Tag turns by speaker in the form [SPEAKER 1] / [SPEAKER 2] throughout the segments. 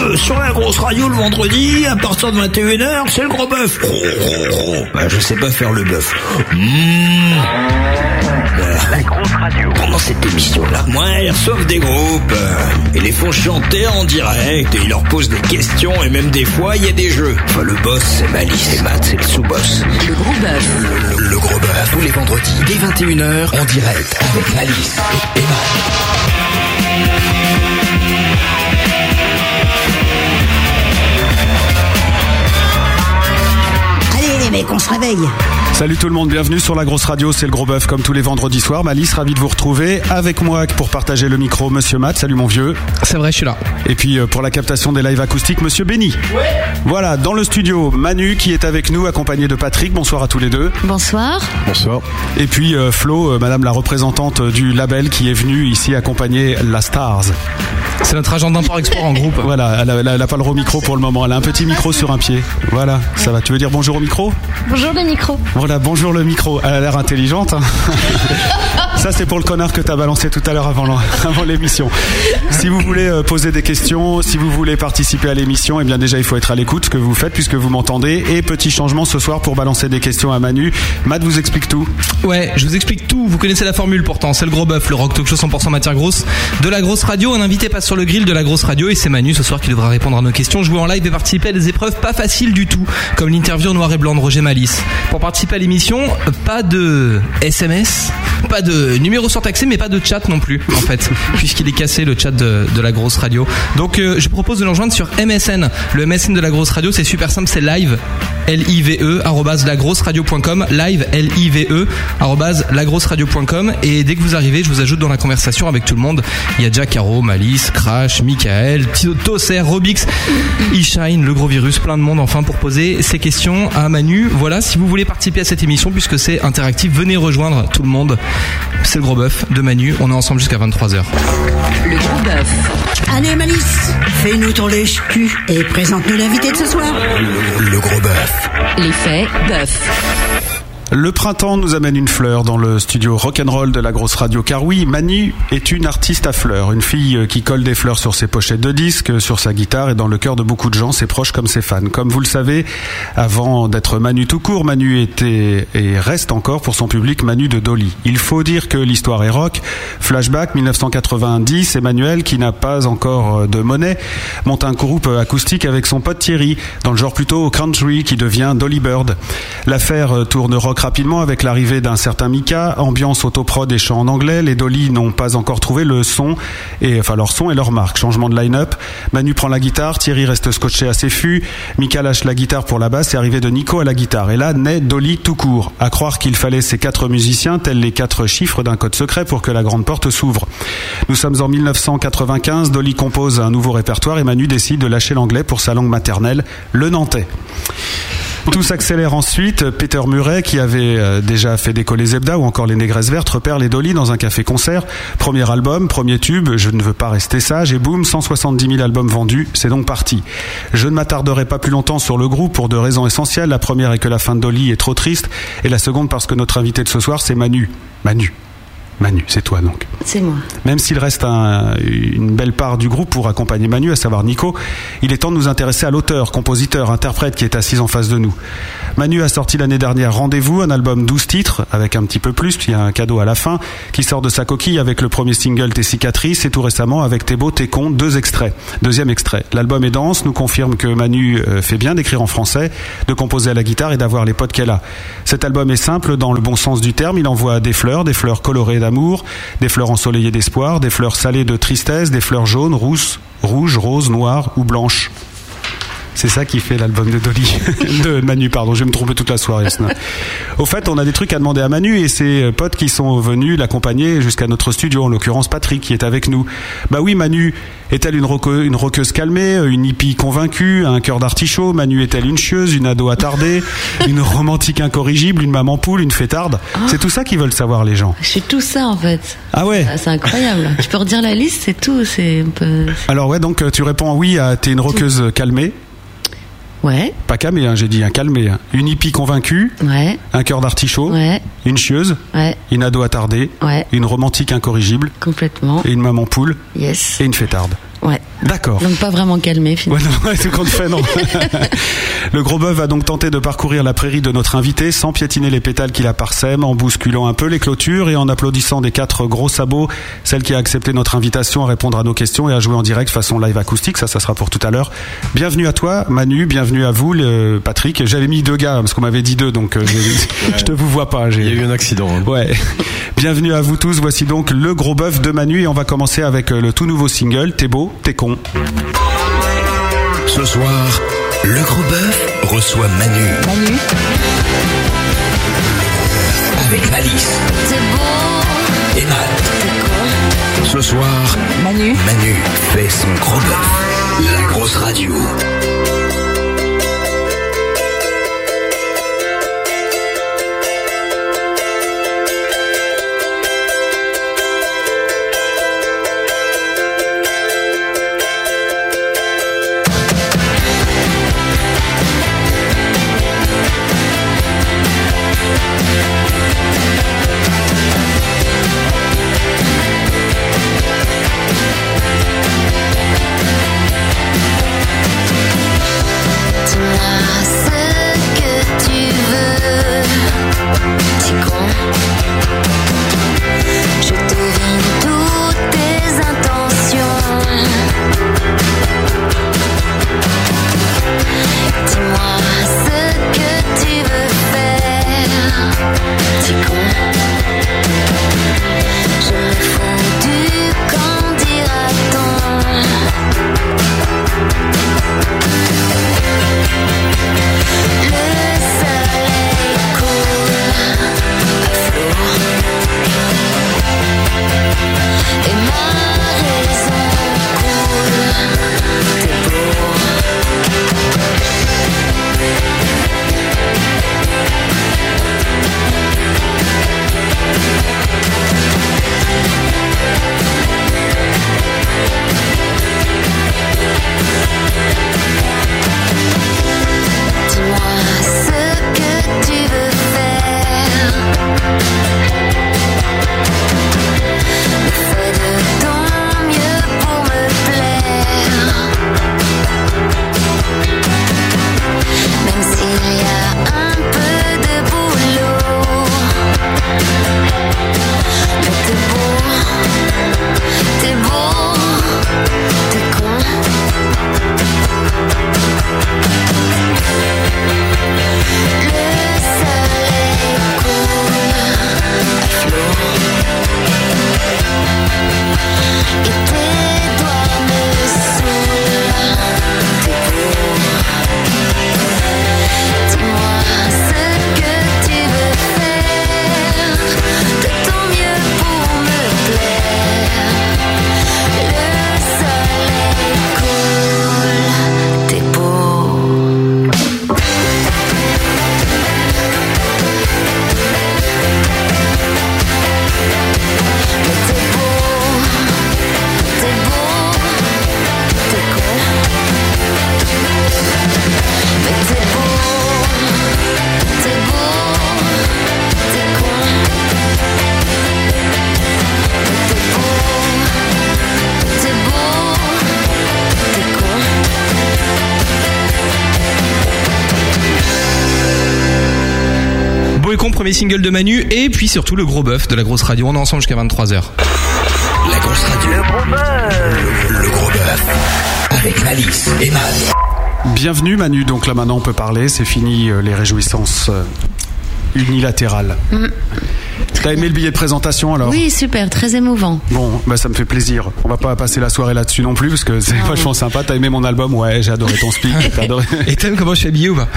[SPEAKER 1] euh, sur la grosse radio le vendredi, à partir de 21h, c'est le gros bœuf. Gros, gros, gros. Bah, je sais pas faire le bœuf. Mmh.
[SPEAKER 2] La grosse radio.
[SPEAKER 1] Pendant cette émission-là, moi, ils reçoivent des groupes. euh, Ils les font chanter en direct et ils leur posent des questions et même des fois, il y a des jeux. Enfin, le boss, c'est Malice. C'est Matt, c'est le sous-boss.
[SPEAKER 3] Le gros bœuf.
[SPEAKER 1] Le, le- le gros bœuf, tous les vendredis, dès 21h, en direct, avec Malice et Matt.
[SPEAKER 3] Allez les mecs, on se réveille.
[SPEAKER 4] Salut tout le monde, bienvenue sur la grosse radio, c'est le gros bœuf comme tous les vendredis soirs. Malice, ravi de vous retrouver avec moi pour partager le micro, monsieur Matt, salut mon vieux.
[SPEAKER 5] C'est vrai, je suis là.
[SPEAKER 4] Et puis euh, pour la captation des lives acoustiques, monsieur Benny. Voilà, dans le studio, Manu qui est avec nous, accompagné de Patrick, bonsoir à tous les deux.
[SPEAKER 6] Bonsoir.
[SPEAKER 4] Et puis euh, Flo, euh, madame la représentante euh, du label qui est venue ici accompagner la Stars.
[SPEAKER 5] C'est notre agent d'import-export en groupe.
[SPEAKER 4] Voilà, elle a, elle a- elle a pas le gros micro pour le moment, elle a un petit micro sur un pied. Voilà, ça va, tu veux dire bonjour au micro
[SPEAKER 6] Bonjour les micros.
[SPEAKER 4] Voilà, bonjour le micro. Elle a l'air intelligente. hein. Ça, c'est pour le connard que t'as balancé tout à l'heure avant l'en- avant l'émission. Si vous voulez euh, poser des questions, si vous voulez participer à l'émission, eh bien déjà, il faut être à l'écoute que vous faites puisque vous m'entendez. Et petit changement ce soir pour balancer des questions à Manu. Matt vous explique tout.
[SPEAKER 5] Ouais, je vous explique tout. Vous connaissez la formule pourtant. C'est le gros bœuf, le rock talk show 100% matière grosse de la grosse radio. Un invité passe sur le grill de la grosse radio et c'est Manu ce soir qui devra répondre à nos questions, jouer en live et participer à des épreuves pas faciles du tout, comme l'interview en noir et blanc de Roger Malice. Pour participer à l'émission, pas de SMS, pas de numéro surtaxé, mais pas de chat non plus, en fait, puisqu'il est cassé le chat de, de la grosse radio. Donc, euh, je propose de l'enjoindre sur MSN. Le MSN de la grosse radio, c'est super simple, c'est live, L-I-V-E, E, arrobase lagrosseradio.com, live, L-I-V-E, E, arrobase lagrosseradio.com. Et dès que vous arrivez, je vous ajoute dans la conversation avec tout le monde. Il y a Jack Caro, Malice, Crash, Michael, Tito Tosser, Robix, E-Shine, le gros virus, plein de monde enfin pour poser ces questions à Manu. Voilà, si vous voulez participer à cette émission, puisque c'est interactif, venez rejoindre tout le monde. C'est le gros bœuf de Manu, on est ensemble jusqu'à 23h.
[SPEAKER 3] Le gros bœuf. Allez Malice, fais-nous ton lèche-cul et présente-nous l'invité de ce soir.
[SPEAKER 1] Le gros bœuf.
[SPEAKER 3] L'effet bœuf.
[SPEAKER 4] Le printemps nous amène une fleur dans le studio rock'n'roll de la grosse radio. Car oui, Manu est une artiste à fleurs, une fille euh, qui colle des fleurs sur ses pochettes de disques, euh, sur sa guitare et dans le cœur de beaucoup de gens, ses proches comme ses fans. Comme vous le savez, avant d'être Manu tout court, Manu était et reste encore pour son public Manu de Dolly. Il faut dire que l'histoire est rock. Flashback 1990, Emmanuel, qui n'a pas encore euh, de monnaie, monte un groupe euh, acoustique avec son pote Thierry, dans le genre plutôt country, qui devient Dolly Bird. L'affaire euh, tourne rock rapidement avec l'arrivée d'un certain Mika, ambiance autoprod et chant en anglais. Les Dolly n'ont pas encore trouvé le son, et, enfin leur son et leur marque. Changement de line-up, Manu prend la guitare, Thierry reste scotché à ses fûts, Mika lâche la guitare pour la basse et arrivée de Nico à la guitare. Et là naît Dolly tout court. À croire qu'il fallait ces quatre musiciens, tels les quatre chiffres d'un code secret pour que la grande porte s'ouvre. Nous sommes en 1995, Dolly compose un nouveau répertoire et Manu décide de lâcher l'anglais pour sa langue maternelle, le nantais. Tout s'accélère ensuite. Peter Murray, qui avait euh, déjà fait décoller Zebda ou encore les Négresses Vertes, repère les Dolly dans un café-concert. Premier album, premier tube, je ne veux pas rester sage, et boum, 170 000 albums vendus, c'est donc parti. Je ne m'attarderai pas plus longtemps sur le groupe pour deux raisons essentielles. La première est que la fin de Dolly est trop triste, et la seconde parce que notre invité de ce soir, c'est Manu. Manu. Manu, c'est toi donc.
[SPEAKER 6] C'est moi.
[SPEAKER 4] Même s'il reste un- une belle part du groupe pour accompagner Manu, à savoir Nico, il est temps de nous intéresser à l'auteur, compositeur, interprète qui est assise en face de nous. Manu a sorti l'année dernière Rendez-vous, un album 12 titres, avec un petit peu plus, il y a un cadeau à la fin, qui sort de sa coquille avec le premier single Tes cicatrices et tout récemment avec Tes beaux, Tes cons, deux extraits. Deuxième extrait. L'album est dense, nous confirme que Manu euh, fait bien d'écrire en français, de composer à la guitare et d'avoir les potes qu'elle a. Cet album est simple dans le bon sens du terme, il envoie des fleurs, des fleurs colorées d'amour, des fleurs ensoleillées d'espoir, des fleurs salées de tristesse, des fleurs jaunes, rousses, rouges, roses, noires ou blanches. C'est ça qui fait l'album de Dolly, de Manu, pardon, je vais me tromper toute la soirée. Sna. Au fait, on a des trucs à demander à Manu et ses euh, potes qui sont venus l'accompagner jusqu'à notre studio, en l'occurrence Patrick qui est avec nous. Bah oui, Manu, est-elle une, roque- une roqueuse calmée, une hippie convaincue, un cœur d'artichaut Manu est-elle une chieuse, une ado attardée, une romantique incorrigible, une maman poule, une fêtarde C'est tout ça qu'ils veulent savoir les gens.
[SPEAKER 6] Je suis tout ça en fait.
[SPEAKER 4] Ah ouais
[SPEAKER 6] Ah, C'est incroyable. Je peux redire la liste, c'est tout. C'est un peu.
[SPEAKER 4] Alors ouais, donc euh, tu réponds oui à t'es une roqueuse calmée,
[SPEAKER 6] Ouais,
[SPEAKER 4] pas calmée, hein, j'ai dit, un calmée, hein. une hippie convaincue,
[SPEAKER 6] ouais,
[SPEAKER 4] un cœur d'artichaut.
[SPEAKER 6] ouais,
[SPEAKER 4] Une chieuse,
[SPEAKER 6] ouais,
[SPEAKER 4] une ado attardée,
[SPEAKER 6] ouais.
[SPEAKER 4] une romantique incorrigible,
[SPEAKER 6] Complètement.
[SPEAKER 4] et une maman poule,
[SPEAKER 6] Yes.
[SPEAKER 4] et une fêtarde.
[SPEAKER 6] Ouais.
[SPEAKER 4] D'accord.
[SPEAKER 6] Donc pas vraiment calmé
[SPEAKER 4] Ouais,
[SPEAKER 6] finalement.
[SPEAKER 4] non, ouais, c'est qu'on te fait, non. le gros bœuf va donc tenter de parcourir la prairie de notre invité sans piétiner les pétales qui la parsèment, en bousculant un peu les clôtures et en applaudissant des quatre gros sabots, celle qui a accepté notre invitation à répondre à nos questions et à jouer en direct façon live acoustique. Ça, ça sera pour tout à l'heure. Bienvenue à toi, Manu. Bienvenue à vous, le- Patrick. J'avais mis deux gars parce qu'on m'avait dit deux, donc euh, j'ai- je te vous vois pas.
[SPEAKER 7] Il y a
[SPEAKER 4] J'ai
[SPEAKER 7] eu un accident. hein.
[SPEAKER 4] Ouais. Bienvenue à vous tous. Voici donc le gros bœuf de Manu et on va commencer avec euh, le tout nouveau single T'es beau, t'es con.
[SPEAKER 1] Ce soir, le gros bœuf reçoit Manu. Manu. Avec Malice
[SPEAKER 8] C'est beau,
[SPEAKER 1] et Matt.
[SPEAKER 8] c'est con.
[SPEAKER 1] Ce soir,
[SPEAKER 8] Manu.
[SPEAKER 1] Manu fait son gros bœuf. La grosse radio.
[SPEAKER 8] Dis-moi ce que tu veux, petit con. Je devine toutes tes intentions. Dis-moi ce que tu veux faire, petit con. Je me fous du qu'en dira-t-on. Le soleil coule à flot Et ma raison coule, t'es beau Dis-moi ce que tu veux faire Fais de ton mieux pour me plaire Même s'il y a un peu de boulot Mais t'es beau, t'es beau, t'es con Le soleil coule à flot Et tes doigts me saoulent T'es beau Dis-moi ce que tu veux faire De ton mieux pour me plaire Le soleil coule T'es beau Mais t'es beau, t'es beau, t'es con. Mais t'es beau, t'es beau, t'es con. Mais t'es beau, t'es beau, t'es con.
[SPEAKER 5] Beau et con, premier single de Manu, et puis surtout le gros bœuf de la grosse radio. On est ensemble jusqu'à 23h.
[SPEAKER 1] La grosse radio.
[SPEAKER 2] Le gros bœuf
[SPEAKER 1] Le gros bœuf. Avec Malice et Matt.
[SPEAKER 4] Bienvenue Manu, donc là maintenant on peut parler, c'est fini euh, les réjouissances euh, unilatérales. T'as aimé le billet de présentation alors
[SPEAKER 6] Mm. Oui, super, très émouvant.
[SPEAKER 4] Bon, bah ça me fait plaisir. On va pas passer la soirée là-dessus non plus parce que c'est vachement sympa. T'as aimé mon album Ouais, j'ai adoré ton speak. t'as adoré-
[SPEAKER 5] Et t'aimes comment je suis habillé ou pas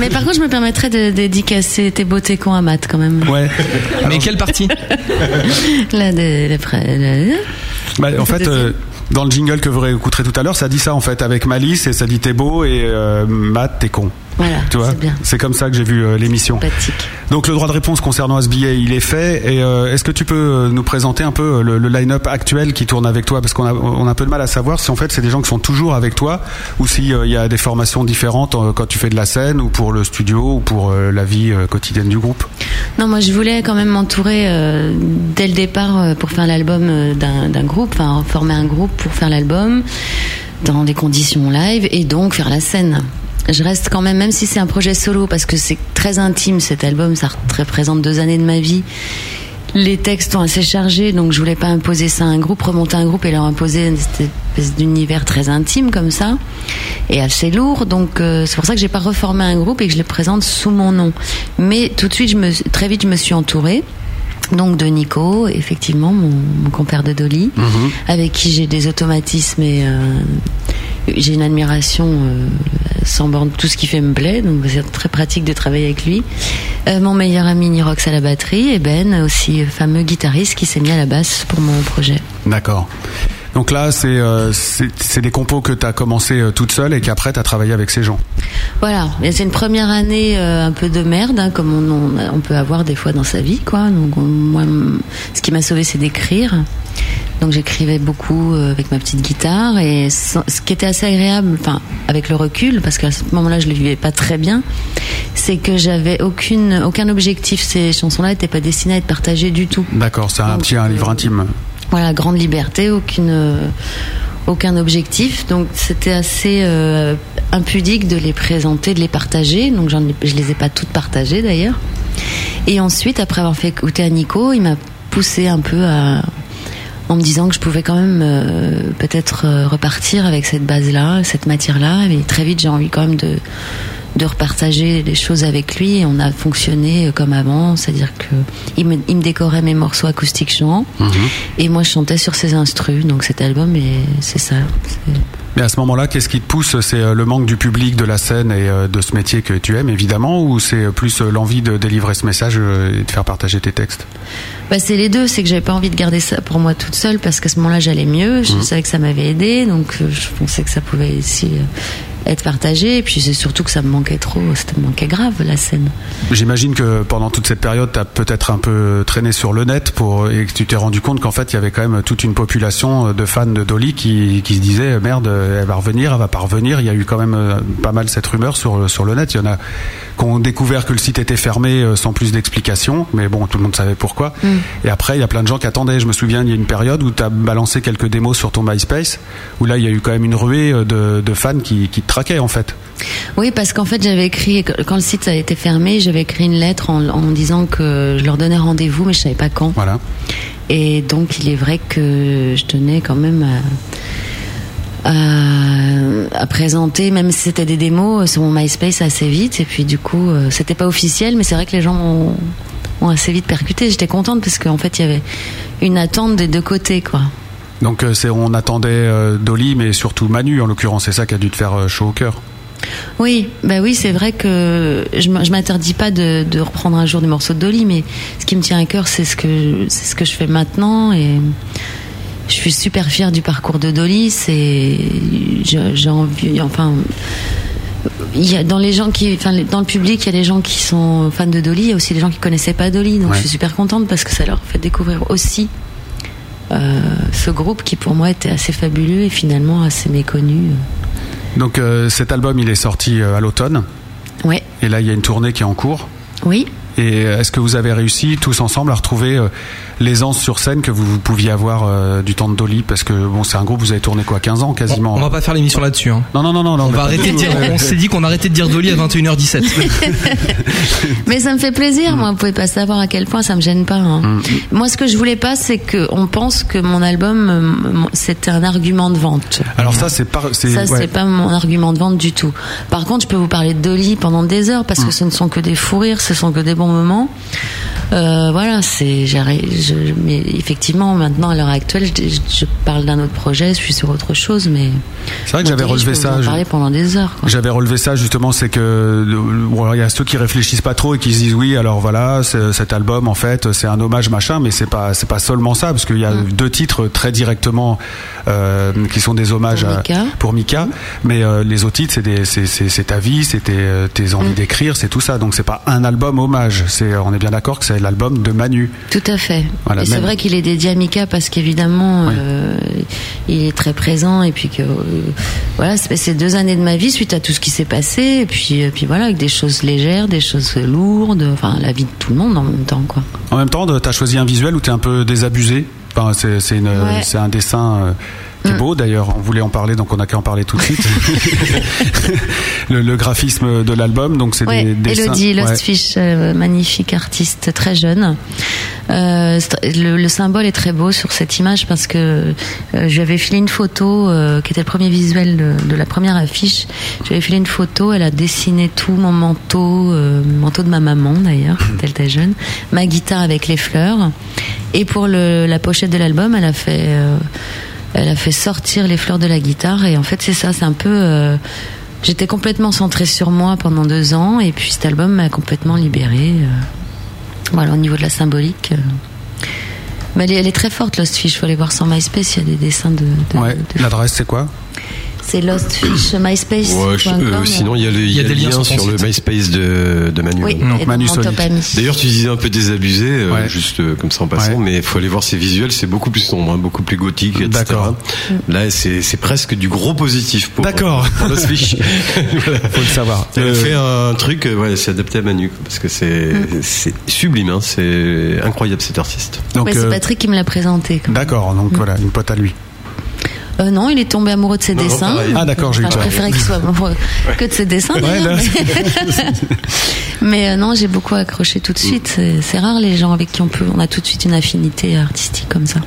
[SPEAKER 6] Mais par contre, je me permettrais de dédicacer tes beaux tes cons à Matt quand même.
[SPEAKER 4] Ouais.
[SPEAKER 5] Mais quelle partie
[SPEAKER 6] Là, de- le pre- le-
[SPEAKER 4] Bah, en fait, euh, dans le jingle que vous réécouterez tout à l'heure, ça dit ça en fait avec Malice et ça dit t'es beau et euh, Matt t'es con.
[SPEAKER 6] Voilà,
[SPEAKER 4] Tu vois
[SPEAKER 6] c'est bien.
[SPEAKER 4] C'est comme ça que j'ai vu euh, l'émission.
[SPEAKER 6] Sympathique.
[SPEAKER 4] Donc le droit de réponse concernant à ce billet, il est fait. Et euh, est-ce que tu peux euh, nous présenter un peu euh, le, le line-up actuel qui tourne avec toi Parce qu'on a, on a un peu de mal à savoir si en fait c'est des gens qui sont toujours avec toi ou s'il y a des formations différentes euh, quand tu fais de la scène ou pour le studio ou pour euh, la vie euh, quotidienne du groupe.
[SPEAKER 6] Non, moi je voulais quand même m'entourer euh, dès le départ euh, pour faire l'album euh, d'un d'un groupe. groupe, enfin former un groupe pour faire l'album dans des conditions live et donc faire la scène. Je reste quand même, même si c'est un projet solo, parce que c'est très intime cet album, ça représente deux années de ma vie. Les textes sont assez chargés, donc je voulais pas imposer ça à un groupe, remonter un groupe et leur imposer une espèce d'univers très intime comme ça, et assez lourd. Donc euh, c'est pour ça que j'ai pas reformé un groupe et que je le présente sous mon nom. Mais tout de suite, je me, très vite, je me suis entourée. Donc de Nico, effectivement, mon, mon compère de Dolly, avec qui j'ai des automatismes et euh, j'ai une admiration euh, sans borne. Tout ce qu'il fait me plaît, donc c'est très pratique de travailler avec lui. Euh, mon meilleur ami Nirox à la batterie et Ben, aussi euh, fameux guitariste qui s'est mis à la basse pour mon projet.
[SPEAKER 4] D'accord. Donc là, c'est euh, c'est c'est des compos que tu as commencé euh, toute seule et qu'après, tu as travaillé avec ces gens.
[SPEAKER 6] Voilà, et c'est une première année euh, un peu de merde, hein, comme on, on- on peut avoir des fois dans sa vie, quoi. Donc on- moi, m- ce qui m'a sauvé, c'est d'écrire. Donc j'écrivais beaucoup euh, avec ma petite guitare et sans- ce qui était assez agréable, enfin avec le recul, parce qu'à ce moment-là, je le vivais pas très bien, c'est que j'avais aucune, aucun objectif. Ces chansons-là n'étaient pas destinées à être partagées du tout.
[SPEAKER 4] D'accord, c'est un petit un livre intime.
[SPEAKER 6] Voilà, grande liberté, aucune, euh, aucun objectif. Donc c'était assez euh, impudique de les présenter, de les partager. Donc j'en ai- je les ai pas toutes partagées d'ailleurs. Et ensuite, après avoir fait écouter à Nico, il m'a poussé un peu à, en me disant que je pouvais quand même euh, peut-être euh, repartir avec cette base-là, cette matière-là. Mais très vite, j'ai envie quand même de, de repartager les choses avec lui. Et on a fonctionné euh, comme avant, c'est-à-dire que il me, il me décorait mes morceaux acoustiques chants et moi je chantais sur ses instrus. Donc cet album, et c'est ça. c'est-
[SPEAKER 4] Mais à ce moment-là, qu'est-ce qui te pousse C'est euh, le manque du public, de la scène et euh, de ce métier que tu aimes, évidemment, ou c'est euh, plus euh, l'envie de délivrer ce message euh, et de faire partager tes textes
[SPEAKER 6] Bah, c'est les deux, c'est que j'avais pas envie de garder ça pour moi toute seule parce qu'à ce moment-là j'allais mieux, je savais que ça m'avait aidé, donc euh, je pensais que ça pouvait aussi euh, être partagé, et puis c'est surtout que ça me manquait trop, ça me manquait grave la scène.
[SPEAKER 4] J'imagine que pendant toute cette période, tu as peut-être un peu traîné sur le net pour, et que tu t'es rendu compte qu'en fait, il y avait quand même toute une population de fans de Dolly qui, qui se disaient eh, merde, elle va revenir, elle va pas revenir. Il y a eu quand même euh, pas mal cette rumeur sur, sur le net. Il y en a qui ont découvert que le site était fermé euh, sans plus d'explication, mais bon, tout le monde savait pourquoi. Et après, il y a plein de gens qui attendaient. Je me souviens, il y a une période où tu as balancé quelques démos sur ton MySpace, où là, il y a eu quand même une ruée euh, de, de fans qui, qui te traquaient en fait.
[SPEAKER 6] Oui, parce qu'en fait, j'avais écrit, quand le site a été fermé, j'avais écrit une lettre en, en disant que je leur donnais rendez-vous, mais je savais pas quand.
[SPEAKER 4] Voilà.
[SPEAKER 6] Et donc, il est vrai que je tenais quand même à, à- à présenter, même si c'était des démos, euh, sur mon MySpace assez vite. Et puis, du coup, euh, c'était pas officiel, mais c'est vrai que les gens ont, ont assez vite percuté. J'étais contente parce qu'en fait, il y avait une attente des deux côtés, quoi.
[SPEAKER 4] Donc euh, c'est on attendait euh, Dolly, mais surtout Manu en l'occurrence, c'est ça qui a dû te faire euh, chaud au cœur.
[SPEAKER 6] Oui, bah oui, c'est vrai que je m- je m'interdis pas de, de reprendre un jour des morceaux de Dolly, mais ce qui me tient à cœur, c'est ce que c'est ce que je fais maintenant et je suis super fière du parcours de Dolly. C'est je- j'ai envie, enfin. Il y a dans les gens qui, enfin, les- dans le public, il y a les gens qui sont fans de Dolly, il y a aussi les gens qui connaissaient pas Dolly. Donc
[SPEAKER 4] Ouais.
[SPEAKER 6] je suis super contente parce que ça leur fait découvrir aussi euh, ce groupe qui pour moi était assez fabuleux et finalement assez méconnu.
[SPEAKER 4] Donc euh, cet album il est sorti euh, à l'automne
[SPEAKER 6] Ouais,
[SPEAKER 4] et là il y a une tournée qui est en cours.
[SPEAKER 6] oui.
[SPEAKER 4] Et euh, est-ce que vous avez réussi tous ensemble à retrouver euh, l'aisance sur scène que vous, vous pouviez avoir euh, du temps de Dolly Parce que bon c'est un groupe, vous avez tourné quoi 15 ans
[SPEAKER 5] On,
[SPEAKER 4] quasiment
[SPEAKER 5] on va pas faire l'émission là-dessus. hein.
[SPEAKER 4] Non non non non, non,
[SPEAKER 5] On
[SPEAKER 4] mais
[SPEAKER 5] va
[SPEAKER 4] pas
[SPEAKER 5] arrêter
[SPEAKER 4] du
[SPEAKER 5] de
[SPEAKER 4] tout,
[SPEAKER 5] dire.
[SPEAKER 4] euh,
[SPEAKER 5] On s'est dit qu'on arrêtait de dire Dolly à 21h17.
[SPEAKER 6] Mais ça me fait plaisir, moi. Vous pouvez pas savoir à quel point ça me gêne pas. hein.
[SPEAKER 4] Mm.
[SPEAKER 6] Moi, ce que je voulais pas, c'est que on pense que mon album, euh, mon- c'était un argument de vente.
[SPEAKER 4] Alors ça c'est pas c'est
[SPEAKER 6] Ça,
[SPEAKER 4] ouais.
[SPEAKER 6] c'est pas mon argument de vente du tout. Par contre, je peux vous parler de Dolly pendant des heures parce que
[SPEAKER 4] Mm.
[SPEAKER 6] ce ne sont que des fous rires, ce sont que des bons moments. Euh, voilà, c'est. j'arrive- Je, mais effectivement, maintenant à l'heure actuelle, je, je parle d'un autre projet, je suis sur autre chose, mais.
[SPEAKER 4] C'est vrai que j'avais
[SPEAKER 6] Dolly,
[SPEAKER 4] relevé
[SPEAKER 6] je peux vous
[SPEAKER 4] ça.
[SPEAKER 6] en
[SPEAKER 4] je-
[SPEAKER 6] parler pendant des heures. quoi.
[SPEAKER 4] J'avais relevé ça justement, c'est que euh, ou alors il y a ceux qui réfléchissent pas trop et qui se disent oui, alors voilà, c'est- cet album en fait c'est un hommage machin, mais c'est pas c'est pas seulement ça parce qu'il y a
[SPEAKER 6] Mm.
[SPEAKER 4] deux titres très directement euh, qui sont des hommages
[SPEAKER 6] Pour
[SPEAKER 4] à-
[SPEAKER 6] Mika.
[SPEAKER 4] pour Mika, mais euh, les autres titres c'est des c'est c'est c'est ta vie, c'est tes, euh, tes
[SPEAKER 6] Mm.
[SPEAKER 4] envies d'écrire, c'est tout ça, donc c'est pas un album hommage, c'est on est bien d'accord que c'est l'album de Manu.
[SPEAKER 6] Tout à fait.
[SPEAKER 4] Voilà,
[SPEAKER 6] et c'est
[SPEAKER 4] même-
[SPEAKER 6] vrai qu'il est dédié à Mika parce qu'évidemment,
[SPEAKER 4] Oui.
[SPEAKER 6] euh, il est très présent et puis que euh, voilà, c'est c'est deux années de ma vie suite à tout ce qui s'est passé et puis et puis voilà avec des choses légères, des choses lourdes, enfin la vie de tout le monde en même temps quoi.
[SPEAKER 4] En même temps, de- t'as choisi un visuel où t'es un peu désabusé. Enfin, c'est c'est une-
[SPEAKER 6] Ouais. Mm.
[SPEAKER 4] c'est un dessin. euh, qui est beau d'ailleurs, on voulait en parler donc on n'a qu'à en parler tout de suite. le, le graphisme de l'album, donc c'est
[SPEAKER 6] Ouais,
[SPEAKER 4] des dessins.
[SPEAKER 6] Elodie
[SPEAKER 4] ouais.
[SPEAKER 6] Lostfish, euh, magnifique artiste très jeune. Euh, c'est- le, le symbole est très beau sur cette image parce que euh, je lui avais filé une photo euh, qui était le premier visuel de, de la première affiche. Je lui avais filé une photo, elle a dessiné tout mon manteau, euh, manteau de ma maman d'ailleurs,
[SPEAKER 4] Mhm.
[SPEAKER 6] quand elle était jeune, ma guitare avec les fleurs. Et pour le, la pochette de l'album, elle a fait. euh, elle a fait sortir les fleurs de la guitare et en fait c'est ça, c'est un peu... euh, J'étais complètement centrée sur moi pendant deux ans et puis cet album m'a complètement libérée. euh. Voilà, au niveau de la symbolique. euh. Mais elle est, elle est très forte, Lost Fish. Faut aller voir sur MySpace, il y a des dessins de. de-
[SPEAKER 4] Ouais, l'adresse c'est quoi
[SPEAKER 6] C'est Lost Fish MySpace.
[SPEAKER 7] Ouais, je- euh, sinon, il y a, les- il y a des liens
[SPEAKER 5] sur
[SPEAKER 7] sur,
[SPEAKER 5] ton
[SPEAKER 7] le MySace de, de Manu.
[SPEAKER 6] Oui,
[SPEAKER 7] hein.
[SPEAKER 4] Donc,
[SPEAKER 6] et
[SPEAKER 4] Manu
[SPEAKER 6] dans mon
[SPEAKER 4] Sonic.
[SPEAKER 6] top ami.
[SPEAKER 7] D'ailleurs, tu disais un peu désabusé, euh,
[SPEAKER 4] Ouais.
[SPEAKER 7] juste euh, comme ça en passant,
[SPEAKER 4] Ouais.
[SPEAKER 7] mais il faut aller voir ses visuels, c'est beaucoup plus sombre, hein, beaucoup plus gothique, etc.
[SPEAKER 4] D'accord.
[SPEAKER 7] Là, c'est c'est presque du gros positif pour, euh,
[SPEAKER 4] D'accord.
[SPEAKER 7] pour Lost Fish. Voilà.
[SPEAKER 4] Faut le savoir.
[SPEAKER 7] Elle
[SPEAKER 4] Euh,
[SPEAKER 7] a fait un truc, euh, ouais, c'est adapté à Manu, quoi, parce que c'est c'est sublime, hein, c'est incroyable cet artiste.
[SPEAKER 4] donc,
[SPEAKER 6] Ouais, c'est Mm.
[SPEAKER 4] euh,
[SPEAKER 6] Patrick qui me l'a présenté. quoi.
[SPEAKER 4] D'accord, donc voilà, une pote à lui.
[SPEAKER 6] Euh, non, il est tombé amoureux de ses
[SPEAKER 7] Non, non,
[SPEAKER 6] dessins.
[SPEAKER 7] pareil.
[SPEAKER 4] Ah d'accord, j'ai eu
[SPEAKER 6] Enfin, je
[SPEAKER 4] tort.
[SPEAKER 6] préférais qu'il soit amoureux que de ses dessins. d'ailleurs,
[SPEAKER 4] là,
[SPEAKER 6] mais mais, euh, non, j'ai beaucoup accroché
[SPEAKER 4] Mm.
[SPEAKER 6] tout de suite. C'est- C'est rare les gens avec qui on peut, on a tout de suite une affinité artistique comme ça.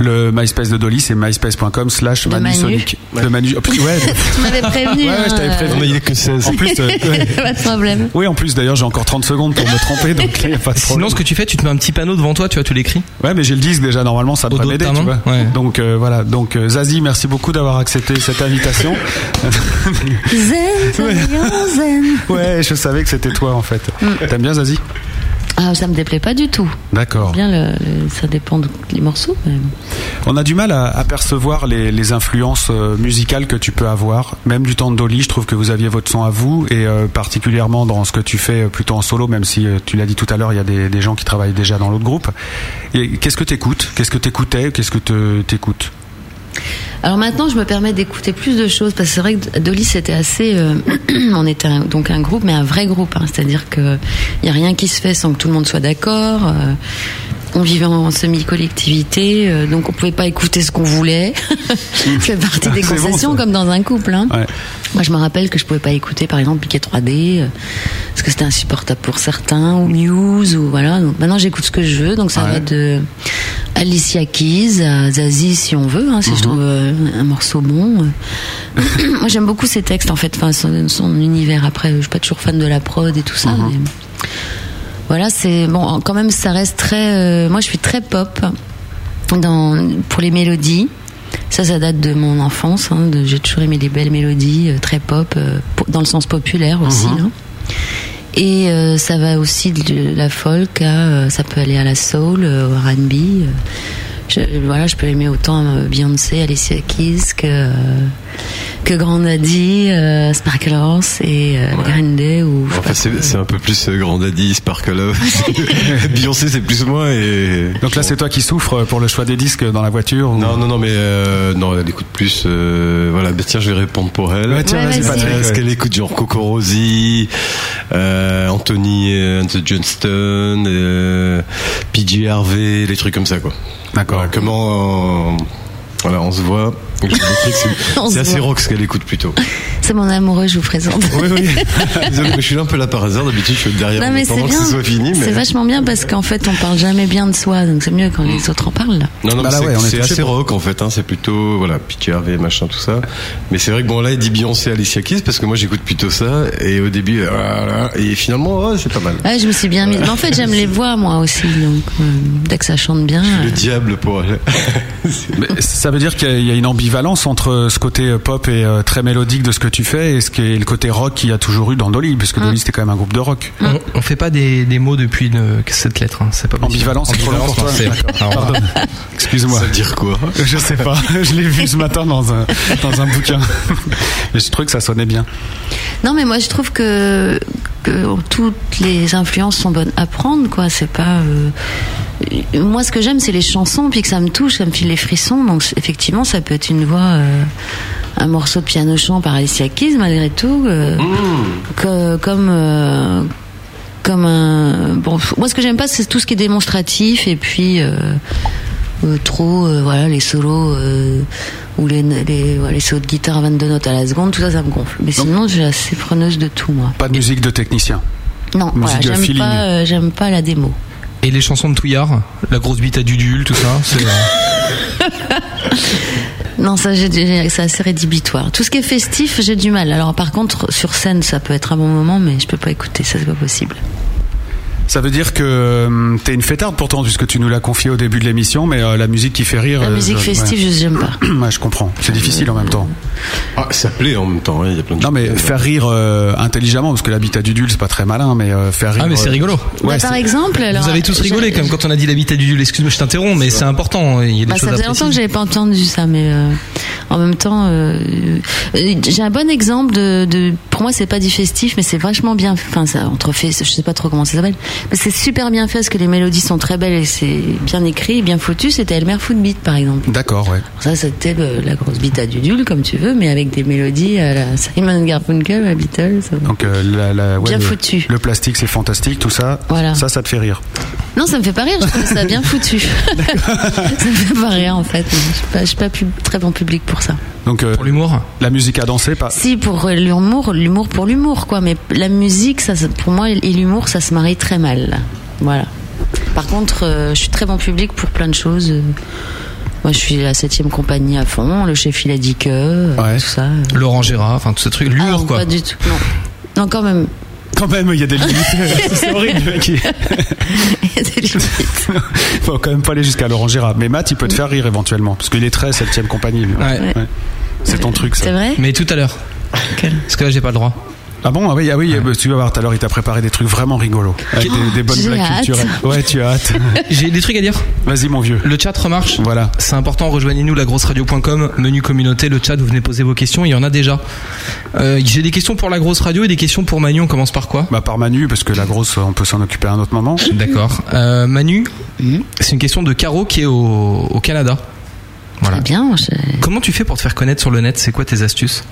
[SPEAKER 4] Le MySpace de Dolly, c'est myspace.com slash
[SPEAKER 6] De Manu.
[SPEAKER 4] manusonic. De Manu. oh, putain, ouais,
[SPEAKER 6] Tu m'avais prévenu.
[SPEAKER 4] ouais, ouais, je
[SPEAKER 6] hein,
[SPEAKER 4] t'avais prévenu.
[SPEAKER 7] il est que 16.
[SPEAKER 4] En plus, euh, ouais.
[SPEAKER 6] euh, pas de problème.
[SPEAKER 4] oui, en plus d'ailleurs, j'ai encore 30 secondes pour me tromper, donc il n'y a pas de
[SPEAKER 5] Sinon,
[SPEAKER 4] problème.
[SPEAKER 5] ce que tu fais, tu te mets un petit panneau devant toi, tu vois, tu l'écris.
[SPEAKER 4] Ouais, mais j'ai le disque déjà, normalement ça devrait
[SPEAKER 5] dos de
[SPEAKER 4] m'aider,
[SPEAKER 5] ta
[SPEAKER 4] tu
[SPEAKER 5] main.
[SPEAKER 4] vois.
[SPEAKER 5] Ouais.
[SPEAKER 4] Donc euh, voilà, donc euh, Zazie, merci beaucoup d'avoir accepté cette invitation.
[SPEAKER 6] Zen, souriant, zen.
[SPEAKER 4] ouais, je savais que c'était toi en fait.
[SPEAKER 6] Mm.
[SPEAKER 4] T'aimes bien Zazie
[SPEAKER 6] Ah, ça me déplaît pas du tout.
[SPEAKER 4] D'accord.
[SPEAKER 6] Bien, le, le- ça dépend de- des morceaux. mais-
[SPEAKER 4] On a du mal à apercevoir les, les influences euh, musicales que tu peux avoir, même du temps de Dolly. Je trouve que vous aviez votre son à vous, et euh, particulièrement dans ce que tu fais euh, plutôt en solo, même si euh, tu l'as dit tout à l'heure, il y a des, des gens qui travaillent déjà dans l'autre groupe. Et qu'est-ce que t'écoutes Qu'est-ce que t'écoutais Qu'est-ce que te- t'écoutes
[SPEAKER 6] Alors maintenant, je me permets d'écouter plus de choses parce que c'est vrai que Dolly c'était assez. euh, on était un- donc un groupe, mais un vrai groupe. hein. C'est-à-dire que il y a rien qui se fait sans que tout le monde soit d'accord. euh, on vivait en semi-collectivité, euh, donc on pouvait pas écouter ce qu'on voulait. c'est partie des
[SPEAKER 4] C'est bon,
[SPEAKER 6] concessions,
[SPEAKER 4] ça.
[SPEAKER 6] comme dans un couple. hein.
[SPEAKER 4] Ouais.
[SPEAKER 6] Moi, je me rappelle que je pouvais pas écouter, par exemple, Piquet 3D, euh, parce que c'était insupportable pour certains, ou Muse, ou voilà. Donc, maintenant, j'écoute ce que je veux, donc ça
[SPEAKER 4] Ouais.
[SPEAKER 6] va de Alicia Keys à Zazie, si on veut, hein, si je trouve euh, un morceau bon. euh. Moi, j'aime beaucoup ses textes, en fait, enfin, son, son univers. Après, je suis pas toujours fan de la prod et tout ça, mais voilà, c'est bon. en- Quand même, ça reste très. euh, moi, je suis très pop dans pour les mélodies. Ça, ça date de mon enfance. hein, de- J'ai toujours aimé les belles mélodies, euh, très pop, euh, po- dans le sens populaire aussi. hein. Et euh, ça va aussi de la folk. à, euh, ça peut aller à la soul, euh, au R&B. euh. Je- voilà, je peux aimer autant euh, Beyoncé, Alicia Keys que euh, que Grand Daddy, euh, Sparkle Horse et euh, Green Day ou. je sais
[SPEAKER 4] Bah,
[SPEAKER 7] Enfin,
[SPEAKER 6] pas
[SPEAKER 7] c'est
[SPEAKER 6] trop.
[SPEAKER 7] c'est un peu plus euh, Grand Daddy, Sparkle Love. Beyoncé, c'est plus moi et.
[SPEAKER 4] Donc là, c'est toi qui souffres pour le choix des disques dans la voiture ou-
[SPEAKER 7] Non, non, non, mais euh, non, elle écoute plus. euh, voilà, bah, tiens, je vais répondre pour elle.
[SPEAKER 4] Ouais, tiens,
[SPEAKER 6] Ouais, vas-y, vas-y. Patrick,
[SPEAKER 7] Parce
[SPEAKER 4] ouais.
[SPEAKER 7] qu'elle écoute genre Coco Rosie, euh, Anthony and the Johnston, euh, PJ Harvey, les trucs comme ça, quoi.
[SPEAKER 4] D'accord.
[SPEAKER 7] Voilà, comment. euh, voilà, on se voit. Et je vous dis que c'est-
[SPEAKER 6] On se
[SPEAKER 7] C'est assez
[SPEAKER 6] voit.
[SPEAKER 7] rock ce qu'elle écoute plutôt.
[SPEAKER 6] C'est mon amoureux, je vous présente.
[SPEAKER 7] Oui, oui. Désolé, mais je suis là un peu là par hasard. D'habitude, je suis derrière
[SPEAKER 6] Non
[SPEAKER 7] vous
[SPEAKER 6] mais c'est
[SPEAKER 7] pendant que
[SPEAKER 6] bien.
[SPEAKER 7] ce soit fini.
[SPEAKER 6] C'est
[SPEAKER 7] Mais...
[SPEAKER 6] vachement bien parce qu'en fait on parle jamais bien de soi, donc c'est mieux quand les autres en parlent. là.
[SPEAKER 7] Non, non,
[SPEAKER 4] Bah
[SPEAKER 7] mais
[SPEAKER 4] là,
[SPEAKER 7] c'est-
[SPEAKER 4] ouais, on est
[SPEAKER 7] c'est
[SPEAKER 4] touché
[SPEAKER 7] assez
[SPEAKER 4] pour-
[SPEAKER 7] rock en fait, hein, c'est plutôt voilà, Peter Harvey, machin, tout ça. Mais c'est vrai que bon, là, il dit Beyoncé, Alicia Keys, parce que moi j'écoute plutôt ça, et au début, euh, voilà, et finalement, ouais, c'est pas mal.
[SPEAKER 6] Ouais, je me suis bien mise. Mais en fait j'aime les voix moi aussi, donc euh, dès que ça chante bien.
[SPEAKER 7] Le
[SPEAKER 6] euh,
[SPEAKER 7] diable pour elle.
[SPEAKER 4] Mais Ça veut dire qu'il y a- il y a une ambivalence entre ce côté euh, pop et euh, très mélodique de ce que tu fais et ce qui est le côté rock qu'il y a toujours eu dans Dolly, puisque
[SPEAKER 6] Mm.
[SPEAKER 4] Dolly c'était quand même un groupe de rock.
[SPEAKER 6] Hein
[SPEAKER 5] On, on fait pas des, des mots depuis une- cette lettre, hein, c'est pas possible.
[SPEAKER 4] Ambivalence, c'est trop long pour toi.
[SPEAKER 5] non, c'est- Alors,
[SPEAKER 4] Pardon. Excuse-moi.
[SPEAKER 7] ça veut dire quoi
[SPEAKER 4] Je sais pas. Je l'ai vu ce matin dans un, dans un bouquin. Mais je trouvais que ça sonnait bien.
[SPEAKER 6] Non mais moi je trouve que, que toutes les influences sont bonnes à prendre quoi. C'est pas euh, moi ce que j'aime c'est les chansons puis que ça me touche, ça me file les frissons. Donc c- effectivement ça peut être une voix, euh, un morceau de piano chant par Alicia Keys malgré tout, euh,
[SPEAKER 7] Mmh.
[SPEAKER 6] que- comme euh, comme un bon. Moi ce que j'aime pas c'est tout ce qui est démonstratif et puis. euh, euh, trop euh, voilà les solos euh, ou les les, ouais, les solos de guitare à 22 notes à la seconde, tout ça ça me gonfle. Mais sinon, j'ai assez preneuse de tout moi.
[SPEAKER 4] Pas de musique de technicien.
[SPEAKER 6] Non,
[SPEAKER 4] Musique
[SPEAKER 6] voilà,
[SPEAKER 4] de
[SPEAKER 6] j'aime
[SPEAKER 4] feeling.
[SPEAKER 6] pas euh, j'aime pas la démo.
[SPEAKER 5] Et les chansons de Touillard, la grosse bite à Dudul, tout ça. c'est- euh,
[SPEAKER 6] Non, ça, j'ai- j'ai- c'est assez rédhibitoire. Tout ce qui est festif, j'ai du mal. Alors, par contre, sur scène, ça peut être un bon moment, mais je peux pas écouter, ça, c'est pas possible.
[SPEAKER 4] Ça veut dire que euh, t'es une fêtarde pourtant, puisque tu nous l'as confié au début de l'émission, mais euh, la musique qui fait rire.
[SPEAKER 6] La
[SPEAKER 4] euh,
[SPEAKER 6] musique
[SPEAKER 4] je- ouais.
[SPEAKER 6] festive, je j'aime pas.
[SPEAKER 4] Ouais, je comprends. C'est difficile en même temps.
[SPEAKER 7] Ah, ça plaît en même temps, hein, il y a plein de
[SPEAKER 4] Non,
[SPEAKER 7] choses.
[SPEAKER 4] mais faire rire euh, intelligemment, parce que l'habitat du Dul, c'est pas très malin, mais euh, faire rire.
[SPEAKER 5] Ah, mais c'est
[SPEAKER 4] euh,
[SPEAKER 5] rigolo.
[SPEAKER 6] Bah,
[SPEAKER 4] Ouais,
[SPEAKER 6] par
[SPEAKER 4] c'est-
[SPEAKER 6] exemple, alors, euh,
[SPEAKER 5] Vous avez tous
[SPEAKER 6] j'ai-
[SPEAKER 5] rigolé comme quand on a dit la bite à Dudul. Excuse-moi, je t'interromps, mais c'est important. hein. Il y a des
[SPEAKER 6] Bah,
[SPEAKER 5] choses
[SPEAKER 6] ça
[SPEAKER 5] à
[SPEAKER 6] faisait longtemps que
[SPEAKER 5] préciser.
[SPEAKER 6] j'avais pas entendu ça, mais euh, en même temps, euh, euh, j'ai un bon exemple de, de- Pour moi, c'est pas du festif, mais c'est vachement bien. Enfin, ça entre fait, je sais pas trop comment ça s'appelle, mais c'est super bien fait parce que les mélodies sont très belles et c'est bien écrit, bien foutu. C'était Elmer Footbeat, par exemple.
[SPEAKER 4] D'accord, ouais.
[SPEAKER 6] Ça, c'était euh, la grosse bite à Dudul, comme tu veux, mais avec des mélodies à la Simon Garfunkel, à Beatles.
[SPEAKER 4] Donc, euh, la, la- ouais,
[SPEAKER 6] Bien
[SPEAKER 4] le,
[SPEAKER 6] foutu.
[SPEAKER 4] le plastique, c'est fantastique, tout ça.
[SPEAKER 6] Voilà.
[SPEAKER 4] Ça, ça te fait rire.
[SPEAKER 6] Non, ça me fait pas rire, je trouve ça bien foutu. ça me fait pas rire, en fait. Je suis pas, je suis pas pub- très bon public pour ça.
[SPEAKER 4] Donc, euh,
[SPEAKER 5] Pour l'humour.
[SPEAKER 4] la musique à danser, pas.
[SPEAKER 6] Si, pour euh, l'humour, l'humour pour l'humour, quoi. Mais la musique, ça, ça- pour moi, et l'humour, ça se marie très mal. Voilà. Par contre, euh, je suis très bon public pour plein de choses. Euh, Moi, je suis la septième compagnie à fond, le chef, il a dit que, euh,
[SPEAKER 4] Ouais.
[SPEAKER 6] tout ça. euh.
[SPEAKER 5] Laurent Gérard, enfin tout ce truc,
[SPEAKER 6] Ah,
[SPEAKER 5] l'humour
[SPEAKER 6] non,
[SPEAKER 5] quoi.
[SPEAKER 6] Pas du tout, non. Non, quand même.
[SPEAKER 4] Quand même, il y a des limites. c'est horrible. qui- Faut quand même pas aller jusqu'à Laurent Gérard. Mais Matt, il peut te faire rire éventuellement, parce qu'il est très septième compagnie. lui.
[SPEAKER 5] Ouais.
[SPEAKER 4] Ouais. C'est ton truc, ça.
[SPEAKER 6] C'est vrai
[SPEAKER 5] Mais tout à l'heure. Parce que là j'ai pas le droit.
[SPEAKER 4] Ah bon Ah oui, ah oui bah, tu vas voir, tout à l'heure, il t'a préparé des trucs vraiment rigolos. Avec des, des bonnes
[SPEAKER 6] J'ai
[SPEAKER 4] blagues
[SPEAKER 6] hâte.
[SPEAKER 4] culturelles. Ouais, tu as hâte.
[SPEAKER 5] J'ai des trucs à dire.
[SPEAKER 4] Vas-y, mon vieux.
[SPEAKER 5] Le chat remarche.
[SPEAKER 4] Voilà.
[SPEAKER 5] C'est important, rejoignez-nous lagrosseradio.com, menu communauté, le chat, vous venez poser vos questions, il y en a déjà. Euh, J'ai des questions pour la grosse radio et des questions pour Manu, on commence par quoi
[SPEAKER 4] Bah, par Manu, parce que la grosse, on peut s'en occuper à un autre moment.
[SPEAKER 5] D'accord. Euh, Manu, c'est une question de Caro qui est au, au Canada. Voilà.
[SPEAKER 6] Très bien. Je...
[SPEAKER 5] Comment tu fais pour te faire connaître sur le net C'est quoi tes astuces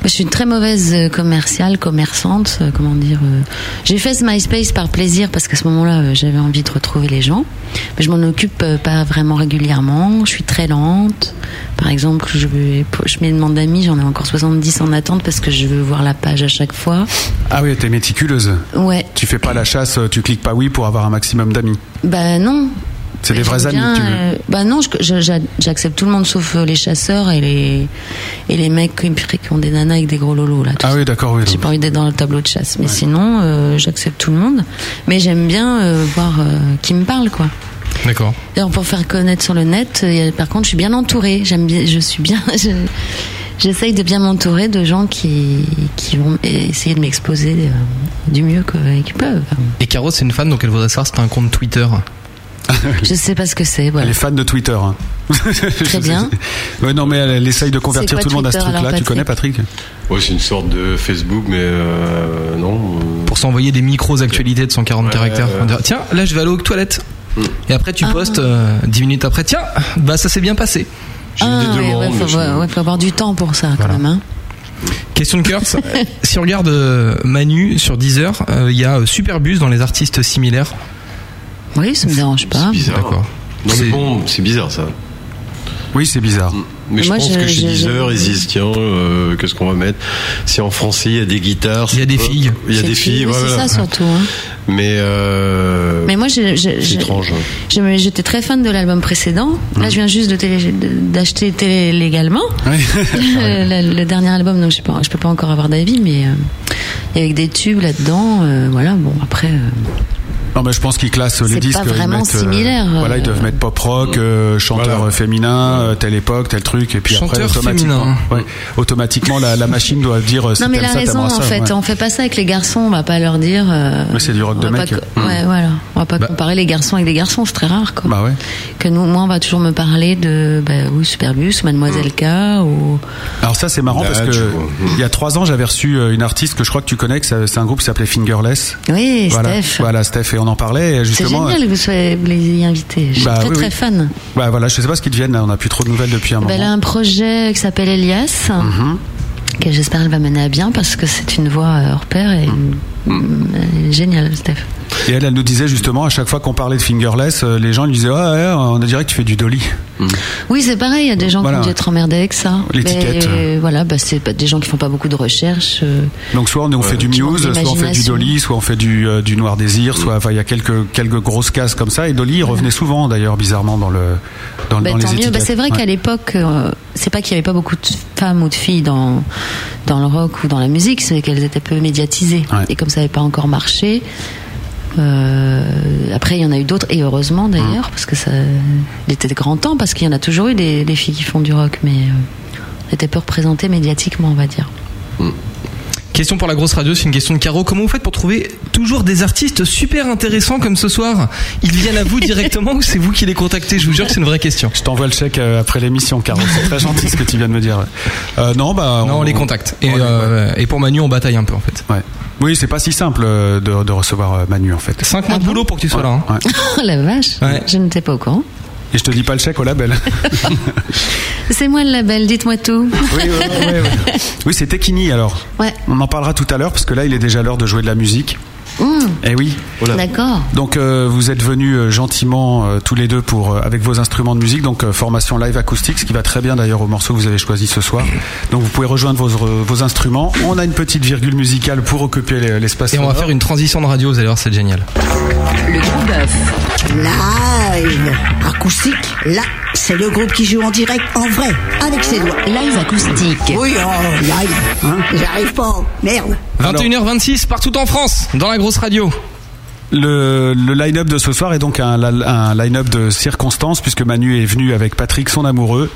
[SPEAKER 6] Moi, Je suis une très mauvaise euh, commerciale, commerçante, euh, comment dire. euh, J'ai fait ce MySpace par plaisir parce qu'à ce moment-là, euh, j'avais envie de retrouver les gens. Mais je m'en occupe euh, pas vraiment régulièrement. Je suis très lente. Par exemple, je, vais- je mets une demande d'amis, j'en ai encore 70 en attente parce que je veux voir la page à chaque fois.
[SPEAKER 4] Ah oui, t'es méticuleuse.
[SPEAKER 6] Ouais,
[SPEAKER 4] Tu fais pas la chasse, tu cliques pas oui pour avoir un maximum d'amis.
[SPEAKER 6] bah non.
[SPEAKER 4] C'est des vrais
[SPEAKER 6] J'aime
[SPEAKER 4] amis
[SPEAKER 6] bien,
[SPEAKER 4] que tu veux.
[SPEAKER 6] euh, bah non, je- je- j'a- j'accepte tout le monde sauf euh, les chasseurs et les, et les mecs qui qui ont des nanas avec des gros lolos là. tout
[SPEAKER 4] Ah
[SPEAKER 6] ça.
[SPEAKER 4] oui, d'accord, oui.
[SPEAKER 6] J'ai
[SPEAKER 4] donc.
[SPEAKER 6] pas envie d'être dans le tableau de chasse, mais sinon euh, j'accepte tout le monde. Mais j'aime bien euh, voir euh, qui me parle, quoi.
[SPEAKER 5] D'accord.
[SPEAKER 6] D'ailleurs, pour faire connaître sur le net, euh, y a- par contre, je suis bien entourée. J'aime bien, je suis bien. je- J'essaye de bien m'entourer de gens qui qui vont essayer de m'exposer euh, du mieux que- qu'ils peuvent.
[SPEAKER 5] Et Caro, c'est une fan, donc elle voudrait savoir si t'as un compte Twitter.
[SPEAKER 6] Je sais pas ce que c'est.
[SPEAKER 4] Elle
[SPEAKER 6] Voilà.
[SPEAKER 4] est fan de Twitter. hein.
[SPEAKER 6] Très bien.
[SPEAKER 4] Ouais, non, mais elle, elle essaye de convertir
[SPEAKER 6] quoi
[SPEAKER 4] tout le monde à ce
[SPEAKER 6] Twitter,
[SPEAKER 4] truc-là.
[SPEAKER 6] alors,
[SPEAKER 4] Tu connais, Patrick
[SPEAKER 7] Ouais, c'est une sorte de Facebook, mais euh, non. euh,
[SPEAKER 5] Pour s'envoyer des micros actualités de 140
[SPEAKER 7] Ouais,
[SPEAKER 5] caractères.
[SPEAKER 7] ouais, ouais. Mm.
[SPEAKER 5] On dirait, Tiens, là je vais aller aux toilettes. Et après tu postes euh, 10 minutes après. Tiens, bah ça s'est bien passé.
[SPEAKER 7] J'ai eu des
[SPEAKER 6] Ah, ouais,
[SPEAKER 7] demandes.
[SPEAKER 6] ouais, faut,
[SPEAKER 7] mais je-
[SPEAKER 6] avoir- ouais, faut avoir du temps pour ça, quand même. hein.
[SPEAKER 5] Question de cœur. ça- si on regarde euh, Manu sur Deezer, euh, il y a euh, Superbus dans les artistes similaires.
[SPEAKER 6] Oui, ça me dérange pas.
[SPEAKER 7] C'est bizarre.
[SPEAKER 5] D'accord.
[SPEAKER 7] Non,
[SPEAKER 5] C'est-
[SPEAKER 7] mais bon, c'est bizarre ça.
[SPEAKER 4] Oui, c'est bizarre.
[SPEAKER 7] Mais je
[SPEAKER 6] Moi,
[SPEAKER 7] pense
[SPEAKER 6] je-
[SPEAKER 7] que chez
[SPEAKER 6] je-
[SPEAKER 7] Deezer,
[SPEAKER 6] je-
[SPEAKER 7] ils se disent tiens, euh, qu'est-ce qu'on va mettre Si en français, il y a des guitares.
[SPEAKER 5] Il y a
[SPEAKER 7] c'est
[SPEAKER 5] des
[SPEAKER 7] pas-
[SPEAKER 5] filles.
[SPEAKER 7] Il y a
[SPEAKER 6] C'est
[SPEAKER 7] des
[SPEAKER 6] tout.
[SPEAKER 7] filles,
[SPEAKER 6] Oui,
[SPEAKER 7] ouais,
[SPEAKER 6] c'est
[SPEAKER 7] voilà.
[SPEAKER 6] ça surtout. hein.
[SPEAKER 7] Mais. euh,
[SPEAKER 6] Mais moi, je- je-
[SPEAKER 7] C'est
[SPEAKER 6] je-
[SPEAKER 7] étrange. hein.
[SPEAKER 6] Je me- J'étais très fan de l'album précédent. Là, je viens juste de télé- de- d'acheter télé légalement le, le- le dernier album. Donc, je ne je peux pas encore avoir d'avis, mais euh, il y avait des tubes là-dedans. euh, voilà. Bon, après, euh,
[SPEAKER 4] Non, mais je pense qu'ils classent les
[SPEAKER 6] C'est
[SPEAKER 4] disques.
[SPEAKER 6] pas
[SPEAKER 4] ils
[SPEAKER 6] vraiment
[SPEAKER 4] mettent, euh,
[SPEAKER 6] similaire, euh.
[SPEAKER 4] voilà, ils doivent mettre pop rock, euh, chanteur
[SPEAKER 7] Mm. Voilà. Mm.
[SPEAKER 4] euh, féminin, euh, telle époque, tel truc, et puis
[SPEAKER 5] Chanteur
[SPEAKER 4] après automatiquement,
[SPEAKER 5] féminin.
[SPEAKER 4] ouais, automatiquement la, la machine doit dire. euh, Si
[SPEAKER 6] non, mais
[SPEAKER 4] t'aimes
[SPEAKER 6] la
[SPEAKER 4] ça,
[SPEAKER 6] raison,
[SPEAKER 4] t'aimeras
[SPEAKER 6] en
[SPEAKER 4] ça,
[SPEAKER 6] fait, hein.
[SPEAKER 4] ouais.
[SPEAKER 6] on fait pas ça avec les garçons. On va pas leur dire. euh,
[SPEAKER 4] Mais c'est du rock
[SPEAKER 6] on
[SPEAKER 4] de
[SPEAKER 6] va
[SPEAKER 4] mec.
[SPEAKER 6] pas co- Ouais, voilà. On va pas
[SPEAKER 5] Bah.
[SPEAKER 6] comparer les garçons avec les garçons. C'est très rare, quoi.
[SPEAKER 4] Bah ouais.
[SPEAKER 6] Que nous, moi, on va toujours me parler de, bah, oui, Superbus, Mademoiselle K, ou.
[SPEAKER 4] Alors ça c'est marrant
[SPEAKER 7] Là,
[SPEAKER 4] parce
[SPEAKER 7] Bah, tu
[SPEAKER 4] que
[SPEAKER 7] vois. Mm.
[SPEAKER 4] il y a trois ans j'avais reçu euh, une artiste que je crois que tu connais, que ça- c'est un groupe qui s'appelait Fingerless.
[SPEAKER 6] Oui,
[SPEAKER 4] voilà, Bah,
[SPEAKER 6] Steph.
[SPEAKER 4] voilà Steph et on en parlait et
[SPEAKER 6] C'est
[SPEAKER 4] justement.
[SPEAKER 6] génial que vous soyez vous les ayez invités. Je suis
[SPEAKER 4] Bah,
[SPEAKER 6] très
[SPEAKER 4] oui,
[SPEAKER 6] très
[SPEAKER 4] oui.
[SPEAKER 6] fan.
[SPEAKER 4] Bah voilà, je sais pas ce qu'ils deviennent, là, on a plus trop de nouvelles depuis un
[SPEAKER 6] Ben,
[SPEAKER 4] moment.
[SPEAKER 6] elle a un projet qui s'appelle Elias,
[SPEAKER 4] Mhm.
[SPEAKER 6] que
[SPEAKER 4] Mhm.
[SPEAKER 6] j'espère elle va mener à bien parce que c'est une voix euh, hors pair et une- elle est Mm. géniale, Steph.
[SPEAKER 4] Et elle, elle nous disait justement, à chaque fois qu'on parlait de fingerless, euh, les gens lui disaient Ah, ouais, on dirait que tu fais du dolly.
[SPEAKER 6] Oui, c'est pareil, il y a des gens
[SPEAKER 4] Voilà.
[SPEAKER 6] qui ont dû être emmerdés avec ça.
[SPEAKER 4] L'étiquette.
[SPEAKER 6] Mais, euh, voilà, bah, c'est pas- des gens qui font pas beaucoup de recherches. euh.
[SPEAKER 4] Donc soit on, on fait du
[SPEAKER 6] Qui manque
[SPEAKER 4] Muse, soit on fait du
[SPEAKER 6] d'imagination.
[SPEAKER 4] Dolly, soit on fait du, euh, du Noir Désir, soit enfin il y a quelques quelques grosses cases comme ça. Et Dolly revenait souvent d'ailleurs bizarrement dans le dans,
[SPEAKER 6] Bah,
[SPEAKER 4] dans les
[SPEAKER 6] tant mieux.
[SPEAKER 4] étiquettes.
[SPEAKER 6] Bah, c'est vrai
[SPEAKER 4] Ouais.
[SPEAKER 6] qu'à l'époque, euh, c'est pas qu'il y avait pas beaucoup de femmes ou de filles dans dans le rock ou dans la musique, c'est qu'elles étaient peu médiatisées.
[SPEAKER 4] Ouais.
[SPEAKER 6] Et comme ça n'avait pas encore marché, euh, après il y en a eu d'autres et
[SPEAKER 4] Mm.
[SPEAKER 6] heureusement d'ailleurs parce que ça, il était grand temps parce qu'il y en a toujours eu des, des filles qui font du rock, mais euh, elles étaient peu représentées médiatiquement, on va dire.
[SPEAKER 5] Question pour la grosse radio, c'est une question de Caro. Comment vous faites pour trouver toujours des artistes super intéressants comme ce soir Ils viennent à vous directement ou c'est vous qui les contactez Je vous jure que c'est une vraie question.
[SPEAKER 4] Je t'envoie le chèque euh, après l'émission, Caro. C'est très gentil ce que tu viens de me dire. Euh, non, bah
[SPEAKER 5] Non, on les contacte. Et,
[SPEAKER 4] on les-
[SPEAKER 5] euh, et pour Manu, on bataille un peu en fait.
[SPEAKER 4] Ouais. Oui, c'est pas si simple euh, de, de recevoir euh, Manu en fait.
[SPEAKER 5] 5 mois de boulot pour que tu sois là. hein.
[SPEAKER 4] Ouais.
[SPEAKER 6] Oh la vache,
[SPEAKER 5] Ouais.
[SPEAKER 6] je n'étais pas au courant.
[SPEAKER 4] Et je te dis pas le chèque au label.
[SPEAKER 6] C'est moi le label, dites-moi tout.
[SPEAKER 4] oui, oui, oui, oui. Oui, c'est Tekini alors.
[SPEAKER 6] Ouais.
[SPEAKER 4] On en parlera tout à l'heure parce que là il est déjà l'heure de jouer de la musique.
[SPEAKER 6] Mmh,
[SPEAKER 4] Eh oui.
[SPEAKER 6] D'accord.
[SPEAKER 4] Donc euh, vous êtes venus euh, gentiment euh, tous les deux pour euh, avec vos instruments de musique donc euh, formation live acoustique ce qui va très bien d'ailleurs au morceau que vous avez choisi ce soir. Donc vous pouvez rejoindre vos, re- vos instruments. On a une petite virgule musicale pour occuper l- l'espace.
[SPEAKER 5] Et on va
[SPEAKER 4] sonore.
[SPEAKER 5] faire une transition de radio, vous allez voir, c'est génial.
[SPEAKER 8] Le gros bœuf. Live acoustique. Là, c'est le groupe qui joue en direct, en vrai, avec ses doigts.
[SPEAKER 6] Live acoustique.
[SPEAKER 8] Oui, oh, live. Hein, J'arrive pas. Merde.
[SPEAKER 5] 21h26 partout en France, dans la grosse radio.
[SPEAKER 4] Le, le line-up de ce soir est donc un, la- un line-up de circonstances puisque Manu est venu avec Patrick, son amoureux,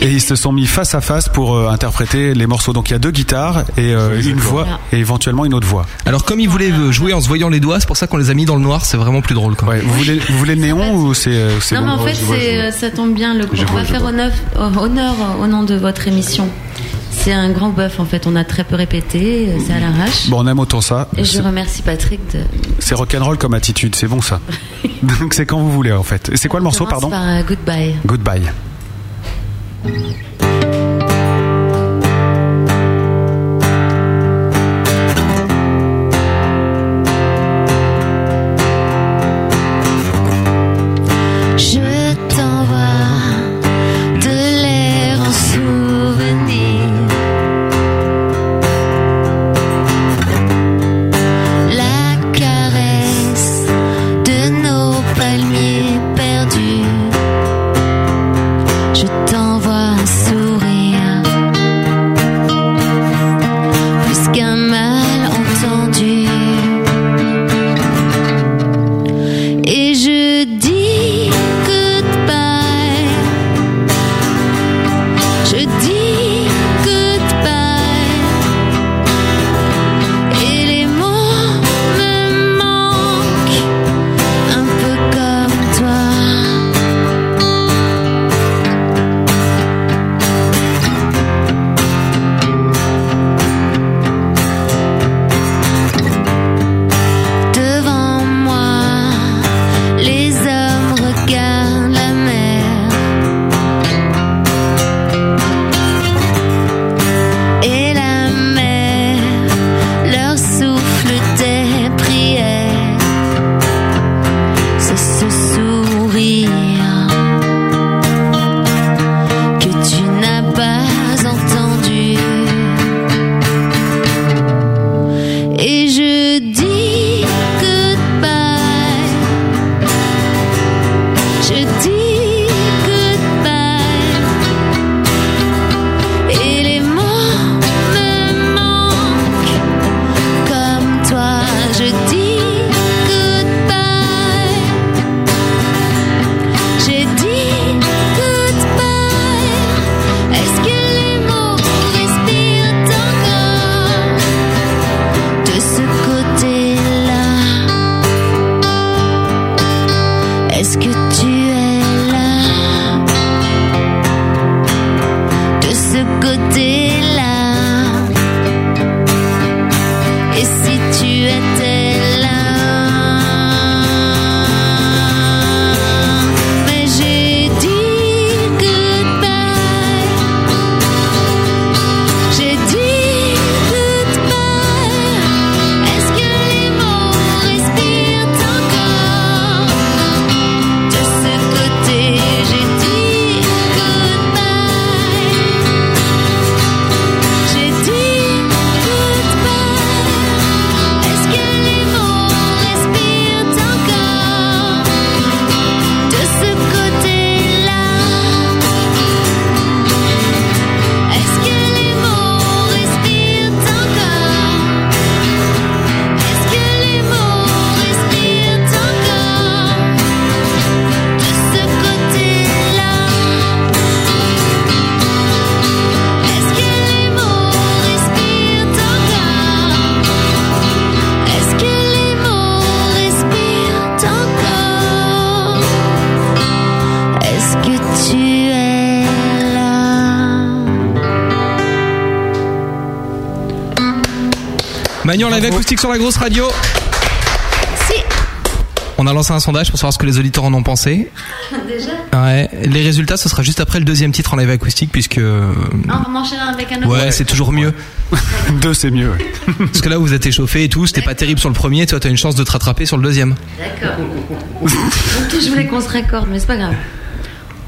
[SPEAKER 4] et ils se sont mis face à face pour euh, interpréter les morceaux. Donc il y a deux guitares et euh, une voix et éventuellement une autre voix.
[SPEAKER 5] Alors comme ils voulaient euh, jouer en se voyant les doigts, c'est pour ça qu'on les a mis dans le noir, c'est vraiment plus drôle quoi.
[SPEAKER 4] Ouais, vous, voulez, vous voulez le néon ou c'est euh, c'est
[SPEAKER 6] Non,
[SPEAKER 4] bon
[SPEAKER 6] mais en fait,
[SPEAKER 9] je vois,
[SPEAKER 6] c'est,
[SPEAKER 9] je vois.
[SPEAKER 6] euh, ça tombe bien. Le,
[SPEAKER 9] Je
[SPEAKER 6] on
[SPEAKER 9] vois,
[SPEAKER 6] va
[SPEAKER 9] je
[SPEAKER 6] faire
[SPEAKER 9] vois.
[SPEAKER 6] honneur, euh, honneur au nom de votre émission. C'est un grand bœuf, en fait. On a très peu répété, euh, c'est à l'arrache.
[SPEAKER 4] Bon, on aime autant ça.
[SPEAKER 6] Et je
[SPEAKER 4] C'est-
[SPEAKER 6] remercie Patrick de.
[SPEAKER 4] C'est rock'n'roll comme attitude, c'est bon ça. Donc c'est quand vous voulez en fait. Et C'est quoi le morceau,
[SPEAKER 6] On commence
[SPEAKER 4] pardon
[SPEAKER 6] par euh, Goodbye.
[SPEAKER 4] Goodbye.
[SPEAKER 10] Je t'envoie de l'air en souvenir. La caresse de nos palmiers perdus. Je t'envoie ce
[SPEAKER 5] Manu en live acoustique sur la grosse radio. On a lancé un sondage pour savoir ce que les auditeurs en ont pensé.
[SPEAKER 6] Déjà
[SPEAKER 5] Ouais, les résultats, ce sera juste après le deuxième titre en live acoustique, puisque. euh,
[SPEAKER 6] Ah, On enchaîne avec un autre.
[SPEAKER 5] Ouais, c'est toujours mieux.
[SPEAKER 4] Deux, c'est mieux.
[SPEAKER 5] Parce que là, vous êtes échauffé et tout, c'était pas terrible sur le premier, toi, t'as une chance de te rattraper sur le deuxième.
[SPEAKER 6] D'accord. Ok, je voulais qu'on se raccorde, mais c'est pas grave.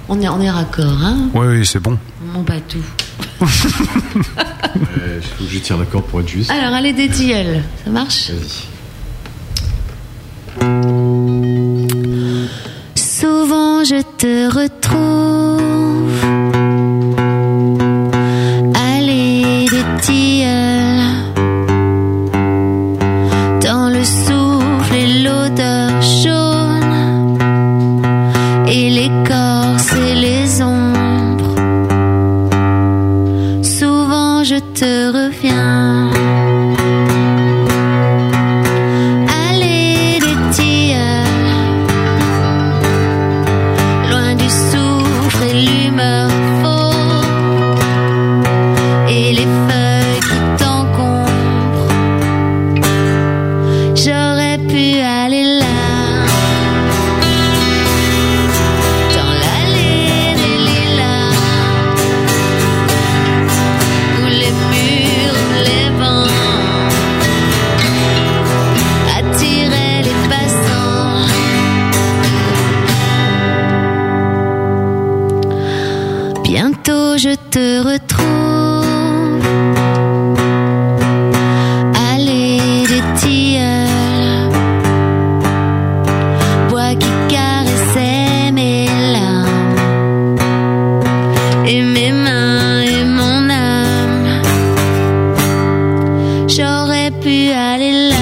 [SPEAKER 6] On est, on est raccord, hein
[SPEAKER 4] Oui, oui, c'est bon.
[SPEAKER 6] Mon bateau.
[SPEAKER 7] Euh, faut que je tire la corde pour être juste.
[SPEAKER 6] Alors, allez, des tilleuls. Ça marche
[SPEAKER 10] Souvent je te retrouve Allée des tilleuls Dans le souffle et l'odeur jaune Et l'écorce et les ombres Souvent je te reviens Allée des tilleuls Loin du souffle et l'humeur faux Et les feuilles qui t'encombrent J'aurais pu aller là Dans l'allée des lilas Où les murs, les vents Attiraient les passants Bientôt je te retrouve. Allée des tilleuls, bois qui caressait mes larmes, et mes mains et mon âme. J'aurais pu aller là.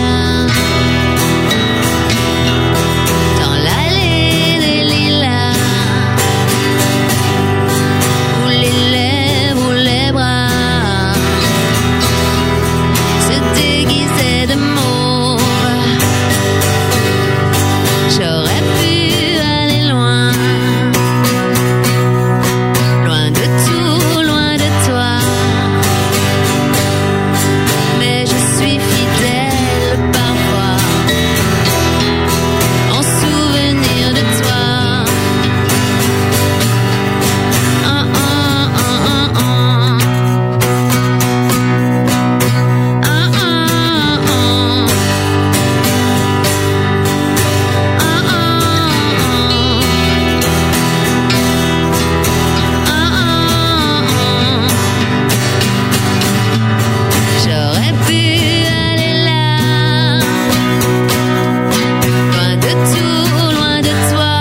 [SPEAKER 10] Dans l'allée des lilas, où les lèvres, où les bras se déguisaient de mauve. J'aurais pu aller loin, loin de tout, loin de toi. Mais je suis fidèle parfois, en souvenir de toi. Ah, ah, ah, ah, ah. Ah, ah, ah. Ah, ah, ah. Ah, ah, ah. J'aurais pu aller là, loin de tout, loin de toi.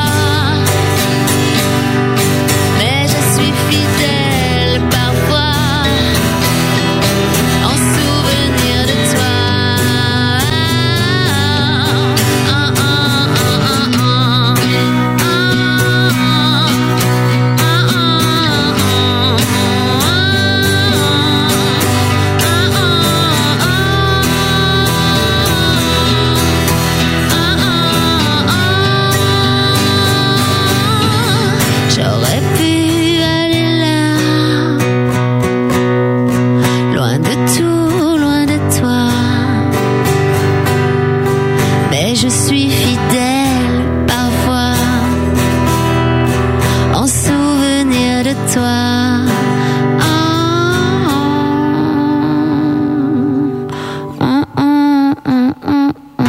[SPEAKER 10] Mais je suis fidèle parfois en souvenir de toi. Ah, ah, ah, ah, ah. Ah, ah, J'aurais pu aller là, loin de tout, loin de toi. Mais je suis fidèle parfois, en souvenir de toi. Ah, ah, ah, ah, ah, ah.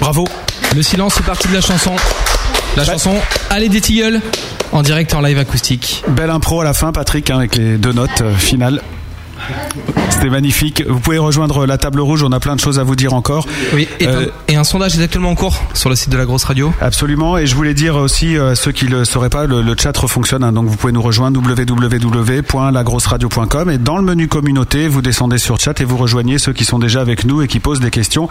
[SPEAKER 5] Bravo. Le silence fait partie de la chanson. La chanson Allez des tilleuls en direct en live acoustique.
[SPEAKER 4] Belle impro à la fin, Patrick, hein, avec les deux notes euh, finales. C'était magnifique. Vous pouvez rejoindre la table rouge, on a plein de choses à vous dire encore.
[SPEAKER 5] Oui, et,
[SPEAKER 4] Euh,
[SPEAKER 5] un, et un sondage est actuellement en cours sur le site de la grosse radio.
[SPEAKER 4] Absolument, et je voulais dire aussi, euh, ceux qui le sauraient pas, le, le chat refonctionne, hein, donc vous pouvez nous rejoindre www.lagrosseradio.com et dans le menu communauté, vous descendez sur chat et vous rejoignez ceux qui sont déjà avec nous et qui posent des questions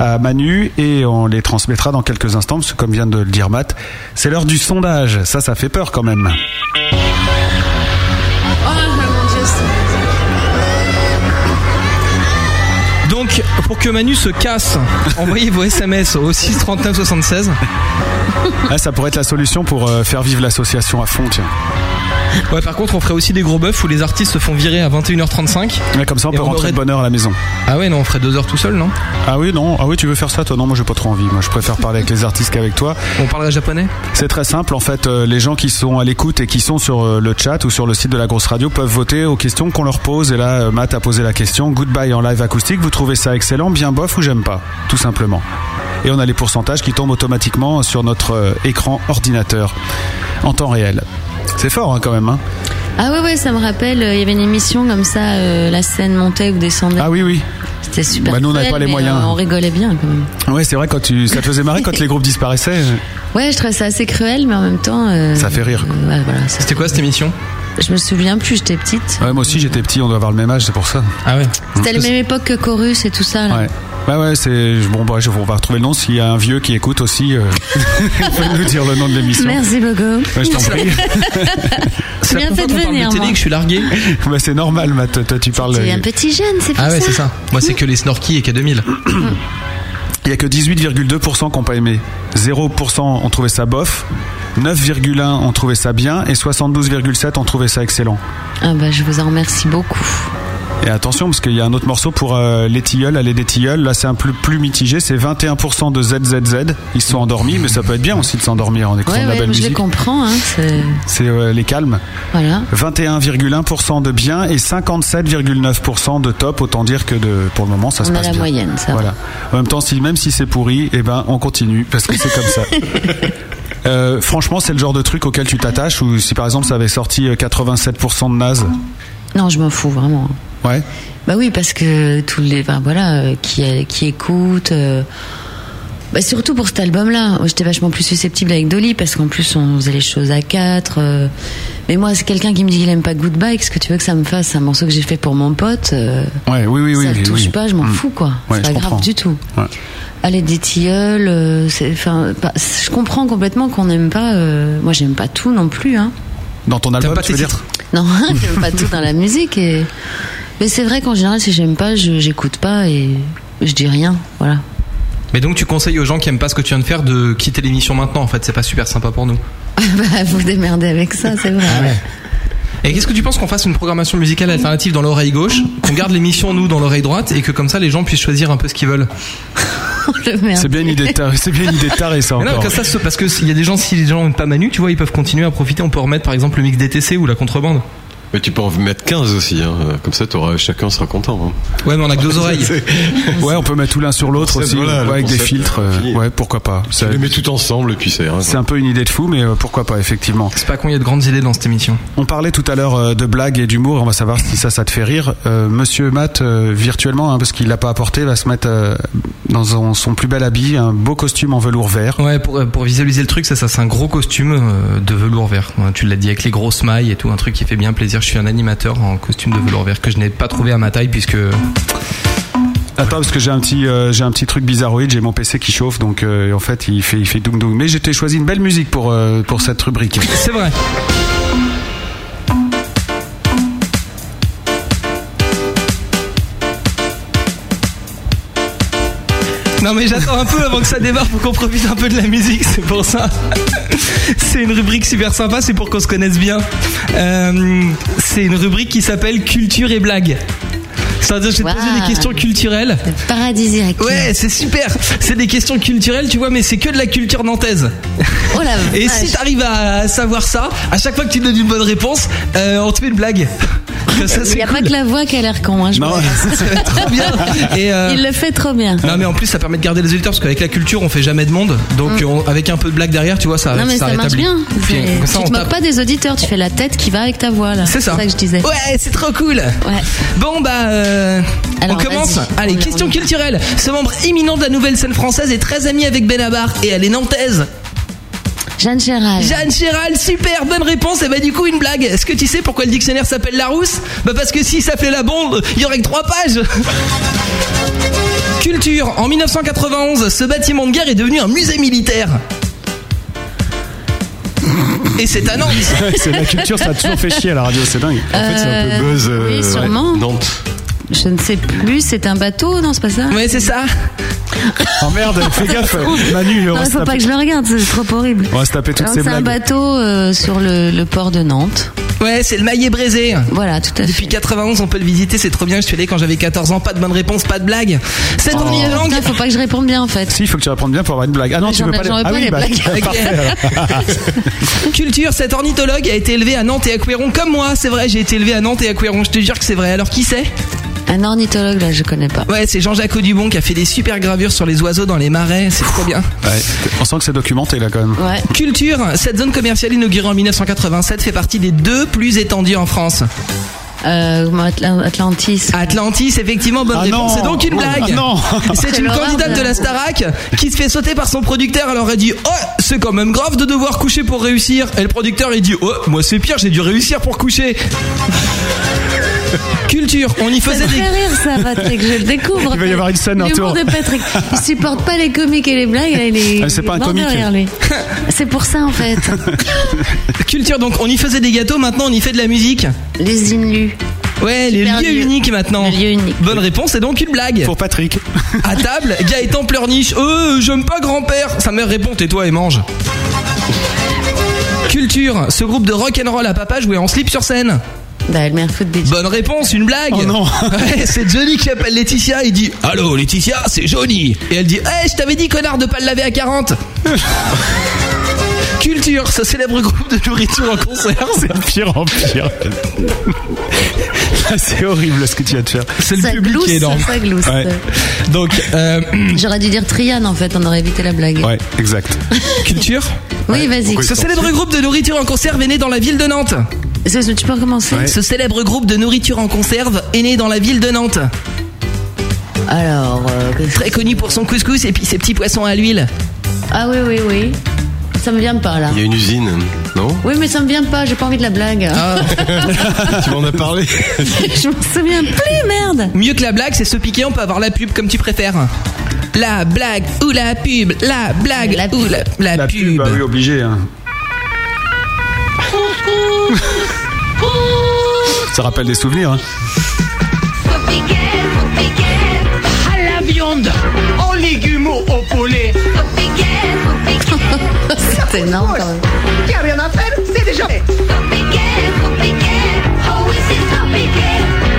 [SPEAKER 4] à Manu et on les transmettra dans quelques instants, parce que comme vient de le dire Matt, c'est l'heure du sondage, ça ça fait peur quand même.
[SPEAKER 5] Donc, pour que Manu se casse, envoyez vos SMS au 6 39 76.
[SPEAKER 4] Ah, ça pourrait être la solution pour euh, faire vivre l'association à fond, tiens.
[SPEAKER 5] Ouais, par contre, on ferait aussi des gros bœufs où les artistes se font virer à 21h35.
[SPEAKER 4] Ouais, comme ça, on
[SPEAKER 5] Et
[SPEAKER 4] peut
[SPEAKER 5] on
[SPEAKER 4] rentrer
[SPEAKER 5] aurait-
[SPEAKER 4] de bonne heure à la maison.
[SPEAKER 5] Ah ouais, non, on ferait deux heures tout seul, non
[SPEAKER 4] Ah oui, non. Ah oui, tu veux faire ça, toi Non, moi, j'ai pas trop envie. Moi, je préfère parler avec les artistes qu'avec toi.
[SPEAKER 5] On parlerait japonais
[SPEAKER 4] C'est très simple, en fait, euh, les gens qui sont à l'écoute et qui sont sur euh, le chat ou sur le site de la grosse radio peuvent voter aux questions qu'on leur pose. Et là, euh, Matt a posé la question Goodbye en live acoustique, vous trouvez ça excellent, bien bof ou j'aime pas Tout simplement. Et on a les pourcentages qui tombent automatiquement sur notre euh, écran ordinateur en temps réel. C'est fort hein, quand même. Hein
[SPEAKER 6] Ah ouais, ouais, ça me rappelle, euh, il y avait une émission comme ça, euh, la scène montait ou descendait.
[SPEAKER 4] ah oui, oui.
[SPEAKER 6] C'était super.
[SPEAKER 4] Bah, nous, on n'avait
[SPEAKER 6] cruel,
[SPEAKER 4] pas les
[SPEAKER 6] mais,
[SPEAKER 4] moyens.
[SPEAKER 6] euh, on rigolait bien quand même.
[SPEAKER 4] Ouais, c'est vrai, quand tu... ça te faisait marrer quand les groupes disparaissaient.
[SPEAKER 6] Ouais, je trouvais ça assez cruel, mais en même temps. euh,
[SPEAKER 4] Ça fait rire.
[SPEAKER 6] euh, ouais, voilà, ça-
[SPEAKER 5] C'était quoi cette émission
[SPEAKER 6] Je me souviens plus, j'étais petite.
[SPEAKER 4] Ouais, moi aussi, j'étais petit, on doit avoir le même âge, c'est pour ça.
[SPEAKER 5] Ah ouais.
[SPEAKER 6] C'était à la même époque que Chorus et tout ça. Là.
[SPEAKER 4] Ouais. Ouais, ouais, c'est. Bon, bah, je- on va retrouver le nom. S'il y a un vieux qui écoute aussi, euh, il peut nous dire le nom de l'émission.
[SPEAKER 6] Merci beaucoup.
[SPEAKER 4] Ouais, je t'en prie.
[SPEAKER 5] C'est la première fois
[SPEAKER 6] bien fait de
[SPEAKER 5] qu'on parle
[SPEAKER 6] venir,
[SPEAKER 5] de télé
[SPEAKER 6] moi.
[SPEAKER 5] que je suis largué.
[SPEAKER 4] Bah, c'est normal, Matt. Toi, tu parles. euh,
[SPEAKER 6] C'est un
[SPEAKER 4] Il
[SPEAKER 6] petit jeune, c'est pour
[SPEAKER 5] Ah ouais, c'est
[SPEAKER 6] ça.
[SPEAKER 5] ça. Moi, c'est que les Snorky et K2000.
[SPEAKER 4] y a que 18,2% qui n'ont pas aimé. 0% ont trouvé ça bof. 9,1 ont trouvé ça bien. Et 72,7 ont trouvé ça excellent.
[SPEAKER 6] Ah bah je vous en remercie beaucoup.
[SPEAKER 4] Et attention, parce qu'il y a un autre morceau pour euh, les tilleuls, aller des tilleuls. Là, c'est un peu plus mitigé. C'est 21% de ZZZ. Ils se sont endormis, mais ça peut être bien aussi de s'endormir en écoutant
[SPEAKER 6] Ouais,
[SPEAKER 4] de la
[SPEAKER 6] ouais,
[SPEAKER 4] belle
[SPEAKER 6] mais je les
[SPEAKER 4] musique.
[SPEAKER 6] comprends. Hein, c'est-
[SPEAKER 4] C'est euh, les calmes.
[SPEAKER 6] voilà.
[SPEAKER 4] 21,1% de bien et 57,9% de top. Autant dire que de, pour le moment, ça se
[SPEAKER 6] On a
[SPEAKER 4] passe
[SPEAKER 6] la
[SPEAKER 4] bien.
[SPEAKER 6] moyenne, ça va.
[SPEAKER 4] Voilà. En même temps, si, même si c'est pourri, eh ben, on continue parce que c'est comme ça. Euh, franchement, c'est le genre de truc auquel tu t'attaches. Ou si par exemple, ça avait sorti euh, 87% de naze.
[SPEAKER 6] Non, je m'en fous vraiment.
[SPEAKER 4] Ouais.
[SPEAKER 6] Bah oui, parce que tous les, enfin, voilà, euh, qui qui écoutent. euh, bah, surtout pour cet album-là, moi, j'étais vachement plus susceptible avec Dolly parce qu'en plus on faisait les choses à quatre. euh, mais moi, c'est quelqu'un qui me dit qu'il aime pas Goodbye. Qu'est-ce que tu veux que ça me fasse C'est un morceau que j'ai fait pour mon pote. euh,
[SPEAKER 4] Ouais. Oui, oui, oui.
[SPEAKER 6] ça le
[SPEAKER 4] oui,
[SPEAKER 6] touche
[SPEAKER 4] oui.
[SPEAKER 6] pas, je m'en
[SPEAKER 4] Mm.
[SPEAKER 6] fous quoi.
[SPEAKER 4] Ouais,
[SPEAKER 6] c'est pas
[SPEAKER 4] je
[SPEAKER 6] grave
[SPEAKER 4] comprends.
[SPEAKER 6] du tout.
[SPEAKER 4] Ouais.
[SPEAKER 6] Aller des tilleuls, euh, c'est- enfin, pas- je comprends complètement qu'on n'aime pas. euh, moi, j'aime pas tout non plus. Hein.
[SPEAKER 4] Dans ton album,
[SPEAKER 5] pas
[SPEAKER 4] tu veux
[SPEAKER 5] tes
[SPEAKER 4] dire
[SPEAKER 5] titres hein.
[SPEAKER 6] Non, j'aime pas tout dans la musique. Et... Mais c'est vrai qu'en général, si j'aime pas, je j'écoute pas et je dis rien. Voilà.
[SPEAKER 5] Mais donc, tu conseilles aux gens qui aiment pas ce que tu viens de faire de quitter l'émission maintenant, en fait. C'est pas super sympa pour nous.
[SPEAKER 6] bah, vous démerdez avec ça, c'est vrai.
[SPEAKER 5] Ah Et qu'est-ce que tu penses qu'on fasse une programmation musicale alternative dans l'oreille gauche, qu'on garde l'émission, nous, dans l'oreille droite, et que comme ça, les gens puissent choisir un peu ce qu'ils veulent
[SPEAKER 6] Le merde.
[SPEAKER 4] C'est bien une idée tarée. C'est bien une idée tarée, ça
[SPEAKER 5] Mais non,
[SPEAKER 4] encore.
[SPEAKER 5] que ça se- parce que s'il y a des gens, si les gens n'aiment pas Manu, tu vois, ils peuvent continuer à profiter. On peut remettre par exemple le mix DTC ou la contrebande.
[SPEAKER 7] Mais tu peux en mettre 15 aussi, hein. comme ça t'auras- chacun sera content. hein.
[SPEAKER 5] Ouais, mais on a que deux oreilles.
[SPEAKER 4] Ouais, on peut mettre tout l'un sur l'autre
[SPEAKER 7] Concept,
[SPEAKER 4] aussi.
[SPEAKER 7] voilà, le
[SPEAKER 4] ouais, avec des
[SPEAKER 7] concept,
[SPEAKER 4] filtres. euh,
[SPEAKER 7] fini.
[SPEAKER 4] ouais, pourquoi pas.
[SPEAKER 7] Tu
[SPEAKER 4] Ça-
[SPEAKER 7] les mets tout ensemble et puis c'est hein. rien. quoi.
[SPEAKER 4] C'est un peu une idée de fou, mais euh, pourquoi pas, effectivement.
[SPEAKER 5] C'est pas con, il y a de grandes idées dans cette émission.
[SPEAKER 4] On parlait tout à l'heure euh, de blagues et d'humour, on va savoir si ça, ça te fait rire. Euh, Monsieur Matt, euh, virtuellement, hein, parce qu'il l'a pas apporté, va se mettre euh, dans son, son plus bel habit, un beau costume en velours vert.
[SPEAKER 5] Ouais, pour, euh, pour visualiser le truc, ça, ça c'est un gros costume euh, de velours vert. Ouais, Tu l'as dit avec les grosses mailles et tout, un truc qui fait bien plaisir. Je suis un animateur en costume de velours vert que je n'ai pas trouvé à ma taille puisque.
[SPEAKER 4] Attends, Ah, parce que j'ai un petit, euh, j'ai un petit truc bizarroïde, j'ai mon PC qui chauffe, donc euh, en fait, il fait, il fait doum doum. Mais j'ai choisi une belle musique pour, euh, pour cette rubrique.
[SPEAKER 5] C'est vrai. Non mais j'attends un peu avant que ça démarre pour qu'on profite un peu de la musique, c'est pour ça. C'est une rubrique super sympa, c'est pour qu'on se connaisse bien. Euh, c'est une rubrique qui s'appelle Culture et blagues. C'est-à-dire que je vais te poser
[SPEAKER 6] Waouh.
[SPEAKER 5] des questions culturelles.
[SPEAKER 6] Paradisiaque.
[SPEAKER 5] Ouais, c'est super. C'est des questions culturelles, tu vois, mais c'est que de la culture nantaise.
[SPEAKER 6] Oh la
[SPEAKER 5] Et
[SPEAKER 6] vache.
[SPEAKER 5] si t'arrives à savoir ça, à chaque fois que tu donnes une bonne réponse, euh, on te fait une blague. Ça,
[SPEAKER 6] Il
[SPEAKER 5] c'est
[SPEAKER 6] n'y a pas que la voix qui a l'air con. Hein, je
[SPEAKER 4] Non.
[SPEAKER 6] vois.
[SPEAKER 5] trop bien. Et, euh,
[SPEAKER 6] Il le fait trop bien.
[SPEAKER 5] Non mais en plus ça permet de garder les auditeurs parce qu'avec la culture on fait jamais de monde donc on- avec un peu de blague derrière tu vois Ah, ça
[SPEAKER 6] Mm. Non mais ça, marche
[SPEAKER 5] rétablit.
[SPEAKER 6] bien.
[SPEAKER 5] Puis,
[SPEAKER 6] C'est-
[SPEAKER 5] comme ça,
[SPEAKER 6] tu
[SPEAKER 5] on
[SPEAKER 6] te moques
[SPEAKER 5] tape.
[SPEAKER 6] pas des auditeurs, tu fais la tête qui va avec ta voix là.
[SPEAKER 5] c'est ça
[SPEAKER 6] C'est ça que je disais.
[SPEAKER 5] ouais c'est trop cool
[SPEAKER 6] Ouais.
[SPEAKER 5] Bon bah euh,
[SPEAKER 6] Alors,
[SPEAKER 5] on commence.
[SPEAKER 6] vas-y.
[SPEAKER 5] Allez,
[SPEAKER 6] On y
[SPEAKER 5] question
[SPEAKER 6] revient.
[SPEAKER 5] culturelle. Ce membre éminent de la nouvelle scène française est très ami avec Benabar et elle est nantaise.
[SPEAKER 6] Jeanne Chéral.
[SPEAKER 5] Jeanne Chéral, super, bonne réponse. Et bah du coup une blague. Est-ce que tu sais pourquoi le dictionnaire s'appelle Larousse Bah parce que si s'appelait la bombe, il y aurait que trois pages. Culture. En 1991, ce bâtiment de guerre est devenu un musée militaire. Et c'est à Nantes.
[SPEAKER 4] c'est la culture, ça a toujours fait chier à la radio, c'est dingue.
[SPEAKER 6] euh.
[SPEAKER 4] Euh,
[SPEAKER 7] En fait, c'est un peu buzz.
[SPEAKER 6] oui, sûrement.
[SPEAKER 7] Euh, Nantes.
[SPEAKER 6] Je ne sais plus, c'est un bateau, non, c'est pas ça
[SPEAKER 11] Ouais, c'est ça.
[SPEAKER 4] Oh merde, fais gaffe, Manu, euh, on
[SPEAKER 6] Non,
[SPEAKER 4] va
[SPEAKER 6] il
[SPEAKER 4] se
[SPEAKER 6] faut pas
[SPEAKER 4] taper-
[SPEAKER 6] que je le regarde, c'est trop horrible.
[SPEAKER 4] on va se taper toutes
[SPEAKER 6] Alors,
[SPEAKER 4] ces
[SPEAKER 6] C'est un
[SPEAKER 4] blagues.
[SPEAKER 6] bateau euh, sur le, le port de Nantes.
[SPEAKER 11] Ouais, c'est le maillet braisé.
[SPEAKER 6] Voilà, tout à
[SPEAKER 11] Depuis
[SPEAKER 6] fait.
[SPEAKER 11] 91, on peut le visiter, c'est trop bien. Je suis allé quand j'avais 14 ans, pas de bonne réponse, pas de blague. C'est ton
[SPEAKER 6] Il
[SPEAKER 11] langue.
[SPEAKER 6] faut pas que je réponde bien en fait.
[SPEAKER 4] Si, il faut que tu répondes bien pour avoir une blague. Ah non,
[SPEAKER 6] Mais
[SPEAKER 4] tu
[SPEAKER 6] j'en-
[SPEAKER 4] veux pas les-
[SPEAKER 6] j'en ai
[SPEAKER 4] Ah
[SPEAKER 6] pas
[SPEAKER 4] oui,
[SPEAKER 6] les
[SPEAKER 4] bah,
[SPEAKER 6] blagues.
[SPEAKER 4] parfait, alors.
[SPEAKER 11] Culture, cet ornithologue a été élevé à Nantes et à Couéron comme moi, c'est vrai, j'ai été élevé à Nantes et à Couéron, je te jure que c'est vrai. Alors qui c'est
[SPEAKER 6] Un ornithologue, là, je connais pas.
[SPEAKER 11] Ouais, c'est Jean-Jacques Audubon qui a fait des super gravures sur les oiseaux dans les marais, c'est trop bien.
[SPEAKER 4] Ouais, on sent que c'est documenté là quand même.
[SPEAKER 6] Ouais.
[SPEAKER 11] Culture, cette zone commerciale inaugurée en 1987 fait partie des deux plus étendues en France.
[SPEAKER 6] Euh, moi, Atl- Atlantis.
[SPEAKER 11] Ah, Atlantis, effectivement, bonne
[SPEAKER 4] Ah
[SPEAKER 11] réponse.
[SPEAKER 4] non.
[SPEAKER 11] C'est donc une
[SPEAKER 4] Oh,
[SPEAKER 11] blague.
[SPEAKER 4] ah non.
[SPEAKER 11] C'est
[SPEAKER 6] C'est euh.
[SPEAKER 11] une
[SPEAKER 6] l'horreur
[SPEAKER 11] candidate
[SPEAKER 6] de-
[SPEAKER 11] de la Starac qui se fait sauter par son producteur. Elle aurait dit Oh, c'est quand même grave de devoir coucher pour réussir. Et le producteur, il dit Oh, moi c'est pire, j'ai dû réussir pour coucher. Culture, on y
[SPEAKER 6] Ça
[SPEAKER 11] faisait
[SPEAKER 6] me
[SPEAKER 11] des.
[SPEAKER 6] fait rire ça, Patrick, je le découvre.
[SPEAKER 4] Il va y avoir une scène, un
[SPEAKER 6] L'humour
[SPEAKER 4] tour.
[SPEAKER 6] de Patrick. Il supporte pas les comiques et les blagues, là, il est.
[SPEAKER 4] Ah, c'est
[SPEAKER 6] il
[SPEAKER 4] pas
[SPEAKER 6] est
[SPEAKER 4] un
[SPEAKER 6] mort
[SPEAKER 4] comique.
[SPEAKER 6] derrière, lui. C'est pour ça en fait.
[SPEAKER 11] Culture, donc on y faisait des gâteaux, maintenant on y fait de la musique.
[SPEAKER 6] Les inlus.
[SPEAKER 11] Ouais, les
[SPEAKER 6] Super
[SPEAKER 11] lieux
[SPEAKER 6] lieu.
[SPEAKER 11] uniques maintenant.
[SPEAKER 6] Le lieu unique.
[SPEAKER 11] Bonne réponse, c'est donc une blague.
[SPEAKER 4] Pour Patrick.
[SPEAKER 11] À table, Gaëtan pleurniche. Euh, j'aime pas grand-père. Sa mère répond Tais-toi et mange. Culture, ce groupe de rock'n'roll à papa jouait en slip sur scène.
[SPEAKER 6] Bah, elle met un foot des
[SPEAKER 11] Bonne réponse, une blague.
[SPEAKER 4] Oh non.
[SPEAKER 11] Ouais, c'est Johnny qui appelle Laetitia. Il dit Allô, Laetitia, c'est Johnny. Et elle dit Eh, je t'avais dit, connard, de pas le laver à 40. Culture, ce célèbre groupe de nourriture en concert.
[SPEAKER 4] C'est de pire en pire. Ah, c'est horrible ce que tu viens de faire.
[SPEAKER 11] C'est
[SPEAKER 6] Ça glousse, ça glousse.
[SPEAKER 4] Ouais.
[SPEAKER 11] Donc, euh,
[SPEAKER 6] J'aurais dû dire Trian en fait, on aurait évité la blague.
[SPEAKER 4] Ouais, exact.
[SPEAKER 11] culture.
[SPEAKER 6] Oui, vas-y.
[SPEAKER 11] Ce célèbre groupe de nourriture en conserve est né dans la ville de Nantes.
[SPEAKER 6] C'est- Tu peux recommencer
[SPEAKER 11] Ce célèbre groupe de nourriture en conserve est né dans la ville de Nantes.
[SPEAKER 6] Alors. euh, qu'est-ce-
[SPEAKER 11] Très connu pour son couscous et puis ses petits poissons à l'huile.
[SPEAKER 6] Ah oui, oui, oui. Ça me vient pas là.
[SPEAKER 7] Il y a une usine, non
[SPEAKER 6] Oui, mais ça me vient pas, j'ai pas envie de la blague.
[SPEAKER 7] Ah. Tu m'en as parlé
[SPEAKER 6] je m'en souviens plus, merde
[SPEAKER 11] Mieux que la blague, c'est se piquer, on peut avoir la pub comme tu préfères. La blague ou la pub, la blague
[SPEAKER 6] La
[SPEAKER 11] ou
[SPEAKER 6] pub.
[SPEAKER 11] la, la
[SPEAKER 4] La pub,
[SPEAKER 11] pub.
[SPEAKER 4] bah oui, obligé. hein. Ça rappelle des souvenirs. hein.
[SPEAKER 8] à la viande, en légumes ou au poulet.
[SPEAKER 6] C'est énorme quand même.
[SPEAKER 8] Qui a rien à faire, c'est déjà fait. oh,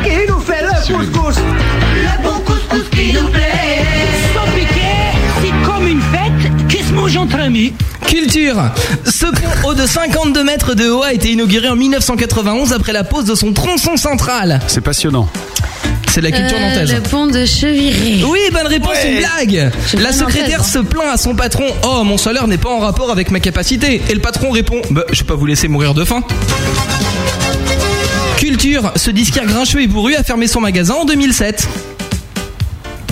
[SPEAKER 8] Qui nous fait le couscous Le bon couscous qui nous plaît. Sans piquer, c'est comme une fête qui se mange entre amis.
[SPEAKER 11] Culture. Ce pont haut de 52 mètres de haut a été inauguré en 1991 après la pose de son tronçon central.
[SPEAKER 4] C'est passionnant.
[SPEAKER 11] C'est la culture
[SPEAKER 6] Euh,
[SPEAKER 11] nantaise.
[SPEAKER 6] le pont de Cheviré.
[SPEAKER 11] Oui, bonne réponse, une blague
[SPEAKER 6] suis
[SPEAKER 11] La
[SPEAKER 6] pas
[SPEAKER 11] secrétaire
[SPEAKER 6] nantaise,
[SPEAKER 11] se plaint à son patron « Oh, mon salaire n'est pas en rapport avec ma capacité !» Et le patron répond « Bah, je vais pas vous laisser mourir de faim !» Culture, ce disquaire grincheux et bourru a fermé son magasin en 2007.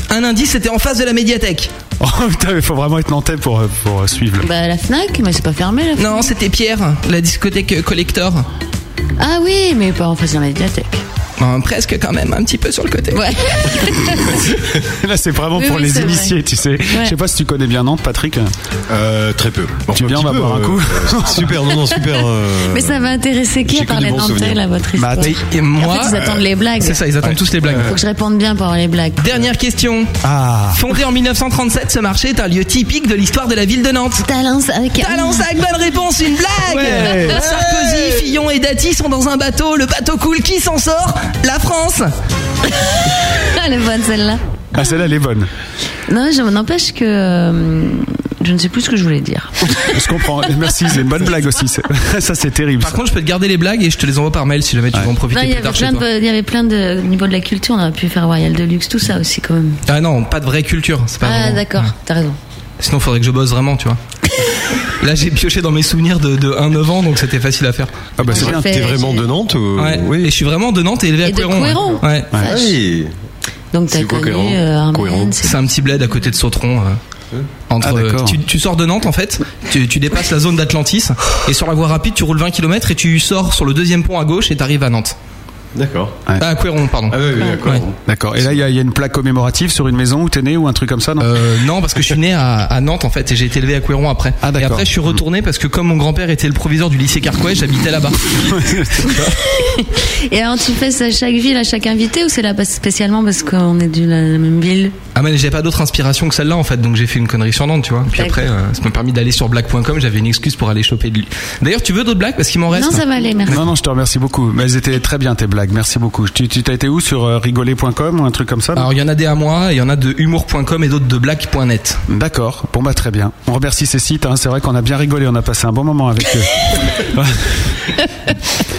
[SPEAKER 11] Un indice, c'était en face de la médiathèque.
[SPEAKER 4] Oh putain, il faut vraiment être nantais pour, euh, pour euh, suivre. là.
[SPEAKER 6] Bah la Fnac, mais c'est pas fermé la Fnac.
[SPEAKER 11] Non, c'était Pierre, la discothèque collector.
[SPEAKER 6] Ah oui, mais pas en face de la médiathèque.
[SPEAKER 11] Enfin, presque quand même, un petit peu sur le côté.
[SPEAKER 6] Ouais.
[SPEAKER 7] Euh,
[SPEAKER 4] Là, c'est vraiment
[SPEAKER 6] Oui,
[SPEAKER 4] pour
[SPEAKER 6] oui,
[SPEAKER 4] les
[SPEAKER 6] c'est vrai.
[SPEAKER 4] initiés, tu sais. Je sais pas si tu connais bien Nantes, Patrick.
[SPEAKER 7] euh, Très peu.
[SPEAKER 4] Tu
[SPEAKER 7] Enfin,
[SPEAKER 4] viens,
[SPEAKER 7] un
[SPEAKER 4] on
[SPEAKER 7] petit
[SPEAKER 4] va
[SPEAKER 7] peu,
[SPEAKER 4] boire un
[SPEAKER 7] euh,
[SPEAKER 4] coup.
[SPEAKER 7] euh, super, non, non, super. euh,
[SPEAKER 6] Mais ça va intéresser qui
[SPEAKER 7] J'ai
[SPEAKER 6] à
[SPEAKER 7] que des
[SPEAKER 6] parler
[SPEAKER 7] bons
[SPEAKER 6] nantais
[SPEAKER 7] souvenirs.
[SPEAKER 6] là, votre
[SPEAKER 4] Bah,
[SPEAKER 6] histoire
[SPEAKER 4] t'as-
[SPEAKER 11] Et
[SPEAKER 6] En
[SPEAKER 11] moi... euh,
[SPEAKER 6] fait, ils
[SPEAKER 7] euh,
[SPEAKER 6] attendent les blagues.
[SPEAKER 11] C'est ça, ils attendent tous les blagues.
[SPEAKER 6] Faut que je réponde bien pour avoir les blagues.
[SPEAKER 11] Dernière question.
[SPEAKER 4] Ah,
[SPEAKER 11] Fondé en 1937, ce marché est un lieu typique de l'histoire de la ville de Nantes.
[SPEAKER 6] Talence avec.
[SPEAKER 11] Talensac, bonne réponse, une blague
[SPEAKER 4] Ouais.
[SPEAKER 11] Sarkozy, Fillon et Dati sont dans un bateau, le bateau coule, qui s'en sort La France
[SPEAKER 6] Elle est bonne celle-là.
[SPEAKER 4] ah celle-là, elle est bonne.
[SPEAKER 6] Non, je n'empêche que. euh, je ne sais plus ce que je voulais dire.
[SPEAKER 4] Je comprends. Et Merci, c'est une bonne blague aussi. c'est- Ça, c'est terrible.
[SPEAKER 11] Par
[SPEAKER 4] ça.
[SPEAKER 11] contre, je peux te garder les blagues et je te les envoie par mail si jamais tu veux en
[SPEAKER 6] Non,
[SPEAKER 11] profiter
[SPEAKER 6] il y
[SPEAKER 11] plus
[SPEAKER 6] avait
[SPEAKER 11] tard chez
[SPEAKER 6] plein
[SPEAKER 11] toi.
[SPEAKER 6] de, il y avait plein de. Au niveau de la culture, on aurait pu faire Royal Deluxe, tout ça aussi quand même.
[SPEAKER 11] Ah non, pas de vraie culture, c'est pas
[SPEAKER 6] Ah,
[SPEAKER 11] vraiment-
[SPEAKER 6] d'accord,
[SPEAKER 11] Ouais.
[SPEAKER 6] t'as raison.
[SPEAKER 11] Sinon, faudrait que je bosse vraiment, tu vois. Là, j'ai pioché dans mes souvenirs de, de 1-9 ans, donc c'était facile à faire.
[SPEAKER 4] Ah bah, c'est
[SPEAKER 6] J'ai
[SPEAKER 4] bien.
[SPEAKER 6] fait-
[SPEAKER 7] T'es vraiment de Nantes ou-
[SPEAKER 11] Ouais. Et
[SPEAKER 7] Euh, Oui.
[SPEAKER 11] je suis vraiment de Nantes et élevé à
[SPEAKER 6] Et de
[SPEAKER 11] Couéron. hein.
[SPEAKER 6] Couéron.
[SPEAKER 11] Ouais. Ouais.
[SPEAKER 6] Vache.
[SPEAKER 7] Oui.
[SPEAKER 6] Donc t'as
[SPEAKER 7] C'est quoi,
[SPEAKER 6] connu
[SPEAKER 7] Cohéron
[SPEAKER 6] euh, Armen,
[SPEAKER 7] Cohéron.
[SPEAKER 6] c'est-
[SPEAKER 11] C'est un petit bled à côté de Sautron. euh, entre,
[SPEAKER 4] Ah, d'accord.
[SPEAKER 11] tu, tu sors de Nantes en fait, tu, tu dépasses la zone d'Atlantis et sur la voie rapide tu roules 20 km et tu sors sur le deuxième pont à gauche et t'arrives à Nantes.
[SPEAKER 7] D'accord.
[SPEAKER 5] Ah, Aquéron, pardon.
[SPEAKER 7] Ah oui, oui, d'accord.
[SPEAKER 5] Ouais.
[SPEAKER 4] D'accord. Et là, il y, a- il y a une plaque commémorative sur une maison où t'es né ou un truc comme ça, non
[SPEAKER 5] Euh, non, parce que je suis né à, à Nantes en fait et j'ai été élevé à Couéron après.
[SPEAKER 4] Ah,
[SPEAKER 5] et
[SPEAKER 4] d'accord.
[SPEAKER 5] après je suis retourné parce que comme mon grand-père était le proviseur du lycée Carquois, j'habitais là-bas.
[SPEAKER 6] Et alors, tu fais ça à chaque ville, à chaque invité, ou c'est là pas spécialement parce qu'on est de la même ville
[SPEAKER 5] Ah mais j'avais pas d'autre inspiration que celle-là en fait, donc j'ai fait une connerie sur Nantes, tu vois. Puis
[SPEAKER 6] D'accord.
[SPEAKER 5] après, euh, ça m'a permis d'aller sur black.com, j'avais une excuse pour aller choper de lui. D'ailleurs, tu veux d'autres blagues parce qu'il m'en reste
[SPEAKER 6] Non, ça va aller, merci.
[SPEAKER 4] Non, non, je te remercie beaucoup. Mais elles étaient très bien tes blagues. Merci beaucoup. Tu tu- t'as été où sur euh, rigoler.com ou un truc comme ça non
[SPEAKER 5] Alors il y en a des à moi, il y en a de humour.com et d'autres de black.net.
[SPEAKER 4] D'accord. Bon bah très bien. On remercie ces sites. hein. C'est vrai qu'on a bien rigolé. On a passé un bon moment avec eux.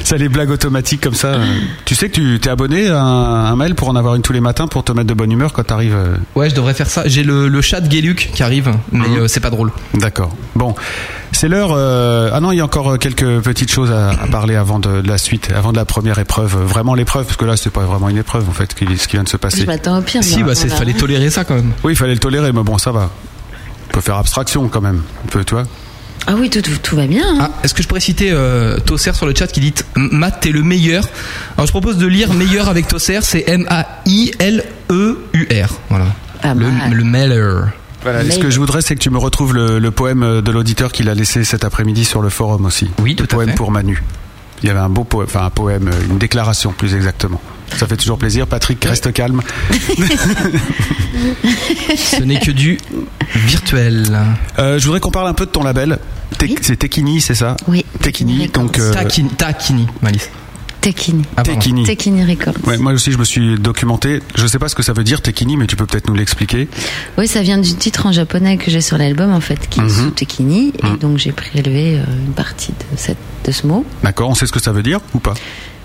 [SPEAKER 4] ça les blagues automatiques comme ça. euh. Tu sais que tu t'es abonné à un, un mail pour en avoir une tous les matins pour te mettre de bonne humeur quand t'arrives. euh.
[SPEAKER 5] Ouais, je devrais faire ça. J'ai le, le chat de Guéluc qui arrive, mais
[SPEAKER 6] Hein
[SPEAKER 5] euh, c'est pas drôle.
[SPEAKER 6] Ah,
[SPEAKER 4] D'accord. Bon, c'est l'heure. euh, Ah non, il y a encore euh, quelques petites choses à, à parler avant de, de la suite, avant de la première épreuve. Euh, Vraiment l'épreuve, parce que là c'est pas vraiment une épreuve en fait, qui- ce qui vient de se
[SPEAKER 6] Je
[SPEAKER 4] passer.
[SPEAKER 6] m'attends au pire.
[SPEAKER 5] Si,
[SPEAKER 6] moi.
[SPEAKER 5] bah c'est
[SPEAKER 6] Voilà.
[SPEAKER 5] fallait tolérer ça quand même.
[SPEAKER 4] Oui, il fallait le tolérer, mais bon, ça va. On peut faire abstraction quand même, un peu, tu vois.
[SPEAKER 6] Ah oui, tout, tout, tout va bien. hein.
[SPEAKER 5] Ah, est-ce que je pourrais citer euh, Tosser sur le chat qui dit M- Matt, t'es le meilleur Alors je propose de lire meilleur avec Tosser, c'est M-A-I-L-E-U-R. E Voilà.
[SPEAKER 6] Pas
[SPEAKER 5] Ah, le,
[SPEAKER 6] mal.
[SPEAKER 5] le meilleur.
[SPEAKER 4] Voilà, et ce
[SPEAKER 6] Mail.
[SPEAKER 4] que je voudrais, c'est que tu me retrouves le, le poème euh, de l'auditeur qu'il a laissé cet après-midi sur le forum aussi.
[SPEAKER 5] Oui,
[SPEAKER 4] le
[SPEAKER 5] tout à
[SPEAKER 4] poème
[SPEAKER 5] fait.
[SPEAKER 4] pour Manu. Il y avait un beau poème, enfin un poème, euh, une déclaration plus exactement. Ça fait toujours plaisir. Patrick, reste calme.
[SPEAKER 5] Ce n'est que du virtuel.
[SPEAKER 4] Euh, je voudrais qu'on parle un peu de ton label. Te-
[SPEAKER 6] Oui.
[SPEAKER 4] C'est Tekini, c'est ça
[SPEAKER 6] Oui.
[SPEAKER 4] Tekini, donc. euh,
[SPEAKER 5] Taquini, taquini, Malice.
[SPEAKER 6] Tekini.
[SPEAKER 5] Ah, pardon.
[SPEAKER 4] Tekini.
[SPEAKER 6] Tekini Records.
[SPEAKER 4] Ouais, moi aussi, je me suis documenté. Je sais pas ce que ça veut dire Tekini, mais tu peux peut-être nous l'expliquer.
[SPEAKER 6] Oui, ça vient du titre en japonais que j'ai sur l'album, en fait, qui est sous Tekini. Et donc, j'ai prélevé euh, une partie de, cette, de ce mot.
[SPEAKER 4] D'accord, on sait ce que ça veut dire ou pas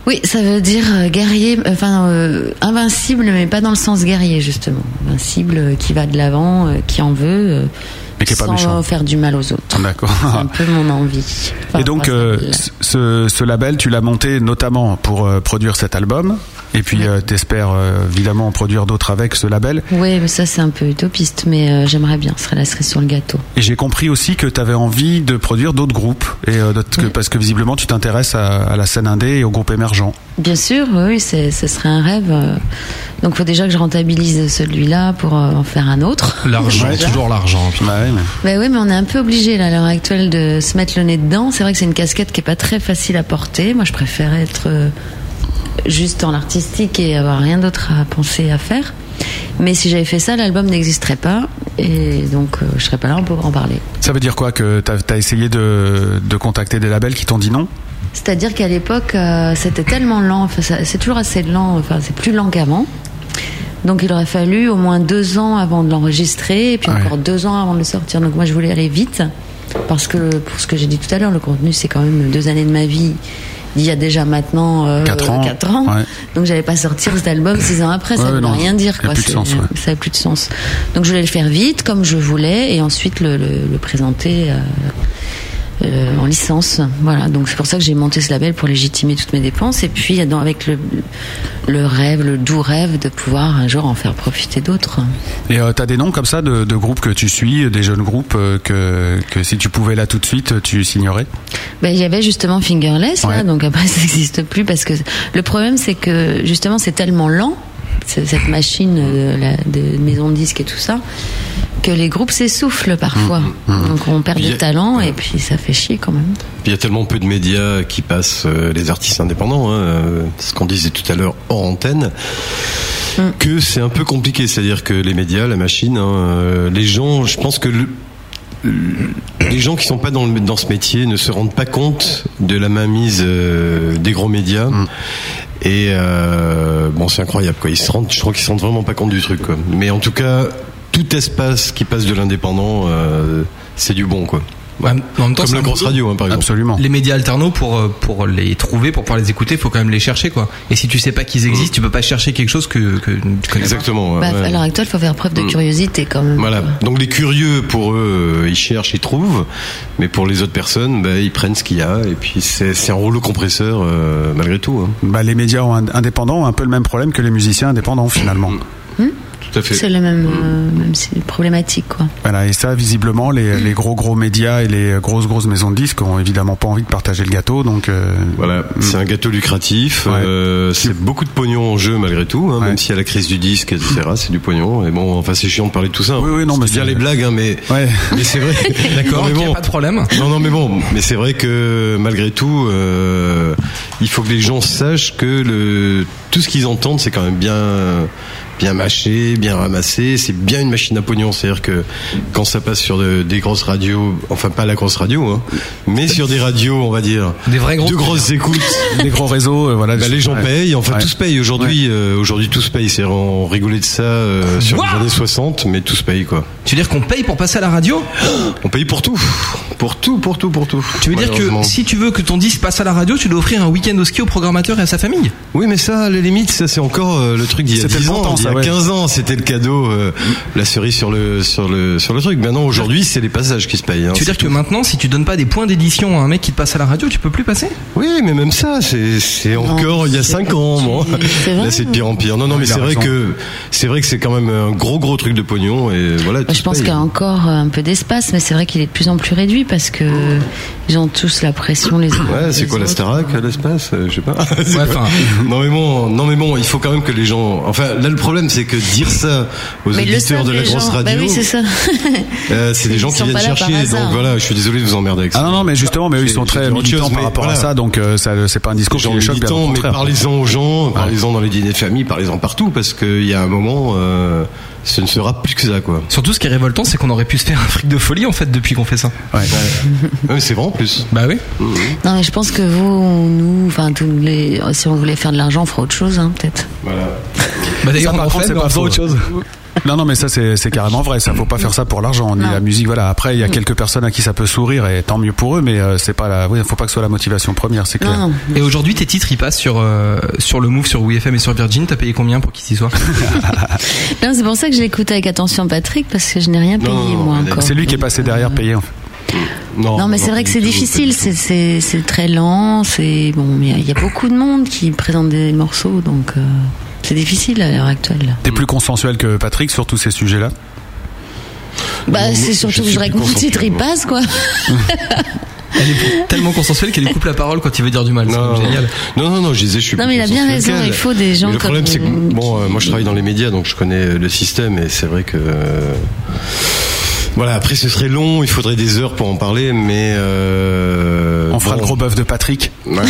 [SPEAKER 6] Oui, ça veut dire euh, guerrier, euh, enfin euh, invincible, mais pas dans le sens guerrier justement. Invincible, euh, qui va de l'avant, euh, qui en veut, euh,
[SPEAKER 4] Mais qui est pas
[SPEAKER 6] sans
[SPEAKER 4] méchant.
[SPEAKER 6] faire du mal aux autres.
[SPEAKER 4] D'accord.
[SPEAKER 6] C'est un peu mon envie. Enfin,
[SPEAKER 4] Et donc,
[SPEAKER 6] voilà,
[SPEAKER 4] euh,
[SPEAKER 6] la-
[SPEAKER 4] ce, ce label, tu l'as monté notamment pour euh, produire cet album. Et puis, euh, t'espères euh, évidemment en produire d'autres avec ce label.
[SPEAKER 6] Oui, mais ça c'est un peu utopiste, mais euh, j'aimerais bien. Ce serait la cerise sur le gâteau.
[SPEAKER 4] Et j'ai compris aussi que t'avais envie de produire d'autres groupes. Et euh, d'autres- que- parce que visiblement, tu t'intéresses à, à la scène indé et aux groupes émergents.
[SPEAKER 6] Bien sûr, oui, c'est- ce serait un rêve. euh. Donc, faut déjà que je rentabilise celui-là pour euh, en faire un autre.
[SPEAKER 5] L'argent,
[SPEAKER 4] Ouais.
[SPEAKER 5] toujours l'argent. putain.
[SPEAKER 4] Ouais, mais-
[SPEAKER 6] Ben oui, mais on est un peu obligé là à l'heure actuelle de se mettre le nez dedans. C'est vrai que c'est une casquette qui est pas très facile à porter. Moi, je préfère être euh, juste dans l'artistique et avoir rien d'autre à penser à faire. Mais si j'avais fait ça, l'album n'existerait pas et donc euh, je serais pas là pour en parler.
[SPEAKER 4] Ça veut dire quoi Que t'as as essayé de, de contacter des labels qui t'ont dit non
[SPEAKER 6] C'est-à-dire qu'à l'époque, euh, c'était tellement lent, enfin, ça- c'est toujours assez lent, enfin, c'est plus lent qu'avant. Donc il aurait fallu au moins deux ans avant de l'enregistrer, et puis
[SPEAKER 4] Ouais.
[SPEAKER 6] encore deux ans avant de le sortir. Donc moi, je voulais aller vite, parce que pour ce que j'ai dit tout à l'heure, le contenu, c'est quand même deux années de ma vie. Il y a déjà maintenant euh,
[SPEAKER 4] Quatre ans.
[SPEAKER 6] quatre ans.
[SPEAKER 4] Ouais.
[SPEAKER 6] Donc j'allais pas sortir cet album six ans après, ça
[SPEAKER 4] Ouais,
[SPEAKER 6] ne veut
[SPEAKER 4] non,
[SPEAKER 6] rien dire.
[SPEAKER 4] y a
[SPEAKER 6] Quoi.
[SPEAKER 4] plus de
[SPEAKER 6] C'est-
[SPEAKER 4] sens, ouais.
[SPEAKER 6] Ça a plus de sens. Donc je voulais le faire vite, comme je voulais, et ensuite le, le- le présenter euh, euh, en licence. Voilà, donc c'est pour ça que j'ai monté ce label pour légitimer toutes mes dépenses, et puis dans- avec le, le rêve, le doux rêve de pouvoir un jour en faire profiter d'autres.
[SPEAKER 4] Et euh, t'as des noms comme ça de, de groupes que tu suis, des jeunes groupes euh, que, que si tu pouvais là tout de suite, tu signerais
[SPEAKER 7] Euh,
[SPEAKER 6] Ben, il y avait justement Fingerless, là,
[SPEAKER 4] Ouais.
[SPEAKER 6] donc après ça n'existe plus parce que le problème c'est que justement c'est tellement lent, ce- cette machine de, la, de maison de disques et tout ça, que les groupes s'essoufflent parfois. Donc on perd
[SPEAKER 7] Mm, Il y a-
[SPEAKER 6] des talents
[SPEAKER 7] ouais.
[SPEAKER 6] et puis ça fait chier quand même.
[SPEAKER 7] Puis Il y a tellement peu de médias qui passent euh, les artistes indépendants, hein, euh, ce qu'on disait tout à l'heure hors antenne, que c'est un peu compliqué. C'est-à-dire que les médias, la machine, hein, euh, les gens, je pense que le- les gens qui sont pas dans, le- dans ce métier ne se rendent pas compte de la mainmise euh, des gros médias. Et euh, bon, c'est incroyable. Quoi. Ils se rendent, je crois qu'ils se rendent vraiment pas compte du truc. Quoi. Mais en tout cas, tout espace qui passe de l'indépendant, euh, c'est du bon. Quoi.
[SPEAKER 5] En même temps, c'est
[SPEAKER 7] Comme
[SPEAKER 5] un
[SPEAKER 7] la grosse
[SPEAKER 5] boulot.
[SPEAKER 7] radio, hein, par exemple.
[SPEAKER 4] Absolument.
[SPEAKER 5] Les médias alternaux pour euh, pour les trouver, pour pouvoir les écouter, faut quand même les chercher quoi. Et si tu sais pas qu'ils existent, tu peux pas chercher quelque chose que que tu connais. pas.
[SPEAKER 7] Exactement. ouais,
[SPEAKER 6] Bah, euh,
[SPEAKER 7] ouais. Mm.
[SPEAKER 6] À l'heure actuelle, il faut faire preuve de curiosité quand même.
[SPEAKER 7] Voilà. Donc les curieux, pour eux, euh, ils cherchent, ils trouvent, mais pour les autres personnes, bah, ils prennent ce qu'il y a et puis c'est c'est un rouleau compresseur euh, malgré tout. hein. Mm.
[SPEAKER 4] Bah, les médias en- indépendants ont un peu le même problème que les musiciens indépendants finalement.
[SPEAKER 7] tout à fait.
[SPEAKER 6] C'est la même,
[SPEAKER 7] Mm.
[SPEAKER 6] euh, même si- problématique, quoi.
[SPEAKER 4] Voilà, et ça, visiblement, les, les gros gros médias et les grosses grosses maisons de disques ont évidemment pas envie de partager le gâteau, donc euh,
[SPEAKER 7] Voilà, c'est un gâteau lucratif, euh, c'est beaucoup de pognon en jeu malgré tout, hein, même s'il y a la crise du disque, etc. C'est du pognon. Et bon, enfin c'est chiant de parler de tout ça. Hmm. Oui, oui, non, mais bien les blagues, hein, mais mais c'est vrai.
[SPEAKER 5] D'accord,
[SPEAKER 7] mais
[SPEAKER 5] ok,
[SPEAKER 7] bon,
[SPEAKER 5] pas de problème.
[SPEAKER 7] Non, non, mais bon, mais c'est vrai que malgré tout, euh, il faut que les gens sachent que le tout ce qu'ils entendent, c'est quand même bien bien mâché, bien ramassé, c'est bien une machine à pognon, c'est-à-dire que quand ça passe sur de- des grosses radios, enfin pas la grosse radio, hein, mais sur des radios, on va dire,
[SPEAKER 5] Des vrais gros
[SPEAKER 7] de grosses écoutes,
[SPEAKER 4] des gros réseaux, euh, voilà.
[SPEAKER 7] bah, les gens
[SPEAKER 4] Ouais.
[SPEAKER 7] payent, enfin
[SPEAKER 4] Ouais.
[SPEAKER 7] tout se paye aujourd'hui. euh, aujourd'hui tout se paye. C'est on rigolait de ça euh, sur les années 60, mais tout se paye quoi.
[SPEAKER 5] Tu veux dire qu'on paye pour passer à la radio
[SPEAKER 7] On paye pour tout, pour tout, pour tout, pour tout.
[SPEAKER 5] Tu veux dire que si tu veux que ton disque passe à la radio, tu dois offrir un week-end au ski au programmateur et à sa famille
[SPEAKER 7] Oui, mais ça, à la limite, ça c'est encore euh, le truc d'il y a
[SPEAKER 4] C'était
[SPEAKER 7] 10 ans,
[SPEAKER 4] longtemps,
[SPEAKER 7] il y
[SPEAKER 4] ça,
[SPEAKER 7] a
[SPEAKER 4] ouais.
[SPEAKER 7] 15 ans, c'était le cadeau, euh, la cerise sur le sur le sur le truc. Maintenant, aujourd'hui, c'est les passages qui se payent. hein,
[SPEAKER 5] Tu veux
[SPEAKER 7] c'est
[SPEAKER 5] dire que
[SPEAKER 7] tout.
[SPEAKER 5] maintenant, si tu donnes pas des points d'édition à un mec qui te passe à la radio, tu peux plus passer
[SPEAKER 7] Oui, mais même ça, c'est c'est encore il y a
[SPEAKER 6] c'est
[SPEAKER 7] cinq
[SPEAKER 6] pas-
[SPEAKER 7] ans, moi.
[SPEAKER 6] c'est vrai.
[SPEAKER 7] Là, c'est de pire en pire. Non, non, mais
[SPEAKER 4] il a
[SPEAKER 7] c'est vrai
[SPEAKER 4] raison.
[SPEAKER 7] que c'est vrai que c'est quand même un gros gros truc de pognon et voilà. tout
[SPEAKER 6] Moi, je
[SPEAKER 7] se
[SPEAKER 6] pense
[SPEAKER 7] paye.
[SPEAKER 6] qu'il y a encore euh, un peu d'espace, mais c'est vrai qu'il est de plus en plus réduit parce que ils ont tous la pression les uns.
[SPEAKER 7] Ouais, c'est
[SPEAKER 6] les
[SPEAKER 7] quoi la
[SPEAKER 6] autres.
[SPEAKER 7] Starac, euh, l'espace euh, Je sais pas. C'est
[SPEAKER 5] Ouais,
[SPEAKER 7] quoi
[SPEAKER 5] enfin.
[SPEAKER 7] non mais bon, non mais bon, il faut quand même que les gens. Enfin, là le problème c'est que dire ça aux
[SPEAKER 6] Mais ils le
[SPEAKER 7] auditeurs
[SPEAKER 6] savent,
[SPEAKER 7] de la
[SPEAKER 6] les
[SPEAKER 7] grosse
[SPEAKER 6] gens.
[SPEAKER 7] radio,
[SPEAKER 6] Bah oui, c'est ça.
[SPEAKER 7] euh, c'est des gens
[SPEAKER 6] Ils
[SPEAKER 7] qui
[SPEAKER 6] sont
[SPEAKER 7] viennent
[SPEAKER 6] pas là par
[SPEAKER 7] chercher.
[SPEAKER 6] hasard.
[SPEAKER 7] Donc voilà, je suis désolé de vous emmerder avec ça.
[SPEAKER 4] Ah non non, mais justement, mais eux, ils
[SPEAKER 7] C'est-
[SPEAKER 4] sont
[SPEAKER 7] c'est
[SPEAKER 4] très
[SPEAKER 7] autre chose,
[SPEAKER 4] militants
[SPEAKER 7] mais
[SPEAKER 4] par rapport à
[SPEAKER 7] voilà.
[SPEAKER 4] ça, donc euh, ça, c'est pas un discours
[SPEAKER 7] Les
[SPEAKER 4] qui
[SPEAKER 7] gens
[SPEAKER 4] les choque, bien au
[SPEAKER 7] militants, mais
[SPEAKER 4] contraire.
[SPEAKER 7] parlez-en aux gens, parlez-en dans les dîners de famille, parlez-en partout, parce qu'il y a un moment, euh, ce ne sera plus que ça, quoi.
[SPEAKER 5] Surtout, ce qui est révoltant, c'est qu'on aurait pu se faire un fric de folie en fait depuis qu'on fait ça.
[SPEAKER 4] Ouais.
[SPEAKER 7] Ouais, mais c'est vrai en plus.
[SPEAKER 5] Bah oui.
[SPEAKER 6] Non, mais je pense que vous, nous, enfin tous les, si on voulait faire de l'argent, on ferait autre chose, hein, peut-être.
[SPEAKER 7] Voilà.
[SPEAKER 5] Bah
[SPEAKER 4] Ça,
[SPEAKER 5] d'ailleurs, on
[SPEAKER 4] par
[SPEAKER 5] en
[SPEAKER 4] contre,
[SPEAKER 5] fait,
[SPEAKER 4] c'est
[SPEAKER 5] mais on
[SPEAKER 4] pas
[SPEAKER 5] fait
[SPEAKER 4] faux.
[SPEAKER 5] autre chose.
[SPEAKER 4] Non, non, mais ça, c'est c'est carrément vrai. Ça, faut pas faire ça pour l'argent, ni
[SPEAKER 6] Non. Mm.
[SPEAKER 4] la musique. Voilà. Après, il y a quelques personnes à qui ça peut sourire, et tant mieux pour eux. Mais euh, c'est pas la. Oui, faut pas que ce soit la motivation première, c'est clair.
[SPEAKER 6] Non, non.
[SPEAKER 5] Et aujourd'hui, tes titres, ils passent sur, euh, sur le Move, sur WFM et sur Virgin. T'as payé combien pour qu'ils s'y soient
[SPEAKER 6] Non, c'est pour ça que je l'écoute avec attention, Patrick, parce que je n'ai rien payé
[SPEAKER 7] non, non,
[SPEAKER 6] moi
[SPEAKER 7] mais
[SPEAKER 6] encore.
[SPEAKER 4] C'est lui qui est passé derrière, payé. En fait.
[SPEAKER 7] Non,
[SPEAKER 6] Non, mais c'est vrai
[SPEAKER 7] pas
[SPEAKER 6] que
[SPEAKER 7] du
[SPEAKER 6] c'est
[SPEAKER 7] tout,
[SPEAKER 6] difficile,
[SPEAKER 7] pas du tout.
[SPEAKER 6] c'est- c'est c'est très lent, c'est bon, il y a- il y, a beaucoup de monde qui présente des morceaux, donc euh, c'est difficile à l'heure actuelle.
[SPEAKER 7] Mm.
[SPEAKER 4] T'es plus consensuel que Patrick sur tous ces sujets-là.
[SPEAKER 6] Bah,
[SPEAKER 7] moi,
[SPEAKER 6] c'est
[SPEAKER 7] je
[SPEAKER 6] surtout que
[SPEAKER 7] suis
[SPEAKER 6] je
[SPEAKER 7] plus
[SPEAKER 6] règle mon
[SPEAKER 7] concentré,
[SPEAKER 6] titre, il
[SPEAKER 7] moi.
[SPEAKER 6] passe quoi.
[SPEAKER 5] Elle est tellement consensuelle qu'elle lui coupe la parole quand il veut dire du mal. C'est
[SPEAKER 7] Non,
[SPEAKER 5] quand même génial.
[SPEAKER 7] non, non, non, je disais, je suis
[SPEAKER 6] Non,
[SPEAKER 7] plus
[SPEAKER 6] mais il a bien
[SPEAKER 7] consensuel
[SPEAKER 6] raison,
[SPEAKER 7] qu'elle.
[SPEAKER 6] il faut des gens
[SPEAKER 7] Mais Le
[SPEAKER 6] comme-
[SPEAKER 7] problème, c'est que, bon, euh, moi je travaille dans les médias, donc je connais le système, et c'est vrai que. euh, Voilà, après ce serait long, il faudrait des heures pour en parler, mais. euh,
[SPEAKER 4] On fera
[SPEAKER 7] bon.
[SPEAKER 4] le gros bœuf de Patrick.
[SPEAKER 7] Ouais. Ouais,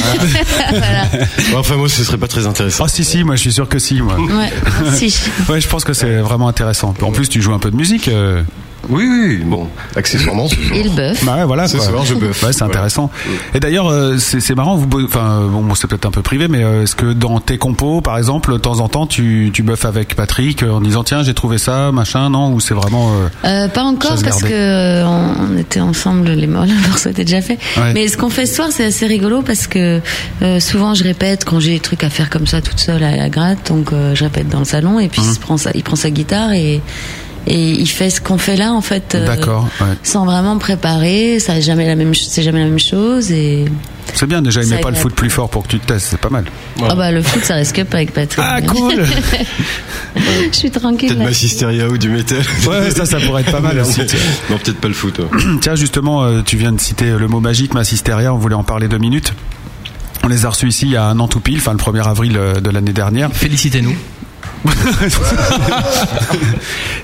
[SPEAKER 7] enfin, moi ce serait pas très intéressant.
[SPEAKER 4] Oh si si, moi je suis sûr que si moi.
[SPEAKER 6] Ouais,
[SPEAKER 7] Bah,
[SPEAKER 6] si.
[SPEAKER 4] Ouais, je pense que c'est vraiment intéressant. En plus, tu joues un peu de musique. euh,
[SPEAKER 7] Oui, oui, bon, accessoirement. ce soir.
[SPEAKER 6] Et le bœuf.
[SPEAKER 4] Bah ouais, voilà.
[SPEAKER 7] Ce
[SPEAKER 4] quoi.
[SPEAKER 7] soir, je bœuf.
[SPEAKER 4] Ouais, c'est
[SPEAKER 7] Voilà.
[SPEAKER 4] intéressant. Et d'ailleurs, euh, c'est c'est marrant. Vous, bo- enfin, euh, bon, c'est peut-être un peu privé, mais euh, est-ce que dans tes compos, par exemple, de temps en temps, tu tu bœffes avec Patrick euh, en disant tiens, j'ai trouvé ça, machin, non Ou c'est vraiment euh,
[SPEAKER 6] Euh, pas
[SPEAKER 4] Ça
[SPEAKER 6] encore
[SPEAKER 4] se
[SPEAKER 6] parce
[SPEAKER 4] gardait.
[SPEAKER 6] que euh, on on était ensemble, les mor- le morceau était déjà fait.
[SPEAKER 4] Ouais.
[SPEAKER 6] Mais ce qu'on fait ce soir, c'est assez rigolo parce que euh, souvent je répète quand j'ai des trucs à faire comme ça toute seule à la gratte, donc euh, je répète dans le salon et
[SPEAKER 4] Mmh.
[SPEAKER 6] puis il, se prend sa, il prend sa guitare et, et il fait ce qu'on fait là en fait. euh,
[SPEAKER 4] D'accord, ouais.
[SPEAKER 6] Sans vraiment préparer, ça est jamais la même, ch- c'est jamais la même chose et
[SPEAKER 4] C'est bien déjà. Il
[SPEAKER 6] Ça
[SPEAKER 4] met pas le
[SPEAKER 6] agrée.
[SPEAKER 4] foot plus fort pour que tu te testes. C'est pas mal.
[SPEAKER 6] ah bah le foot ça reste que pas avec Patrick.
[SPEAKER 4] Ah, cool.
[SPEAKER 6] je suis tranquille.
[SPEAKER 7] Peut-être
[SPEAKER 6] là.
[SPEAKER 7] Massisteria ou du métal.
[SPEAKER 4] ouais, ça, ça pourrait être pas mal aussi.
[SPEAKER 7] Non, peut-être pas le foot. ouais.
[SPEAKER 4] Tiens, justement, euh, tu viens de citer le mot magique, Massisteria, on voulait en parler deux minutes. On les a reçus ici il y a un an tout pile, enfin le 1er avril euh, de l'année dernière.
[SPEAKER 5] Félicitez-nous.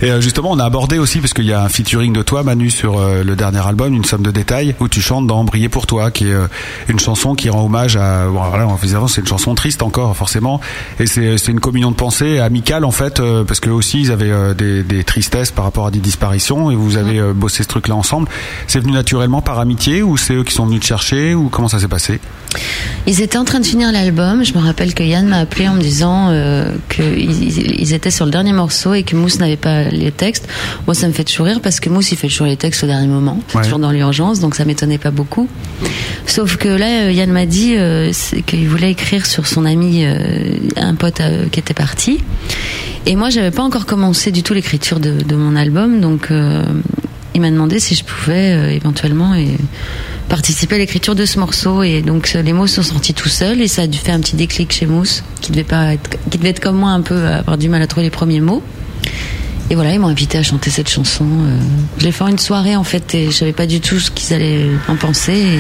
[SPEAKER 4] Et euh, justement, on a abordé aussi, parce qu'il y a un featuring de toi, Manu, sur euh, le dernier album, Une somme de détails, où tu chantes dans Briller pour toi, qui est euh, une chanson qui rend hommage à. Bon, voilà, en faisant, c'est une chanson triste encore, forcément. Et c'est c'est une communion de pensée amicale, en fait, euh, parce que aussi, ils avaient euh, des, des tristesses par rapport à des disparitions, et vous avez euh, bossé ce truc-là ensemble. C'est venu naturellement par amitié, ou c'est eux qui sont venus te chercher, ou comment ça s'est passé
[SPEAKER 6] Ils étaient en train de finir l'album. Je me rappelle que Yann m'a appelé en me disant euh, qu'ils ils étaient sur le dernier morceau et que Mousse n'avait pas les textes. Moi, ça me fait toujours rire parce que Mousse, il fait toujours les textes au dernier moment, C'est
[SPEAKER 4] Ouais.
[SPEAKER 6] toujours dans l'urgence, donc ça m'étonnait pas beaucoup. Sauf que là, euh, Yann m'a dit euh, c'est qu'il voulait écrire sur son ami, euh, un pote à eux qui était parti. Et moi, j'avais pas encore commencé du tout l'écriture de, de mon album, donc euh, il m'a demandé si je pouvais euh, éventuellement et participer à l'écriture de ce morceau. Et donc euh, les mots sont sortis tout seuls et ça a dû faire un petit déclic chez Mousse, qui devait pas être, qui devait être comme moi un peu, avoir du mal à trouver les premiers mots. Et voilà, ils m'ont invité à chanter cette chanson. euh. Je l'ai fait en une soirée en fait et je savais pas du tout ce qu'ils allaient en penser. Et,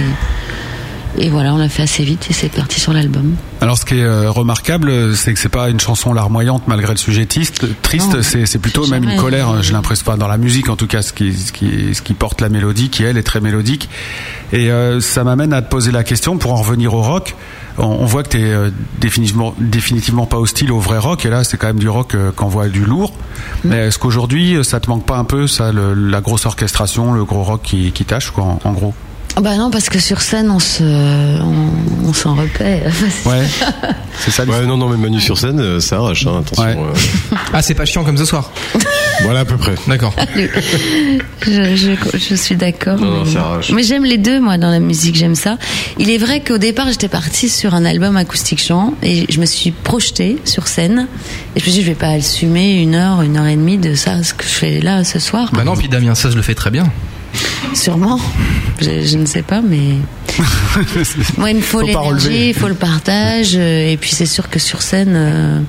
[SPEAKER 6] et voilà, on l'a fait assez vite et c'est parti sur l'album.
[SPEAKER 4] Alors, ce qui est euh, remarquable, euh, c'est que c'est pas une chanson larmoyante malgré le sujet triste. Triste,
[SPEAKER 6] Non,
[SPEAKER 4] c'est c'est plutôt même une
[SPEAKER 6] jamais.
[SPEAKER 4] colère. euh, Je l'impression pas dans la musique, en tout cas, ce qui, ce qui, ce qui porte la mélodie, qui elle est très mélodique. Et euh, ça m'amène à te poser la question pour en revenir au rock. On, on voit que t'es euh, définitivement, définitivement pas hostile au vrai rock. Et là, c'est quand même du rock euh, qu'on voit du lourd. Mais est-ce qu'aujourd'hui, euh, ça te manque pas un peu ça, le- la grosse orchestration, le gros rock qui, qui tâche, quoi, en- en gros?
[SPEAKER 6] Ah Bah non, parce que sur scène, on se, on, on s'en repère.
[SPEAKER 4] Ouais. C'est ça.
[SPEAKER 7] Ouais, non, non, mais Manu sur scène, euh, ça arrache, hein, attention.
[SPEAKER 4] Ouais.
[SPEAKER 7] euh.
[SPEAKER 5] Ah, c'est pas chiant comme ce soir.
[SPEAKER 7] voilà à peu près.
[SPEAKER 5] D'accord.
[SPEAKER 6] je, je- je suis d'accord.
[SPEAKER 7] Non, non,
[SPEAKER 6] mais-
[SPEAKER 7] ça arrache.
[SPEAKER 6] Mais j'aime les deux, moi, dans la musique, j'aime ça. Il est vrai qu'au départ, j'étais partie sur un album acoustique chant et je me suis projetée sur scène. Et je me suis dit, je vais pas assumer une heure, une heure et demie de ça, ce que je fais là ce soir.
[SPEAKER 5] Bah non, puis Damien, ça je le fais très bien.
[SPEAKER 6] Sûrement. Je, je ne sais pas, mais. Moi, il me faut
[SPEAKER 4] Faut pas relever.
[SPEAKER 6] l'énergie, il faut le partage. euh, Et puis, c'est sûr que sur scène, euh,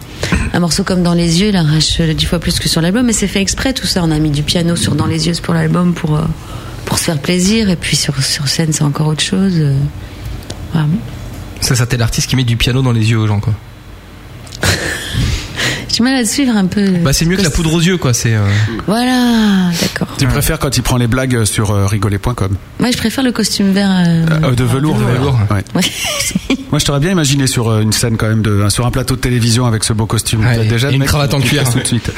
[SPEAKER 6] un morceau comme Dans les yeux, il arrache euh, dix fois plus que sur l'album. Mais c'est fait exprès, tout ça. On a mis du piano sur Dans les yeux c'est pour l'album, pour, euh, pour se faire plaisir. Et puis, sur, sur scène, c'est encore autre chose. euh. Voilà.
[SPEAKER 5] Ça, ça t'es l'artiste qui met du piano dans les yeux aux gens, quoi.
[SPEAKER 6] J'ai mal à te suivre un peu.
[SPEAKER 5] Bah c'est mieux que la poudre aux yeux, quoi. C'est. euh,
[SPEAKER 6] Voilà, d'accord.
[SPEAKER 4] Tu préfères quand il prend les blagues sur euh, rigoler.com
[SPEAKER 6] Moi, je préfère le costume vert. euh,
[SPEAKER 4] Euh, De velours,
[SPEAKER 5] de
[SPEAKER 4] d'ailleurs.
[SPEAKER 5] velours.
[SPEAKER 4] Ouais.
[SPEAKER 6] ouais.
[SPEAKER 4] Moi, je t'aurais bien imaginé sur euh, une scène quand même, de, sur un plateau de télévision avec ce beau costume.
[SPEAKER 5] Ouais,
[SPEAKER 4] T'as déjà
[SPEAKER 5] et
[SPEAKER 4] le
[SPEAKER 5] une
[SPEAKER 4] mec
[SPEAKER 5] cravate
[SPEAKER 4] qui-
[SPEAKER 5] en
[SPEAKER 4] qui
[SPEAKER 5] cuir.
[SPEAKER 4] passe tout de suite.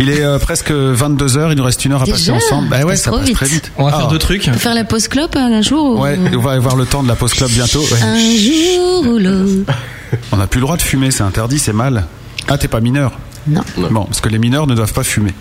[SPEAKER 4] Il est euh, presque 22 h Il nous reste une heure à passer
[SPEAKER 6] Déjà
[SPEAKER 4] ensemble. Bah ouais,
[SPEAKER 6] Ça
[SPEAKER 4] ça
[SPEAKER 6] passe
[SPEAKER 4] passe
[SPEAKER 6] trop
[SPEAKER 4] très
[SPEAKER 6] vite.
[SPEAKER 4] vite.
[SPEAKER 5] On va
[SPEAKER 4] Ah.
[SPEAKER 5] faire deux trucs.
[SPEAKER 6] Faire la pause clope hein, un jour ou-
[SPEAKER 4] Ouais, et on va avoir le temps de la post club bientôt. Ouais.
[SPEAKER 6] Un jour ou l'autre.
[SPEAKER 4] On n'a plus le droit de fumer, c'est interdit, c'est mal. Ah, t'es pas mineur.
[SPEAKER 6] Non.
[SPEAKER 4] Bon, parce que les mineurs ne doivent pas fumer.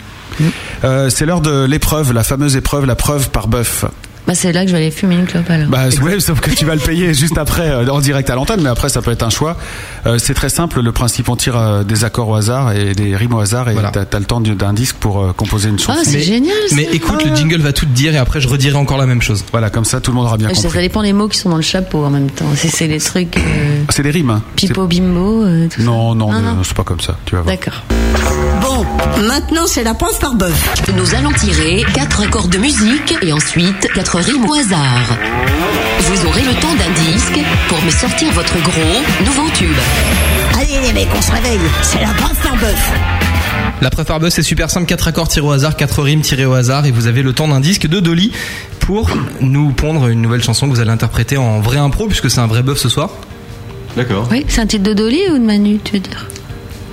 [SPEAKER 4] Euh, c'est l'heure de l'épreuve, la fameuse épreuve, la preuve par bœuf.
[SPEAKER 6] Bah, c'est là que je vais aller fumer une clope alors.
[SPEAKER 4] Bah ouais, sauf que tu vas le payer juste après euh, en direct à l'antenne, mais après ça peut être un choix. Euh, c'est très simple, le principe on tire euh, des accords au hasard et des rimes au hasard et
[SPEAKER 5] Voilà.
[SPEAKER 4] t'as t'as le temps du- d'un disque pour euh, composer une chanson.
[SPEAKER 6] Ah, c'est
[SPEAKER 5] Mais-
[SPEAKER 6] génial ça. Ah.
[SPEAKER 5] Mais écoute, le jingle va tout te dire et après je redirai encore la même chose.
[SPEAKER 4] Voilà, comme ça tout le monde aura bien
[SPEAKER 6] Ah, Ça, ça
[SPEAKER 4] compris.
[SPEAKER 6] dépend des mots qui sont dans le chapeau en même temps. Si c'est des trucs euh,
[SPEAKER 4] C'est des rimes. Hein.
[SPEAKER 6] pipo bimbo, euh, tout
[SPEAKER 4] C'est- Non,
[SPEAKER 6] ça.
[SPEAKER 4] non, non, c'est pas comme ça. Tu vas voir.
[SPEAKER 6] D'accord.
[SPEAKER 3] Bon, maintenant c'est la preuve par bœuf.
[SPEAKER 12] Nous allons tirer quatre accords de musique et ensuite quatre rimes au hasard. Vous aurez le temps d'un disque pour me sortir votre gros nouveau tube.
[SPEAKER 3] Allez les mecs, on se réveille. C'est la preuve par bœuf.
[SPEAKER 5] La preuve par bœuf, c'est super simple. Quatre accords tirés au hasard, quatre rimes tirées au hasard et vous avez le temps d'un disque de Dolly pour nous pondre une nouvelle chanson que vous allez interpréter en vrai impro puisque c'est un vrai bœuf ce soir.
[SPEAKER 7] D'accord.
[SPEAKER 6] Oui, c'est un titre de Dolly ou de Manu, tu veux dire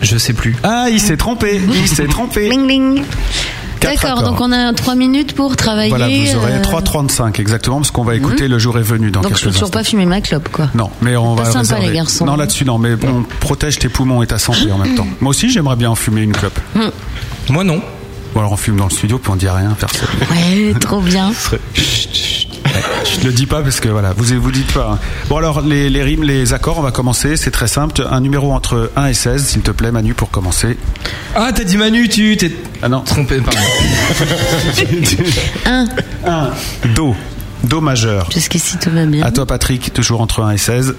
[SPEAKER 5] Je sais plus.
[SPEAKER 4] Ah, il s'est trompé. Il s'est trompé.
[SPEAKER 6] Bling bling.
[SPEAKER 4] Quatre
[SPEAKER 6] D'accord,
[SPEAKER 4] accords.
[SPEAKER 6] donc on a trois minutes pour travailler.
[SPEAKER 4] Voilà, vous aurez
[SPEAKER 6] euh,
[SPEAKER 4] 3.35 exactement parce qu'on va écouter le jour est venu dans
[SPEAKER 6] Mhm. Donc
[SPEAKER 4] quelques
[SPEAKER 6] je peux toujours
[SPEAKER 4] instants.
[SPEAKER 6] pas fumer ma clope quoi.
[SPEAKER 4] Non, mais on
[SPEAKER 6] Pas
[SPEAKER 4] va
[SPEAKER 6] sympa,
[SPEAKER 4] réserver.
[SPEAKER 6] les garçons.
[SPEAKER 4] Non, là-dessus non, mais on protège tes poumons et ta santé en même temps. Moi aussi, j'aimerais bien en fumer une clope.
[SPEAKER 5] Moi non.
[SPEAKER 4] Bon, alors on fume dans le studio puis on dit rien, personne.
[SPEAKER 6] Ouais, trop bien.
[SPEAKER 4] Je le dis pas parce que voilà, vous vous dites pas. hein. Bon alors les, les rimes, les accords, on va commencer, c'est très simple. Un numéro entre 1 et 16, s'il te plaît Manu pour commencer.
[SPEAKER 5] Ah t'as dit Manu, tu t'es
[SPEAKER 4] Ah non,
[SPEAKER 5] trompé. Pardon.
[SPEAKER 6] Un,
[SPEAKER 4] 1, Do, Do majeur.
[SPEAKER 6] jusqu'ici tout va bien.
[SPEAKER 4] À toi Patrick, toujours entre 1 et 16.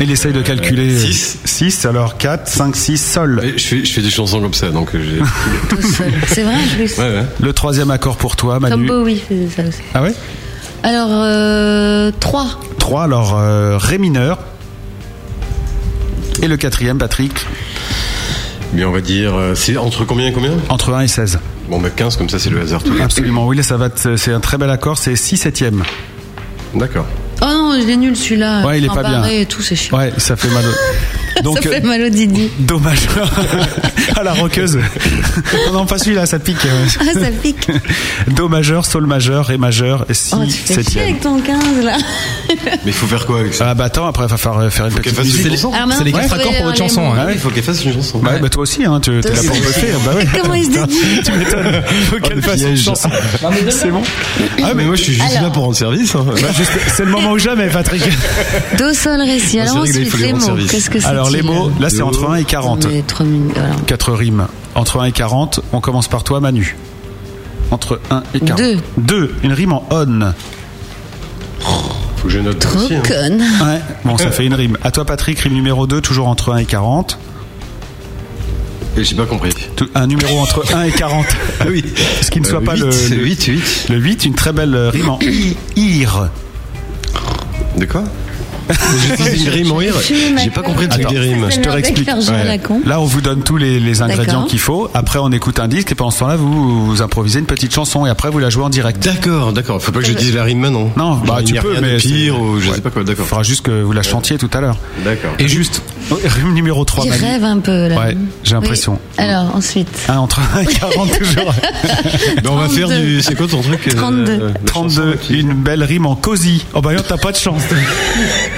[SPEAKER 4] Il essaye de calculer
[SPEAKER 7] Six.
[SPEAKER 4] 6, alors 4, 5, 6, Sol.
[SPEAKER 7] Mais je fais, je fais des chansons comme ça, donc euh, j'ai.
[SPEAKER 6] Tout seul. C'est vrai, je vais.
[SPEAKER 7] Ouais, ouais.
[SPEAKER 4] Le troisième accord pour toi
[SPEAKER 6] Comme
[SPEAKER 4] Manu.
[SPEAKER 6] Bowie faisait ça aussi.
[SPEAKER 4] Ah ouais
[SPEAKER 6] Alors, euh, trois.
[SPEAKER 4] 3, alors euh, Ré mineur. Et le quatrième Patrick,
[SPEAKER 7] Mais on va dire, euh, c'est entre combien et combien
[SPEAKER 4] entre 1 et 16.
[SPEAKER 7] Bon, bah 15, comme ça, c'est le hasard. tout.
[SPEAKER 4] Absolument, oui, là, ça va. te- C'est un très bel accord. C'est 6 septième.
[SPEAKER 7] D'accord.
[SPEAKER 6] Oh non, il est nul celui-là.
[SPEAKER 4] Ouais, il est pas
[SPEAKER 6] Embarré
[SPEAKER 4] bien.
[SPEAKER 6] Et tout, c'est chiant.
[SPEAKER 4] Ouais, ça fait mal. au- Donc,
[SPEAKER 6] ça fait
[SPEAKER 4] euh,
[SPEAKER 6] mal au Didi.
[SPEAKER 4] dommage. à la roqueuse. Non, non, pas celui-là, ça te pique.
[SPEAKER 6] Ah, ça pique.
[SPEAKER 4] Do majeur, sol majeur, ré majeur, et si
[SPEAKER 6] Oh, tu fais chier
[SPEAKER 4] septième.
[SPEAKER 6] avec ton 15 là.
[SPEAKER 7] Mais il faut faire quoi avec ça
[SPEAKER 4] Ah bah attends, après, il va falloir faire une
[SPEAKER 7] qu'elle
[SPEAKER 4] petite
[SPEAKER 7] fasse
[SPEAKER 4] musique.
[SPEAKER 7] une
[SPEAKER 5] C'est les,
[SPEAKER 7] chanson.
[SPEAKER 6] Alors maintenant,
[SPEAKER 5] c'est les
[SPEAKER 6] faut
[SPEAKER 5] quatre
[SPEAKER 6] trouver
[SPEAKER 5] accords pour une
[SPEAKER 6] les
[SPEAKER 5] chanson.
[SPEAKER 6] mots.
[SPEAKER 5] hein.
[SPEAKER 7] Ah, il faut qu'elle fasse une chanson.
[SPEAKER 4] Bah, bah, toi aussi, hein, tu t'es là
[SPEAKER 6] aussi.
[SPEAKER 4] pour bosser. Bah ouais.
[SPEAKER 6] Comment il se dédie
[SPEAKER 4] Tu m'étonnes. Faut qu'elle fasse une
[SPEAKER 7] piège.
[SPEAKER 4] chanson. C'est bon.
[SPEAKER 7] Ah, mais moi, je suis juste
[SPEAKER 6] Alors.
[SPEAKER 7] là pour rendre service. hein.
[SPEAKER 4] Bah, juste, C'est le moment ou jamais, Patrick.
[SPEAKER 6] Do, sol, ré, si. Alors
[SPEAKER 7] c'est vrai que là, il
[SPEAKER 6] ensuite,
[SPEAKER 7] faut les
[SPEAKER 6] les
[SPEAKER 7] rendre
[SPEAKER 6] mots.
[SPEAKER 7] service.
[SPEAKER 6] Qu'est-ce que hein c'est
[SPEAKER 4] Alors, les mots, là, c'est entre 1 et 40.
[SPEAKER 6] 3 minutes. Alors,
[SPEAKER 4] 4 rimes. Entre 1 et 40, on commence par toi, Manu. Entre 1 et 40.
[SPEAKER 6] Deux.
[SPEAKER 4] 2. Une rime en on.
[SPEAKER 7] Faut que je note
[SPEAKER 6] trop
[SPEAKER 7] aussi. hein.
[SPEAKER 6] conne.
[SPEAKER 4] Ouais. Bon, ça fait une rime. À toi, Patrick, rime numéro 2, toujours entre 1 et 40.
[SPEAKER 7] Et J'ai pas compris.
[SPEAKER 4] Tout- Un numéro entre 1 et 40.
[SPEAKER 7] Ah oui.
[SPEAKER 4] Ce qui ne
[SPEAKER 7] Euh,
[SPEAKER 4] soit pas le-
[SPEAKER 7] huit,
[SPEAKER 4] le,
[SPEAKER 7] 8, 8.
[SPEAKER 4] Le 8, une très belle euh, rime en i- ir.
[SPEAKER 7] De quoi J'utilise une rime en rire. J'ai pas compris le truc des rimes.
[SPEAKER 4] Je te réexplique.
[SPEAKER 6] Faire à la con.
[SPEAKER 4] Là, on vous donne tous les, les ingrédients
[SPEAKER 6] D'accord.
[SPEAKER 4] qu'il faut. Après, on écoute un disque et pendant ce temps-là, vous, vous improvisez une petite chanson et après, vous la jouez en direct.
[SPEAKER 7] D'accord, d'accord. Faut pas que je dise la rime maintenant.
[SPEAKER 4] Non, bah,
[SPEAKER 7] Il
[SPEAKER 4] tu
[SPEAKER 7] n'y a
[SPEAKER 4] peux,
[SPEAKER 7] rien
[SPEAKER 4] mais
[SPEAKER 7] de pire
[SPEAKER 4] c'est-
[SPEAKER 7] ou je
[SPEAKER 4] ouais.
[SPEAKER 7] sais pas quoi.
[SPEAKER 4] Il
[SPEAKER 7] D'accord.
[SPEAKER 4] faudra juste que vous la chantiez tout à l'heure.
[SPEAKER 7] D'accord.
[SPEAKER 5] Et juste,
[SPEAKER 4] Oh, Rime numéro 3,
[SPEAKER 6] J'y
[SPEAKER 4] Manu.
[SPEAKER 6] rêve un peu là.
[SPEAKER 4] Ouais, j'ai l'impression.
[SPEAKER 6] Oui. Alors ensuite.
[SPEAKER 4] Un entre 1 et 40 toujours.
[SPEAKER 7] Ben, on va faire
[SPEAKER 6] 32.
[SPEAKER 7] du. C'est quoi ton truc euh,
[SPEAKER 6] 32.
[SPEAKER 7] euh, la chanson,
[SPEAKER 4] 32,
[SPEAKER 7] là, qui-
[SPEAKER 4] une belle rime en cosy. Oh bah non, t'as pas de chance.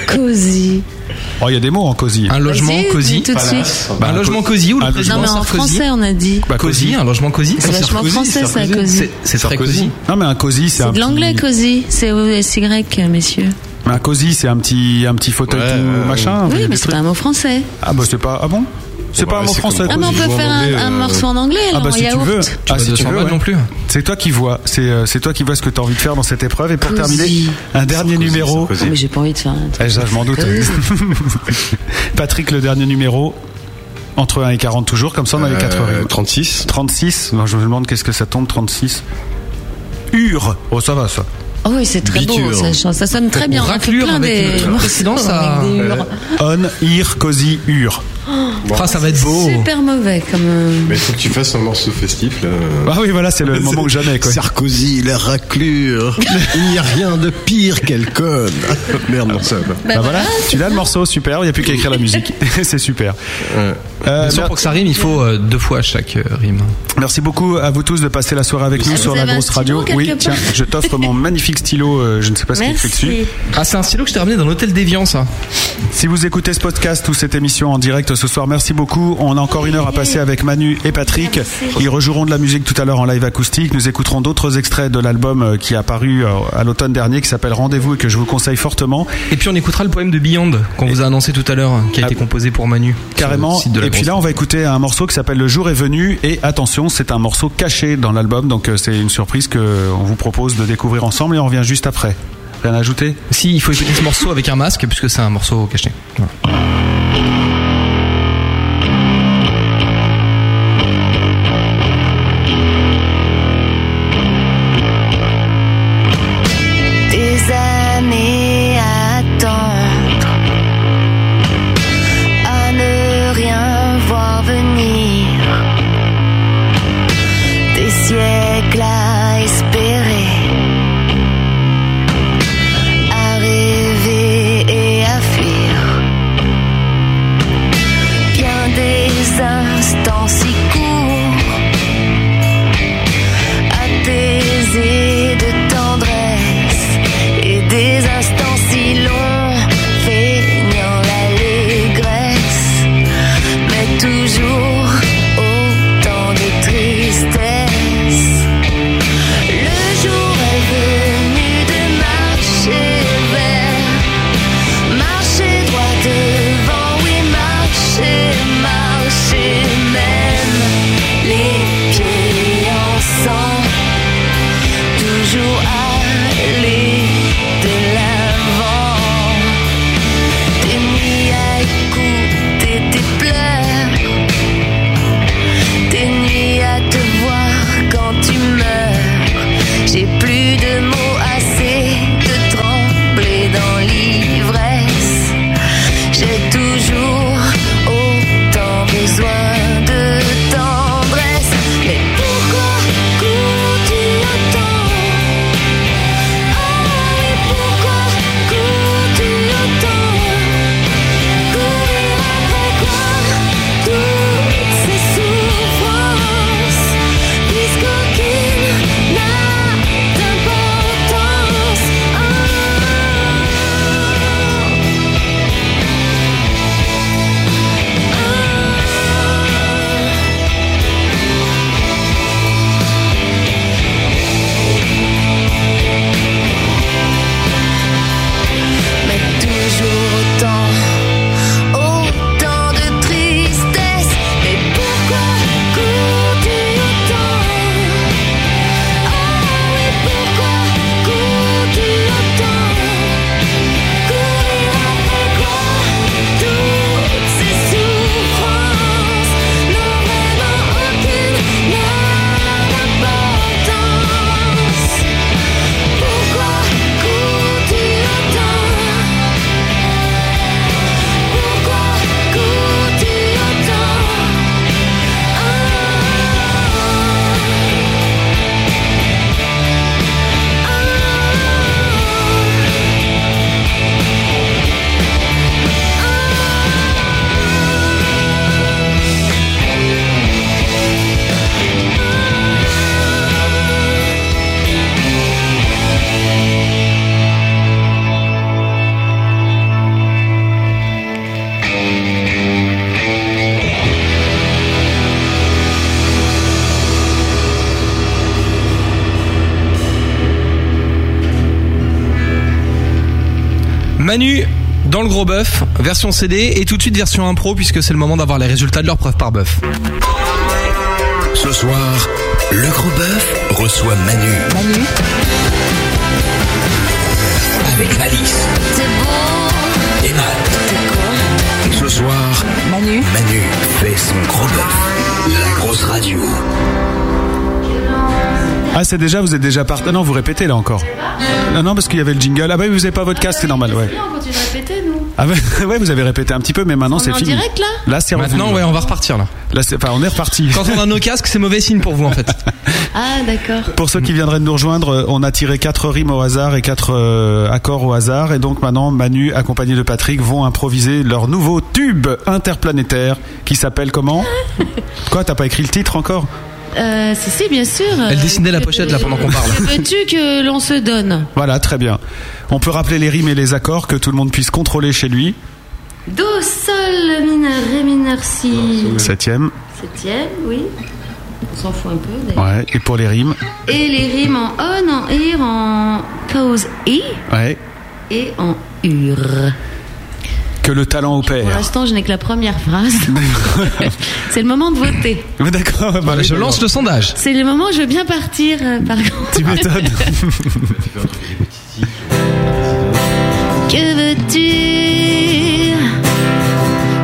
[SPEAKER 6] Cosy.
[SPEAKER 4] Oh, il y a des mots en cosy.
[SPEAKER 7] Ah.
[SPEAKER 5] un logement
[SPEAKER 6] Vas-y, dis
[SPEAKER 5] cosy.
[SPEAKER 6] tout de
[SPEAKER 7] Voilà.
[SPEAKER 6] suite.
[SPEAKER 5] Bah, un logement cosy ou
[SPEAKER 4] Un
[SPEAKER 5] le
[SPEAKER 6] Non
[SPEAKER 5] président
[SPEAKER 6] mais en
[SPEAKER 5] Sarkozy
[SPEAKER 6] français on a dit.
[SPEAKER 4] Bah,
[SPEAKER 5] Cosy, un logement cosy.
[SPEAKER 6] C'est vachement français ça, cosy.
[SPEAKER 5] C'est- C'est très
[SPEAKER 7] Sarkozy.
[SPEAKER 5] cosy.
[SPEAKER 4] Non, mais un cosy, c'est un
[SPEAKER 6] C'est de
[SPEAKER 4] petit-
[SPEAKER 6] l'anglais cosy, c'est OSY messieurs.
[SPEAKER 4] Mais Un cosy, c'est un petit, un petit fauteuil
[SPEAKER 7] Ouais,
[SPEAKER 4] tout
[SPEAKER 7] ouais, ouais.
[SPEAKER 4] machin. il y
[SPEAKER 6] Oui
[SPEAKER 4] a
[SPEAKER 6] mais
[SPEAKER 4] Ah, des
[SPEAKER 6] c'est
[SPEAKER 4] trucs.
[SPEAKER 6] pas un mot français.
[SPEAKER 4] Ah bah c'est pas. Ah bon C'est
[SPEAKER 7] Bon,
[SPEAKER 4] pas
[SPEAKER 7] bah,
[SPEAKER 4] un mot
[SPEAKER 7] c'est
[SPEAKER 4] français.
[SPEAKER 7] comme-
[SPEAKER 6] Ah mais on
[SPEAKER 7] Cosy,
[SPEAKER 6] peut
[SPEAKER 7] je vois
[SPEAKER 6] faire
[SPEAKER 7] en
[SPEAKER 6] un,
[SPEAKER 7] anglais,
[SPEAKER 6] un
[SPEAKER 7] euh,
[SPEAKER 6] morceau en anglais
[SPEAKER 4] Ah
[SPEAKER 6] alors
[SPEAKER 4] bah
[SPEAKER 6] en
[SPEAKER 4] si tu
[SPEAKER 6] yaourt.
[SPEAKER 4] veux. Ah
[SPEAKER 5] Pas
[SPEAKER 4] si tu
[SPEAKER 5] 200
[SPEAKER 4] veux.
[SPEAKER 5] balles
[SPEAKER 4] ouais.
[SPEAKER 5] non plus.
[SPEAKER 4] C'est toi qui vois. C'est euh, c'est toi qui vois ce que t'as envie de faire dans cette épreuve. Et pour
[SPEAKER 6] Cosy.
[SPEAKER 4] terminer, un dernier
[SPEAKER 7] Sarkozy,
[SPEAKER 4] numéro.
[SPEAKER 6] Ah,
[SPEAKER 7] Sarkozy.
[SPEAKER 6] mais j'ai pas envie de faire un truc.
[SPEAKER 4] Eh, ça, je m'en doute.
[SPEAKER 6] Cosy.
[SPEAKER 4] Patrick, le dernier numéro entre 1 et 40 toujours. Comme ça, on a les 4
[SPEAKER 7] Euh,
[SPEAKER 4] rimes.
[SPEAKER 7] 36.
[SPEAKER 4] 36. Non, je me demande qu'est-ce que ça tombe 36. Ur. Oh ça va ça.
[SPEAKER 6] Oh oui, c'est très beau,
[SPEAKER 7] Biture.
[SPEAKER 6] ça, chante. ça sonne très bien. On a fait
[SPEAKER 5] raclure
[SPEAKER 6] plein
[SPEAKER 5] avec
[SPEAKER 6] des
[SPEAKER 5] une
[SPEAKER 6] morceaux
[SPEAKER 5] précédence à-
[SPEAKER 6] avec des
[SPEAKER 4] Euh,
[SPEAKER 6] hurles.
[SPEAKER 4] On ir cosy ur.
[SPEAKER 5] Ah, ça va être beau.
[SPEAKER 6] Super mauvais comme. euh,
[SPEAKER 7] Mais il faut que tu fasses un morceau festif là.
[SPEAKER 4] Ah oui voilà c'est le moment que jamais quoi.
[SPEAKER 7] Sarkozy, la raclure. Il n'y a rien de pire qu'elle conne. Merde, non, Ah, ça va.
[SPEAKER 4] Bah voilà, tu l'as le morceau, super, il n'y a plus qu'à écrire la musique. c'est super. Euh,
[SPEAKER 5] Bien sûr,
[SPEAKER 4] mer-
[SPEAKER 5] pour que ça rime, il faut euh, deux fois chaque euh, rime.
[SPEAKER 4] Merci beaucoup à vous tous de passer la soirée avec nous
[SPEAKER 6] Vous
[SPEAKER 4] sur la
[SPEAKER 6] avez un
[SPEAKER 4] grosse radio.
[SPEAKER 6] stylo quelque
[SPEAKER 4] Oui,
[SPEAKER 6] part
[SPEAKER 4] tiens, je t'offre mon magnifique stylo, euh, je ne sais pas ce qu'il fait dessus.
[SPEAKER 6] Merci.
[SPEAKER 5] Ah, c'est un stylo que je t'ai ramené dans l'hôtel d'Evian, ça.
[SPEAKER 4] Si vous écoutez ce podcast ou cette émission en direct ce soir, merci beaucoup. On a encore une heure à passer avec Manu et Patrick. Ils rejoueront de la musique tout à l'heure en live acoustique. Nous écouterons d'autres extraits de l'album euh, qui est apparu euh, à l'automne dernier qui s'appelle Rendez-vous et que je vous conseille fortement.
[SPEAKER 5] Et puis on écoutera le poème de Beyond qu'on vous a annoncé tout à l'heure, hein, qui a été composé pour Manu.
[SPEAKER 4] Ah. Carrément.
[SPEAKER 5] Sur le site de la
[SPEAKER 4] Et puis là, on
[SPEAKER 5] Grosse
[SPEAKER 4] va écouter un morceau qui s'appelle Le jour est venu. Et attention, c'est un morceau caché dans l'album. Donc euh, c'est une surprise que on vous propose de découvrir ensemble et on revient juste après. Rien à ajouter
[SPEAKER 5] Radio. Si, il faut écouter ce morceau avec un masque, puisque c'est un morceau caché. Voilà.
[SPEAKER 8] Des années à attendre, à ne rien voir venir, des siècles à espérer, à rêver et à fuir,
[SPEAKER 12] Ah, Ah
[SPEAKER 5] Manu dans le gros bœuf, version CD et tout de suite version impro puisque c'est le moment d'avoir les résultats de leur preuve par bœuf.
[SPEAKER 1] Ce soir, le gros bœuf reçoit Manu. Manu. Avec Malice et Matt. Ce soir, Manu. Manu fait son gros bœuf. La grosse radio.
[SPEAKER 4] Ah, c'est déjà, vous êtes déjà parti. Ah non, vous répétez là encore. Non, non, parce qu'il y avait le jingle. Ah bah oui, vous n'avez pas votre casque, c'est normal, ouais.
[SPEAKER 10] On continue de répéter, nous.
[SPEAKER 4] Ah bah, ouais, vous avez répété un petit peu, mais maintenant
[SPEAKER 10] On
[SPEAKER 4] c'est
[SPEAKER 10] est en
[SPEAKER 4] fini.
[SPEAKER 10] direct, là
[SPEAKER 4] Là, c'est revenu.
[SPEAKER 5] Maintenant, ouais, on va repartir là.
[SPEAKER 4] Là, c'est, enfin, on est reparti.
[SPEAKER 5] Quand on a nos casques, c'est mauvais signe pour vous en fait.
[SPEAKER 10] Ah, d'accord.
[SPEAKER 4] Pour ceux qui viendraient de nous rejoindre, euh, on a tiré quatre rimes au hasard et quatre euh, accords au hasard. Et donc maintenant, Manu, accompagné de Patrick, vont improviser leur nouveau tube interplanétaire qui s'appelle comment Quoi, t'as pas écrit le titre encore
[SPEAKER 10] Euh, si, si, bien sûr.
[SPEAKER 5] Elle dessinait la pochette là pendant qu'on parle.
[SPEAKER 10] Veux-tu que l'on se donne
[SPEAKER 4] Voilà, très bien. On peut rappeler les rimes et les accords que tout le monde puisse contrôler chez lui.
[SPEAKER 10] Do, sol, mineur, ré mineur, si.
[SPEAKER 4] Septième.
[SPEAKER 10] Septième, oui. On s'en fout un peu, d'ailleurs.
[SPEAKER 4] Ouais. Et pour les rimes.
[SPEAKER 10] Et les rimes en on, en ir, en pause i
[SPEAKER 4] Ouais.
[SPEAKER 10] et en ur.
[SPEAKER 4] Que le talent
[SPEAKER 10] Pour
[SPEAKER 4] opère.
[SPEAKER 10] l'instant, je n'ai que la première phrase. C'est le moment de voter.
[SPEAKER 4] D'accord. bah oui,
[SPEAKER 5] Je
[SPEAKER 4] d'accord.
[SPEAKER 5] lance le sondage.
[SPEAKER 10] C'est le moment où je veux bien partir, euh, par contre.
[SPEAKER 4] Tu m'étonnes.
[SPEAKER 10] Que veux-tu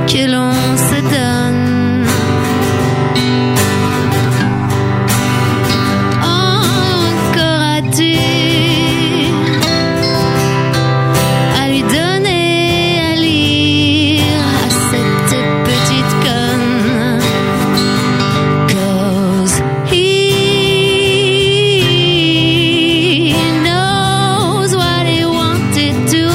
[SPEAKER 10] que l'on se donne Encore as-tu à lui donner, à lire à cette petite conne Cause he knows what he wanted to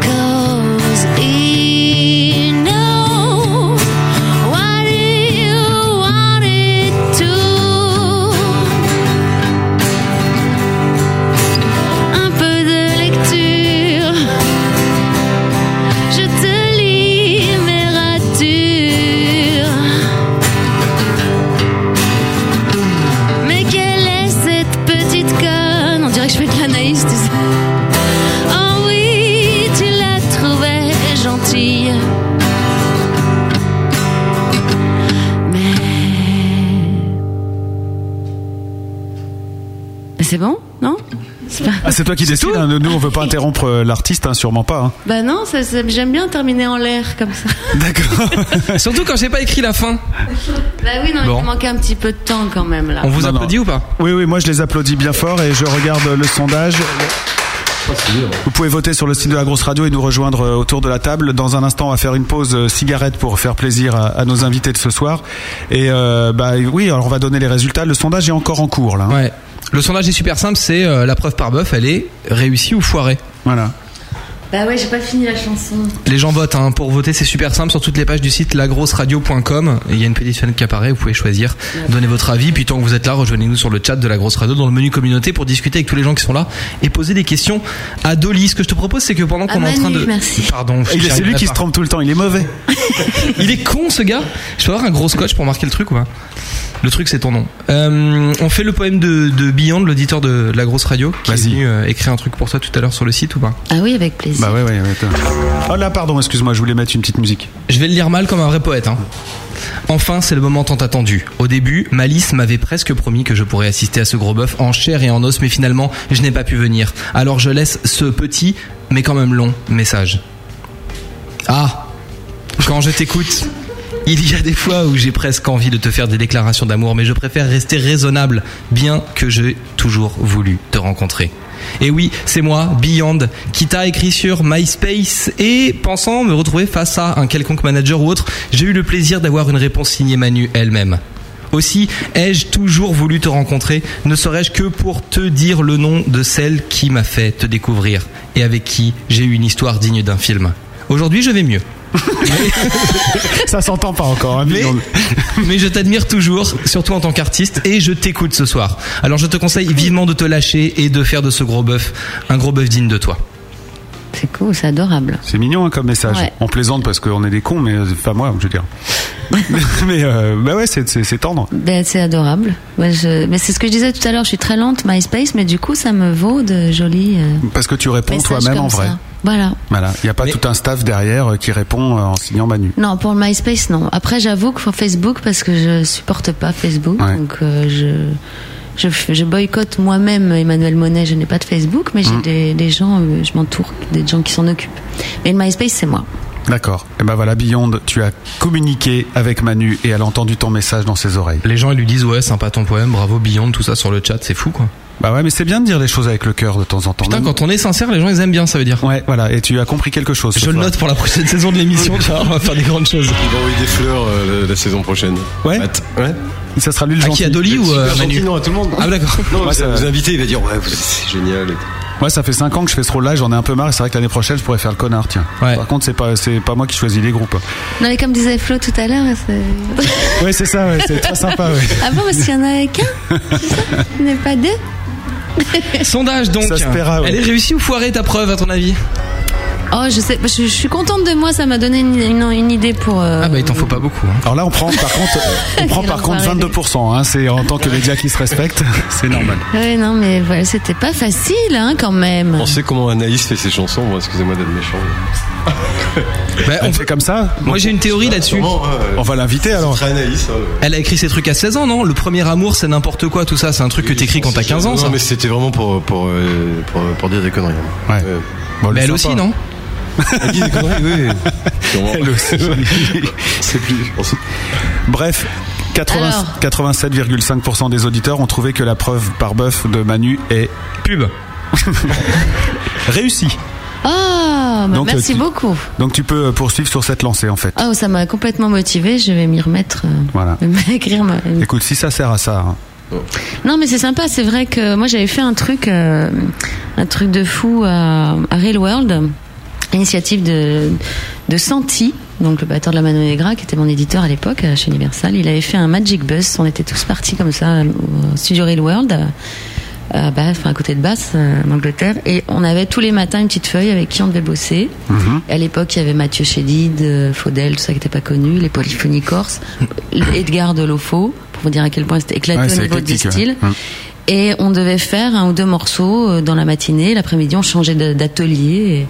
[SPEAKER 10] Cause he knows what he wanted to. Un peu de lecture, je te lis mes ratures. Mais quelle est cette petite conne? On dirait que je fais de l'analyse, tu sais. Oh oui, tu la trouvais gentille. Mais. C'est bon, non C'est pas-
[SPEAKER 4] Ah, c'est toi qui décides. hein. Nous, on veut pas interrompre euh, l'artiste, hein, sûrement pas. hein.
[SPEAKER 10] Bah non, ça- ça- j'aime bien terminer en l'air comme ça.
[SPEAKER 4] D'accord.
[SPEAKER 5] Surtout quand j'ai pas écrit la fin.
[SPEAKER 10] Bah oui, non,
[SPEAKER 5] Bon.
[SPEAKER 10] il manquait un petit peu de temps quand même là.
[SPEAKER 5] On vous
[SPEAKER 4] Non, non.
[SPEAKER 5] applaudit ou pas
[SPEAKER 4] Oui, oui, moi je les applaudis bien fort et je regarde le sondage. Vous pouvez voter sur le site de la grosse radio et nous rejoindre euh, autour de la table. Dans un instant, on va faire une pause euh, cigarette pour faire plaisir à, à nos invités de ce soir. Et euh, bah oui, alors on va donner les résultats. Le sondage est encore en cours là. hein.
[SPEAKER 5] Ouais. Le sondage est super simple, c'est euh, la preuve par bœuf, elle est réussie ou foirée.
[SPEAKER 4] Voilà.
[SPEAKER 10] Bah ouais, j'ai pas fini la chanson.
[SPEAKER 5] Les gens votent, hein. pour voter c'est super simple sur toutes les pages du site lagrosseradio.com. Il y a une petite fenêtre qui apparaît, vous pouvez choisir, donner votre avis, puis tant que vous êtes là, rejoignez-nous sur le chat de la grosse radio dans le menu communauté pour discuter avec tous les gens qui sont là et poser des questions à Dolly. Ce que je te propose c'est que pendant
[SPEAKER 10] À
[SPEAKER 5] qu'on est en train
[SPEAKER 10] Manu,
[SPEAKER 5] de...
[SPEAKER 10] merci.
[SPEAKER 5] Pardon,
[SPEAKER 4] Il
[SPEAKER 5] j'y
[SPEAKER 4] est- Eh, C'est
[SPEAKER 5] arriverai
[SPEAKER 4] lui qui se
[SPEAKER 5] pas.
[SPEAKER 4] trompe tout le temps. Il est mauvais.
[SPEAKER 5] Il est con ce gars Je peux avoir un gros scotch pour marquer le truc ou pas Le truc c'est ton nom. Euh, on fait le poème de, de Beyond, l'auditeur de la grosse radio, qui est
[SPEAKER 4] Vas-y.
[SPEAKER 5] venu euh, écrire un truc pour toi tout à l'heure sur le site ou pas
[SPEAKER 6] Ah oui, avec plaisir.
[SPEAKER 4] Bah ouais, ouais. ouais, attends. oh là, pardon. Excuse-moi, je voulais mettre une petite musique.
[SPEAKER 5] Je vais le lire mal comme un vrai poète. Hein. Enfin, c'est le moment tant attendu. Au début, Malice m'avait presque promis que je pourrais assister à ce gros bœuf en chair et en os, mais finalement, je n'ai pas pu venir. Alors je laisse ce petit, mais quand même long, message. Ah Quand je t'écoute, il y a des fois où j'ai presque envie de te faire des déclarations d'amour, mais je préfère rester raisonnable, bien que j'ai toujours voulu te rencontrer. Et oui, c'est moi, Beyond, qui t'a écrit sur MySpace et pensant me retrouver face à un quelconque manager ou autre, j'ai eu le plaisir d'avoir une réponse signée Manu elle-même. Aussi, ai-je toujours voulu te rencontrer, ne serais-je que pour te dire le nom de celle qui m'a fait te découvrir et avec qui j'ai eu une histoire digne d'un film. Aujourd'hui, je vais mieux.
[SPEAKER 4] Ça s'entend pas encore. hein,
[SPEAKER 5] Mais,
[SPEAKER 4] Beyond.
[SPEAKER 5] mais je t'admire toujours, surtout en tant qu'artiste, et je t'écoute ce soir. Alors je te conseille vivement de te lâcher et de faire de ce gros bœuf un gros bœuf digne de toi.
[SPEAKER 6] C'est cool, c'est adorable.
[SPEAKER 4] C'est mignon hein, comme message.
[SPEAKER 6] Ouais.
[SPEAKER 4] On plaisante parce qu'on est des cons, mais euh, enfin moi, je veux dire. mais euh, bah ouais, c'est- c'est c'est tendre.
[SPEAKER 6] Ben, c'est adorable. Ouais, je- Mais c'est ce que je disais tout à l'heure, je suis très lente MySpace, mais du coup, ça me vaut de jolis. euh,
[SPEAKER 4] Parce que tu réponds
[SPEAKER 6] messages
[SPEAKER 4] toi-même
[SPEAKER 6] comme
[SPEAKER 4] en vrai.
[SPEAKER 6] ça. Voilà.
[SPEAKER 4] Voilà, il n'y a pas tout un staff derrière euh, qui répond euh, en signant Manu.
[SPEAKER 6] Non, pour le MySpace, non. Après, j'avoue que pour Facebook, parce que je supporte pas Facebook, donc euh, je, je, je boycotte moi-même Emmanuel Monet, je n'ai pas de Facebook, mais j'ai
[SPEAKER 4] Mm.
[SPEAKER 6] des, des gens, euh, je m'entoure des gens qui s'en occupent. Mais le MySpace, c'est moi.
[SPEAKER 4] D'accord. Et ben voilà, Beyond, tu as communiqué avec Manu et elle a entendu ton message dans ses oreilles.
[SPEAKER 5] Les gens ils lui disent ouais sympa ton poème, bravo Beyond, tout ça sur le chat, c'est fou quoi.
[SPEAKER 4] Bah ouais, mais c'est bien de dire les choses avec le cœur de temps en temps.
[SPEAKER 5] Putain, quand on est sincère, les gens ils aiment bien, ça veut dire.
[SPEAKER 4] Ouais, voilà, et tu as compris quelque chose.
[SPEAKER 5] Je le note pour la prochaine saison de l'émission, tu vois, on va faire des grandes choses.
[SPEAKER 7] Il va envoyer des fleurs euh, la, la saison prochaine.
[SPEAKER 4] Ouais.
[SPEAKER 7] Ouais.
[SPEAKER 4] Ça sera lui le
[SPEAKER 5] À
[SPEAKER 4] gentil.
[SPEAKER 5] qui, à Dolly ou euh,
[SPEAKER 7] Super
[SPEAKER 5] Manu
[SPEAKER 7] gentil, non, à tout le monde.
[SPEAKER 5] Ah d'accord.
[SPEAKER 7] Non,
[SPEAKER 4] Ouais,
[SPEAKER 7] vous,
[SPEAKER 4] ça-
[SPEAKER 7] vous invitez, il va dire ouais, vous- c'est génial. et tout.
[SPEAKER 4] Moi, ça fait 5 ans que je fais ce rôle-là, j'en ai un peu marre. et C'est vrai que l'année prochaine, je pourrais faire le connard, tiens. Par contre, c'est pas, c'est pas moi qui choisis les groupes.
[SPEAKER 6] Non, mais comme disait Flo tout à l'heure, c'est.
[SPEAKER 4] Ouais, c'est ça, ouais, c'est très sympa, ouais.
[SPEAKER 6] Ah bon, parce qu'il y en a qu'un Il n'y en a pas deux
[SPEAKER 5] Sondage donc.
[SPEAKER 4] Ça se paiera, ouais.
[SPEAKER 5] Elle est réussie ou foirée ta preuve à ton avis
[SPEAKER 6] Oh, je sais, je, je suis contente de moi, ça m'a donné une, une- une idée pour. euh,
[SPEAKER 5] Ah bah il t'en faut pas beaucoup. hein.
[SPEAKER 4] Alors là, on prend par contre, on prend par contre 22%. Hein, c'est en tant que média qui se respecte, c'est normal.
[SPEAKER 6] Ouais, non, mais voilà, c'était pas facile, hein, quand même.
[SPEAKER 7] On sait comment Anaïs fait ses chansons, moi, excusez-moi d'être méchant.
[SPEAKER 4] on fait comme ça.
[SPEAKER 5] Bah, Moi j'ai une théorie là-dessus.
[SPEAKER 4] On va l'inviter alors.
[SPEAKER 7] Très Anaïs. hein, le-
[SPEAKER 5] Elle a écrit ses trucs à 16 ans, non Le premier amour, c'est n'importe quoi, tout ça, c'est un truc que t'écris quand t'as 15 ans,
[SPEAKER 7] Non,
[SPEAKER 5] ça.
[SPEAKER 7] mais c'était vraiment pour, pour, euh, pour, pour dire des conneries. hein.
[SPEAKER 4] Ouais.
[SPEAKER 7] Euh,
[SPEAKER 4] Bon,
[SPEAKER 5] Mais
[SPEAKER 4] le
[SPEAKER 5] elle aussi,
[SPEAKER 4] sympa.
[SPEAKER 5] non
[SPEAKER 7] elle dit des conneries, oui. Sûrement.
[SPEAKER 4] Elle aussi.
[SPEAKER 7] C'est plus, je pense.
[SPEAKER 4] Bref. 80
[SPEAKER 6] Alors.
[SPEAKER 4] 87,5% des auditeurs ont trouvé que la preuve par bœuf de Manu est
[SPEAKER 5] Pub.
[SPEAKER 4] réussie.
[SPEAKER 6] Oh, bah,
[SPEAKER 4] Donc, euh,
[SPEAKER 6] merci
[SPEAKER 4] tu-
[SPEAKER 6] beaucoup.
[SPEAKER 4] Donc tu peux euh, poursuivre sur cette lancée en fait.
[SPEAKER 6] Oh, ça m'a complètement motivée, je vais m'y remettre. euh,
[SPEAKER 4] Voilà.
[SPEAKER 6] écrire ma-
[SPEAKER 4] Écoute, si ça sert à ça, hein.
[SPEAKER 6] Non, mais c'est sympa, c'est vrai que moi j'avais fait un truc, euh, un truc de fou à, à Real World, initiative de, de Santi, donc le batteur de la Mano Negra, qui était mon éditeur à l'époque euh, chez Universal. Il avait fait un Magic Bus, on était tous partis comme ça euh, au studio Real World. euh, À Bath, enfin à côté de Bath, euh, en Angleterre, et on avait tous les matins une petite feuille avec qui on devait bosser. Et À l'époque, il y avait Mathieu Chédid, euh, Faudel, tout ça qui n'était pas connu, les Polyphonies Corses, Edgar Delofo, pour vous dire à quel point c'était éclaté
[SPEAKER 4] Ouais,
[SPEAKER 6] au
[SPEAKER 4] c'est
[SPEAKER 6] niveau du
[SPEAKER 4] éclectique, ouais.
[SPEAKER 6] style.
[SPEAKER 4] Mm.
[SPEAKER 6] Et on devait faire un ou deux morceaux euh, dans la matinée. L'après-midi, on changeait de- d'atelier.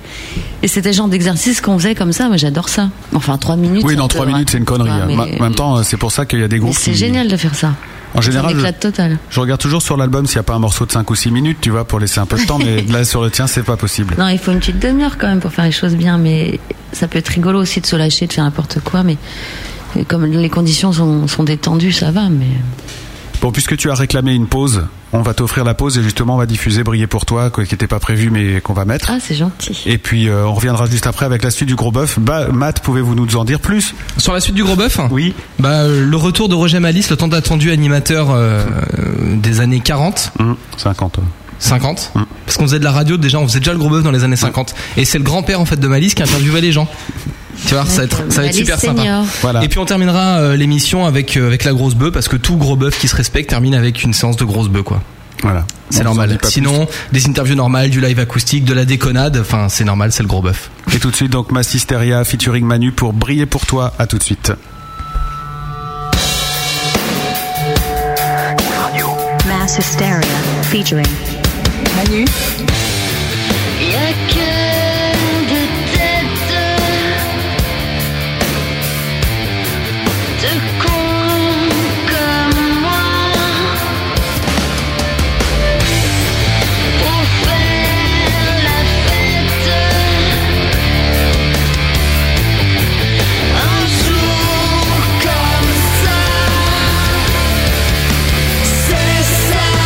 [SPEAKER 6] Et, et c'était le genre d'exercice qu'on faisait comme ça. Moi, j'adore ça. Enfin, trois minutes.
[SPEAKER 4] Oui,
[SPEAKER 6] c'est un
[SPEAKER 4] dans
[SPEAKER 6] peu
[SPEAKER 4] trois
[SPEAKER 6] vrai.
[SPEAKER 4] minutes, c'est une connerie.
[SPEAKER 6] Ouais,
[SPEAKER 4] hein.
[SPEAKER 6] Ah, mais-
[SPEAKER 4] Ma- En même temps, c'est pour ça qu'il y a des
[SPEAKER 6] mais
[SPEAKER 4] groupes
[SPEAKER 6] c'est
[SPEAKER 4] qui-
[SPEAKER 6] génial de faire ça.
[SPEAKER 4] En
[SPEAKER 6] C'est
[SPEAKER 4] général, euh,
[SPEAKER 6] un
[SPEAKER 4] je-
[SPEAKER 6] éclat total.
[SPEAKER 4] je regarde toujours sur l'album s'il n'y a pas un morceau de 5 ou 6 minutes, tu vois, pour laisser un peu de temps, mais là, sur le tien, c'est pas possible.
[SPEAKER 6] Non, il faut une petite demi-heure quand même pour faire les choses bien. Mais ça peut être rigolo aussi de se lâcher, de faire n'importe quoi. Mais mais comme les conditions sont, sont détendues, ça va. Mais
[SPEAKER 4] Bon, puisque tu as réclamé une pause, on va t'offrir la pause et justement, on va diffuser Briller pour toi, quoi, qui n'était pas prévu, mais qu'on va mettre.
[SPEAKER 6] ah, c'est gentil.
[SPEAKER 4] Et puis, euh, on reviendra juste après avec la suite du gros bœuf. Bah, Matt, pouvez-vous nous en dire plus
[SPEAKER 5] Sur la suite du gros bœuf
[SPEAKER 4] Oui.
[SPEAKER 5] Bah, euh, le retour de Roger Malice, le temps attendu animateur euh, euh, des années 40,
[SPEAKER 4] Hum, 50.
[SPEAKER 5] 50.
[SPEAKER 4] Hum.
[SPEAKER 5] Parce qu'on faisait de la radio, déjà, on faisait déjà le gros bœuf dans les années 50. Et c'est le grand-père, en fait, de Malice qui interviewait les gens. Tu vois, ça va être, ça va être
[SPEAKER 6] Alice
[SPEAKER 5] super sympa.
[SPEAKER 6] Senior.
[SPEAKER 4] Voilà.
[SPEAKER 5] Et puis on terminera euh, l'émission avec, euh, avec la grosse bœuf, parce que tout gros bœuf qui se respecte termine avec une séance de grosse bœuf, quoi.
[SPEAKER 4] Voilà.
[SPEAKER 5] C'est
[SPEAKER 4] On vous en
[SPEAKER 5] normal.
[SPEAKER 4] dit pas
[SPEAKER 5] Sinon, des interviews normales, du live acoustique, de la déconnade, enfin, c'est normal, c'est le gros bœuf.
[SPEAKER 4] plus. Et tout de suite, donc, Massisteria featuring Manu pour Briller pour toi. À tout de suite.
[SPEAKER 13] Mass Hysteria featuring Manu.
[SPEAKER 8] Y a que des têtes de cons comme moi pour faire la fête. Un jour comme ça, c'est ça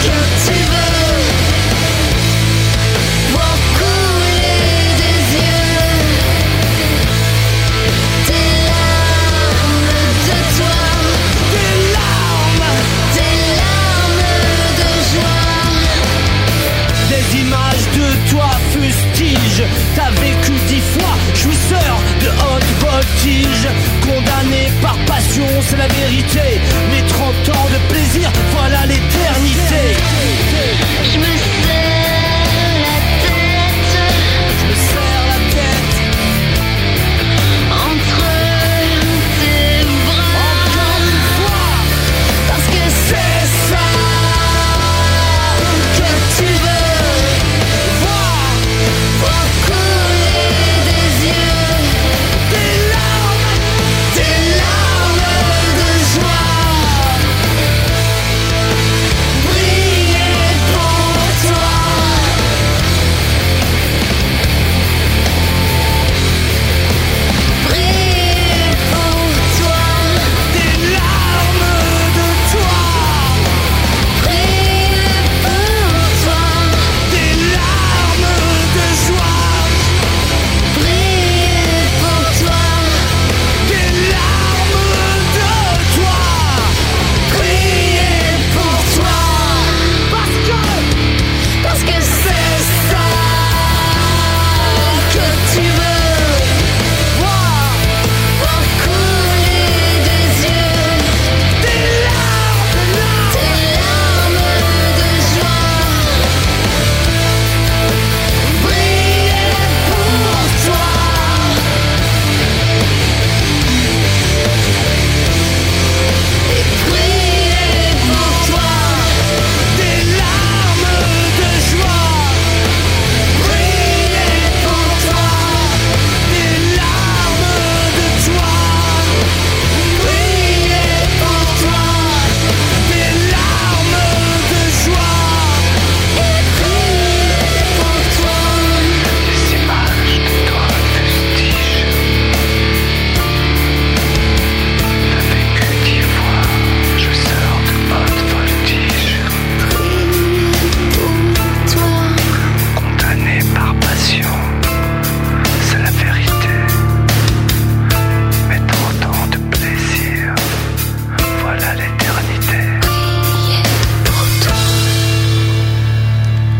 [SPEAKER 8] que tu veux.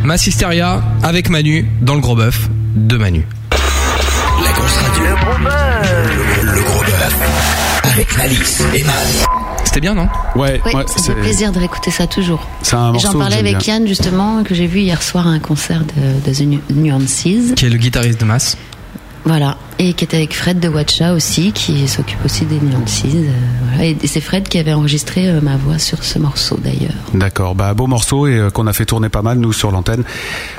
[SPEAKER 5] Mass Hysteria avec Manu dans le gros bœuf de Manu.
[SPEAKER 1] La grosse radio. Le gros bœuf. Le, gros bœuf. Avec Malice et Mal.
[SPEAKER 5] C'était bien, non
[SPEAKER 4] Ouais,
[SPEAKER 6] Ouais, ça fait plaisir de réécouter ça toujours.
[SPEAKER 4] C'est un morceau
[SPEAKER 6] J'en
[SPEAKER 4] que
[SPEAKER 6] parlais
[SPEAKER 4] j'aime
[SPEAKER 6] avec
[SPEAKER 4] bien.
[SPEAKER 6] Yann justement que j'ai vu hier soir à un concert de, de The Nu- Nuances.
[SPEAKER 5] Qui est le guitariste de Mass.
[SPEAKER 6] Voilà, et qui était avec Fred de Watcha aussi, qui s'occupe aussi des Nuances. euh, voilà. Et c'est Fred qui avait enregistré euh, ma voix sur ce morceau d'ailleurs.
[SPEAKER 4] D'accord, bah beau morceau et euh, qu'on a fait tourner pas mal nous sur l'antenne.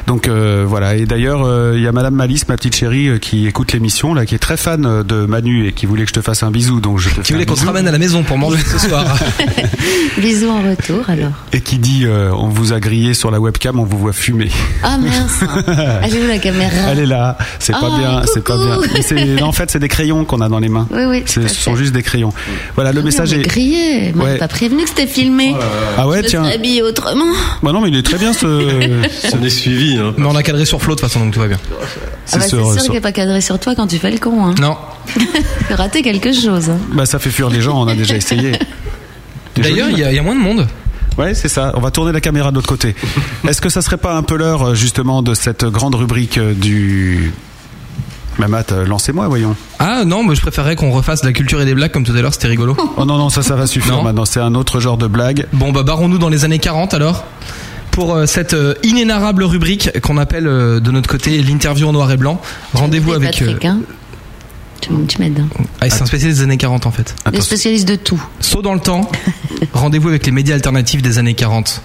[SPEAKER 4] Donc euh, voilà, et d'ailleurs euh, il y a Madame Malice, ma petite chérie, euh, qui écoute l'émission là, qui est très fan euh, de Manu et qui voulait que je te fasse un bisou, donc je te fais
[SPEAKER 5] Qui voulait
[SPEAKER 4] un
[SPEAKER 5] qu'on se
[SPEAKER 4] bisou.
[SPEAKER 5] ramène à la maison pour manger ce soir.
[SPEAKER 6] Bisous en retour alors.
[SPEAKER 4] Et qui dit euh, on vous a grillé sur la webcam, on vous voit fumer.
[SPEAKER 6] Ah mince Elle est où la caméra
[SPEAKER 4] Elle est là, c'est pas
[SPEAKER 6] Ah,
[SPEAKER 4] bien, c'est pas
[SPEAKER 6] coucou.
[SPEAKER 4] bien. Mais c'est- non, en fait, c'est des crayons qu'on a dans les mains.
[SPEAKER 6] Oui, oui, tout
[SPEAKER 4] C'est-
[SPEAKER 6] à
[SPEAKER 4] ce sont
[SPEAKER 6] fait.
[SPEAKER 4] juste des crayons. Voilà, le
[SPEAKER 6] Oui,
[SPEAKER 4] message
[SPEAKER 6] on m'a
[SPEAKER 4] est.
[SPEAKER 6] grillé. On m'a
[SPEAKER 4] Ouais.
[SPEAKER 6] pas prévenu que c'était filmé.
[SPEAKER 4] Ah ouais,
[SPEAKER 6] je me
[SPEAKER 4] tiens.
[SPEAKER 6] serais habillée autrement.
[SPEAKER 4] Bah non, mais il est très bien ce.
[SPEAKER 7] On est suivi. Hein.
[SPEAKER 5] Mais on a cadré sur Flo de toute façon, donc tout va bien.
[SPEAKER 6] Ah bah, c'est sûr qu'il n'est pas cadré sur toi quand tu fais le con. Hein.
[SPEAKER 5] Non.
[SPEAKER 6] Tu raté quelque chose. hein.
[SPEAKER 4] Bah ça fait fuir les gens, on a déjà essayé.
[SPEAKER 5] D'ailleurs, il y a- il y a moins de monde.
[SPEAKER 4] Ouais, c'est ça. On va tourner la caméra de l'autre côté. Est-ce que ça serait pas un peu l'heure, euh, justement, de cette grande rubrique euh, du. Mamat, euh, lancez-moi, voyons.
[SPEAKER 5] Ah non, mais je préférerais qu'on refasse de la culture et des blagues comme tout à l'heure, c'était rigolo.
[SPEAKER 4] Oh non, non, ça, ça va suffire
[SPEAKER 5] Non.
[SPEAKER 4] maintenant. C'est un autre genre de blague.
[SPEAKER 5] Bon, bah barrons-nous dans les années 40 alors pour euh, cette euh, inénarrable rubrique qu'on appelle euh, de notre côté l'interview en noir et blanc. Rendez-vous avec... euh,
[SPEAKER 6] Patrick, hein. Tu, tu m'aides. hein.
[SPEAKER 5] Ah, c'est un spécialiste des années 40 en fait.
[SPEAKER 6] Les spécialistes de tout.
[SPEAKER 5] Saut dans le temps. Rendez-vous avec les médias alternatifs des années 40.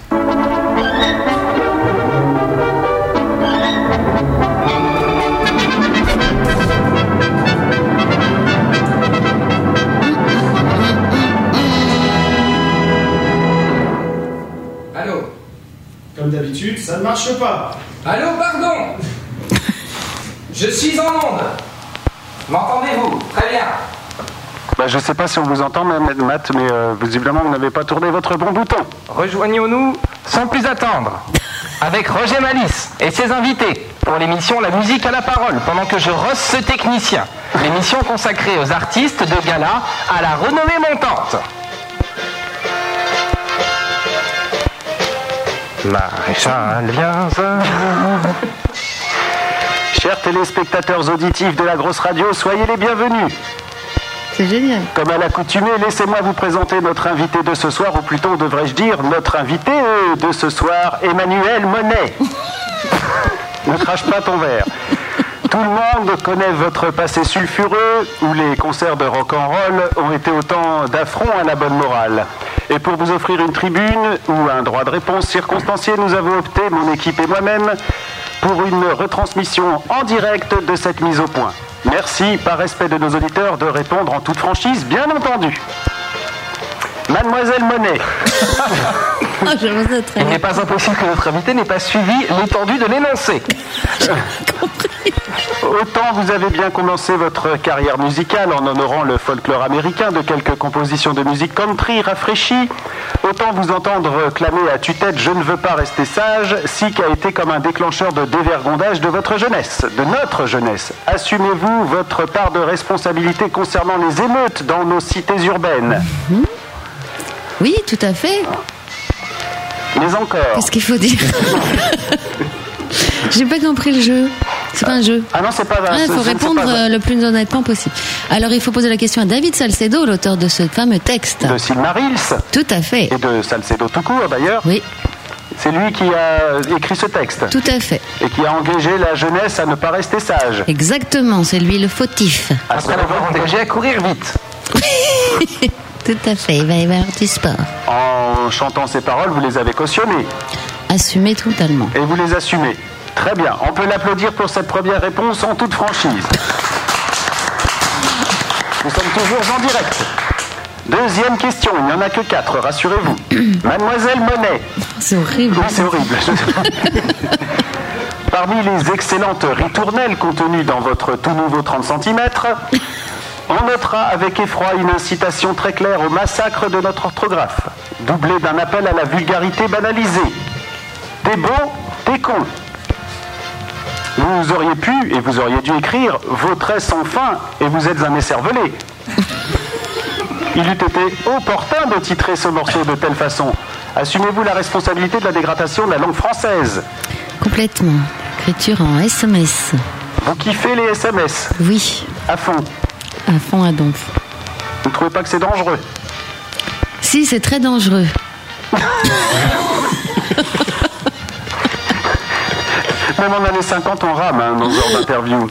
[SPEAKER 5] Allô
[SPEAKER 4] Comme d'habitude, ça ne marche pas.
[SPEAKER 5] Allô, pardon Je suis en onde M'entendez-vous Très bien
[SPEAKER 4] Bah, je sais pas si on vous entend, même Matt, mais visiblement, vous n'avez pas tourné votre bon bouton.
[SPEAKER 11] Rejoignons-nous sans plus attendre avec Roger Malice et ses invités pour l'émission La musique à la parole pendant que je rosse ce technicien. L'émission consacrée aux artistes de gala à la renommée montante. Maréchal, viens.
[SPEAKER 2] Chers téléspectateurs auditifs de la grosse radio, soyez les bienvenus.
[SPEAKER 6] C'est génial.
[SPEAKER 2] Comme à l'accoutumée, laissez-moi vous présenter notre invité de ce soir, ou plutôt devrais-je dire notre invité euh, de ce soir, Emmanuel Monet. ne crache pas ton verre. Tout le monde connaît votre passé sulfureux, où les concerts de rock'n'roll ont été autant d'affronts à la bonne morale. Et pour vous offrir une tribune ou un droit de réponse circonstancié, nous avons opté, mon équipe et moi-même, pour une retransmission en direct de cette mise au point. Merci, par respect de nos auditeurs, de répondre en toute franchise, bien entendu. Mademoiselle Monet.
[SPEAKER 6] Ah,
[SPEAKER 11] Il n'est pas impossible que notre invité n'ait pas suivi l'étendue de l'énoncé.
[SPEAKER 2] Autant vous avez bien commencé votre carrière musicale en honorant le folklore américain de quelques compositions de musique country rafraîchies, autant vous entendre clamer à tue-tête Je ne veux pas rester sage, SIC a été comme un déclencheur de dévergondage de votre jeunesse, de notre jeunesse. Assumez-vous votre part de responsabilité concernant les émeutes dans nos cités urbaines.
[SPEAKER 6] Oui, tout à fait.
[SPEAKER 2] Mais encore.
[SPEAKER 6] Qu'est-ce qu'il faut dire J'ai pas compris le jeu. C'est pas un jeu.
[SPEAKER 2] Ah non, c'est pas
[SPEAKER 6] Il
[SPEAKER 2] c'est-
[SPEAKER 6] faut
[SPEAKER 2] c'est- c'est
[SPEAKER 6] répondre
[SPEAKER 2] pas-
[SPEAKER 6] euh, le plus honnêtement possible. Alors, il faut poser la question à David Salcedo, l'auteur de ce fameux texte.
[SPEAKER 2] De Silmarils.
[SPEAKER 6] Tout à fait.
[SPEAKER 2] Et de Salcedo tout court d'ailleurs.
[SPEAKER 6] Oui.
[SPEAKER 2] C'est lui qui a écrit ce texte.
[SPEAKER 6] Tout à fait.
[SPEAKER 2] Et qui a engagé la jeunesse à ne pas rester sage.
[SPEAKER 6] Exactement, c'est lui le fautif.
[SPEAKER 2] Après l'avoir engagé à courir vite.
[SPEAKER 6] Tout à fait, il va y avoir du sport.
[SPEAKER 2] En chantant ces paroles, vous les avez cautionnées.
[SPEAKER 6] Assumé totalement.
[SPEAKER 2] Et vous les assumez. Très bien. On peut l'applaudir pour cette première réponse en toute franchise. Nous sommes toujours en direct. Deuxième question, il n'y en a que quatre, rassurez-vous. Mademoiselle Monet.
[SPEAKER 6] C'est horrible.
[SPEAKER 2] Oui, Ah, c'est horrible. Parmi les excellentes ritournelles contenues dans votre tout nouveau 30 cm, on notera avec effroi une incitation très claire au massacre de notre orthographe, doublée d'un appel à la vulgarité banalisée. T'es beau, t'es con. Vous auriez pu et vous auriez dû écrire Vos traits sont fins et vous êtes un écervelé. Il eût été opportun de titrer ce morceau de telle façon. Assumez-vous la responsabilité de la dégradation de la langue française.
[SPEAKER 6] Complètement. Écriture en SMS.
[SPEAKER 2] Vous kiffez les SMS
[SPEAKER 6] Oui.
[SPEAKER 2] À fond.
[SPEAKER 6] À fond à donf.
[SPEAKER 2] Vous trouvez pas que c'est dangereux
[SPEAKER 6] Si, c'est très dangereux.
[SPEAKER 2] Même en années 50, on rame hein, dans ce genre d'interview.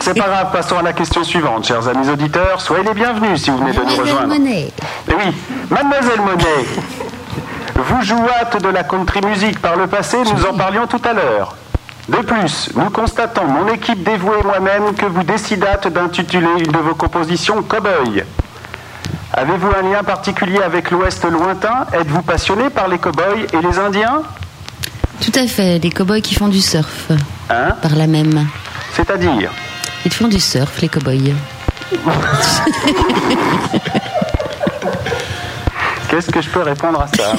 [SPEAKER 2] C'est pas grave, passons à la question suivante, chers amis auditeurs. Soyez les bienvenus si vous venez de nous rejoindre. Eh oui, Mademoiselle Monet, vous jouâtes de la country music par le passé, nous en parlions tout à l'heure. De plus, nous constatons, mon équipe dévouée et moi-même, que vous décidâtes d'intituler une de vos compositions Cowboy. Avez-vous un lien particulier avec l'Ouest lointain Êtes-vous passionné par les cowboys et les Indiens
[SPEAKER 6] Tout à fait, les cow-boys qui font du surf.
[SPEAKER 2] Hein
[SPEAKER 6] Par la même.
[SPEAKER 2] C'est-à-dire
[SPEAKER 6] Ils font du surf, les cow-boys.
[SPEAKER 2] Qu'est-ce que je peux répondre à ça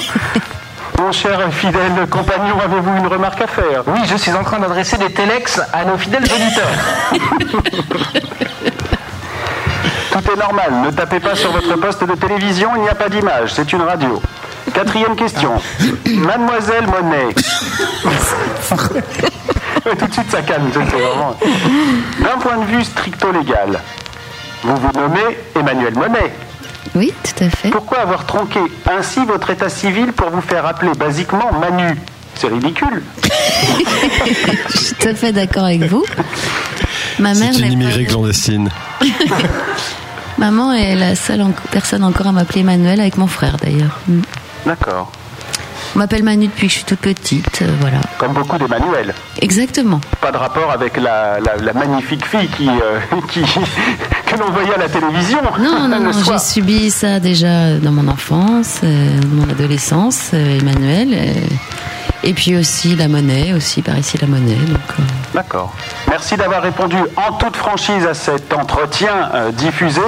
[SPEAKER 2] Mon cher fidèle compagnon, avez-vous une remarque à faire
[SPEAKER 11] Oui, je suis en train d'adresser des télex à nos fidèles auditeurs.
[SPEAKER 2] Tout est normal, ne tapez pas sur votre poste de télévision, il n'y a pas d'image, c'est une radio. Quatrième question.
[SPEAKER 11] Ah.
[SPEAKER 2] Mademoiselle Monet. Ouais, Tout de suite, ça calme, je le sais, vraiment. D'un point de vue stricto légal, vous vous nommez Emmanuel Monet.
[SPEAKER 6] Oui, tout à fait.
[SPEAKER 2] Pourquoi avoir tronqué ainsi votre état civil pour vous faire appeler basiquement Manu C'est ridicule.
[SPEAKER 6] Je suis tout à fait d'accord avec vous. Ma mère,
[SPEAKER 7] C'est une
[SPEAKER 6] n'est pas-
[SPEAKER 7] immigrée clandestine.
[SPEAKER 6] Maman est la seule en- personne encore à m'appeler Manuel, avec mon frère d'ailleurs. Mm.
[SPEAKER 2] D'accord.
[SPEAKER 6] On m'appelle Manu depuis que je suis toute petite, euh, voilà.
[SPEAKER 2] Comme beaucoup d'Emmanuel.
[SPEAKER 6] Exactement.
[SPEAKER 2] Pas de rapport avec la, la- la magnifique fille qui, euh, qui- que l'on voyait à la télévision.
[SPEAKER 6] Non, non,
[SPEAKER 2] Ah, le
[SPEAKER 6] non, j'ai
[SPEAKER 2] soir.
[SPEAKER 6] subi ça déjà dans mon enfance, euh, dans mon adolescence, euh, Emmanuel. euh, et puis aussi la monnaie, aussi par ici la monnaie. Donc, euh,
[SPEAKER 2] D'accord. Merci d'avoir répondu en toute franchise à cet entretien euh, diffusé.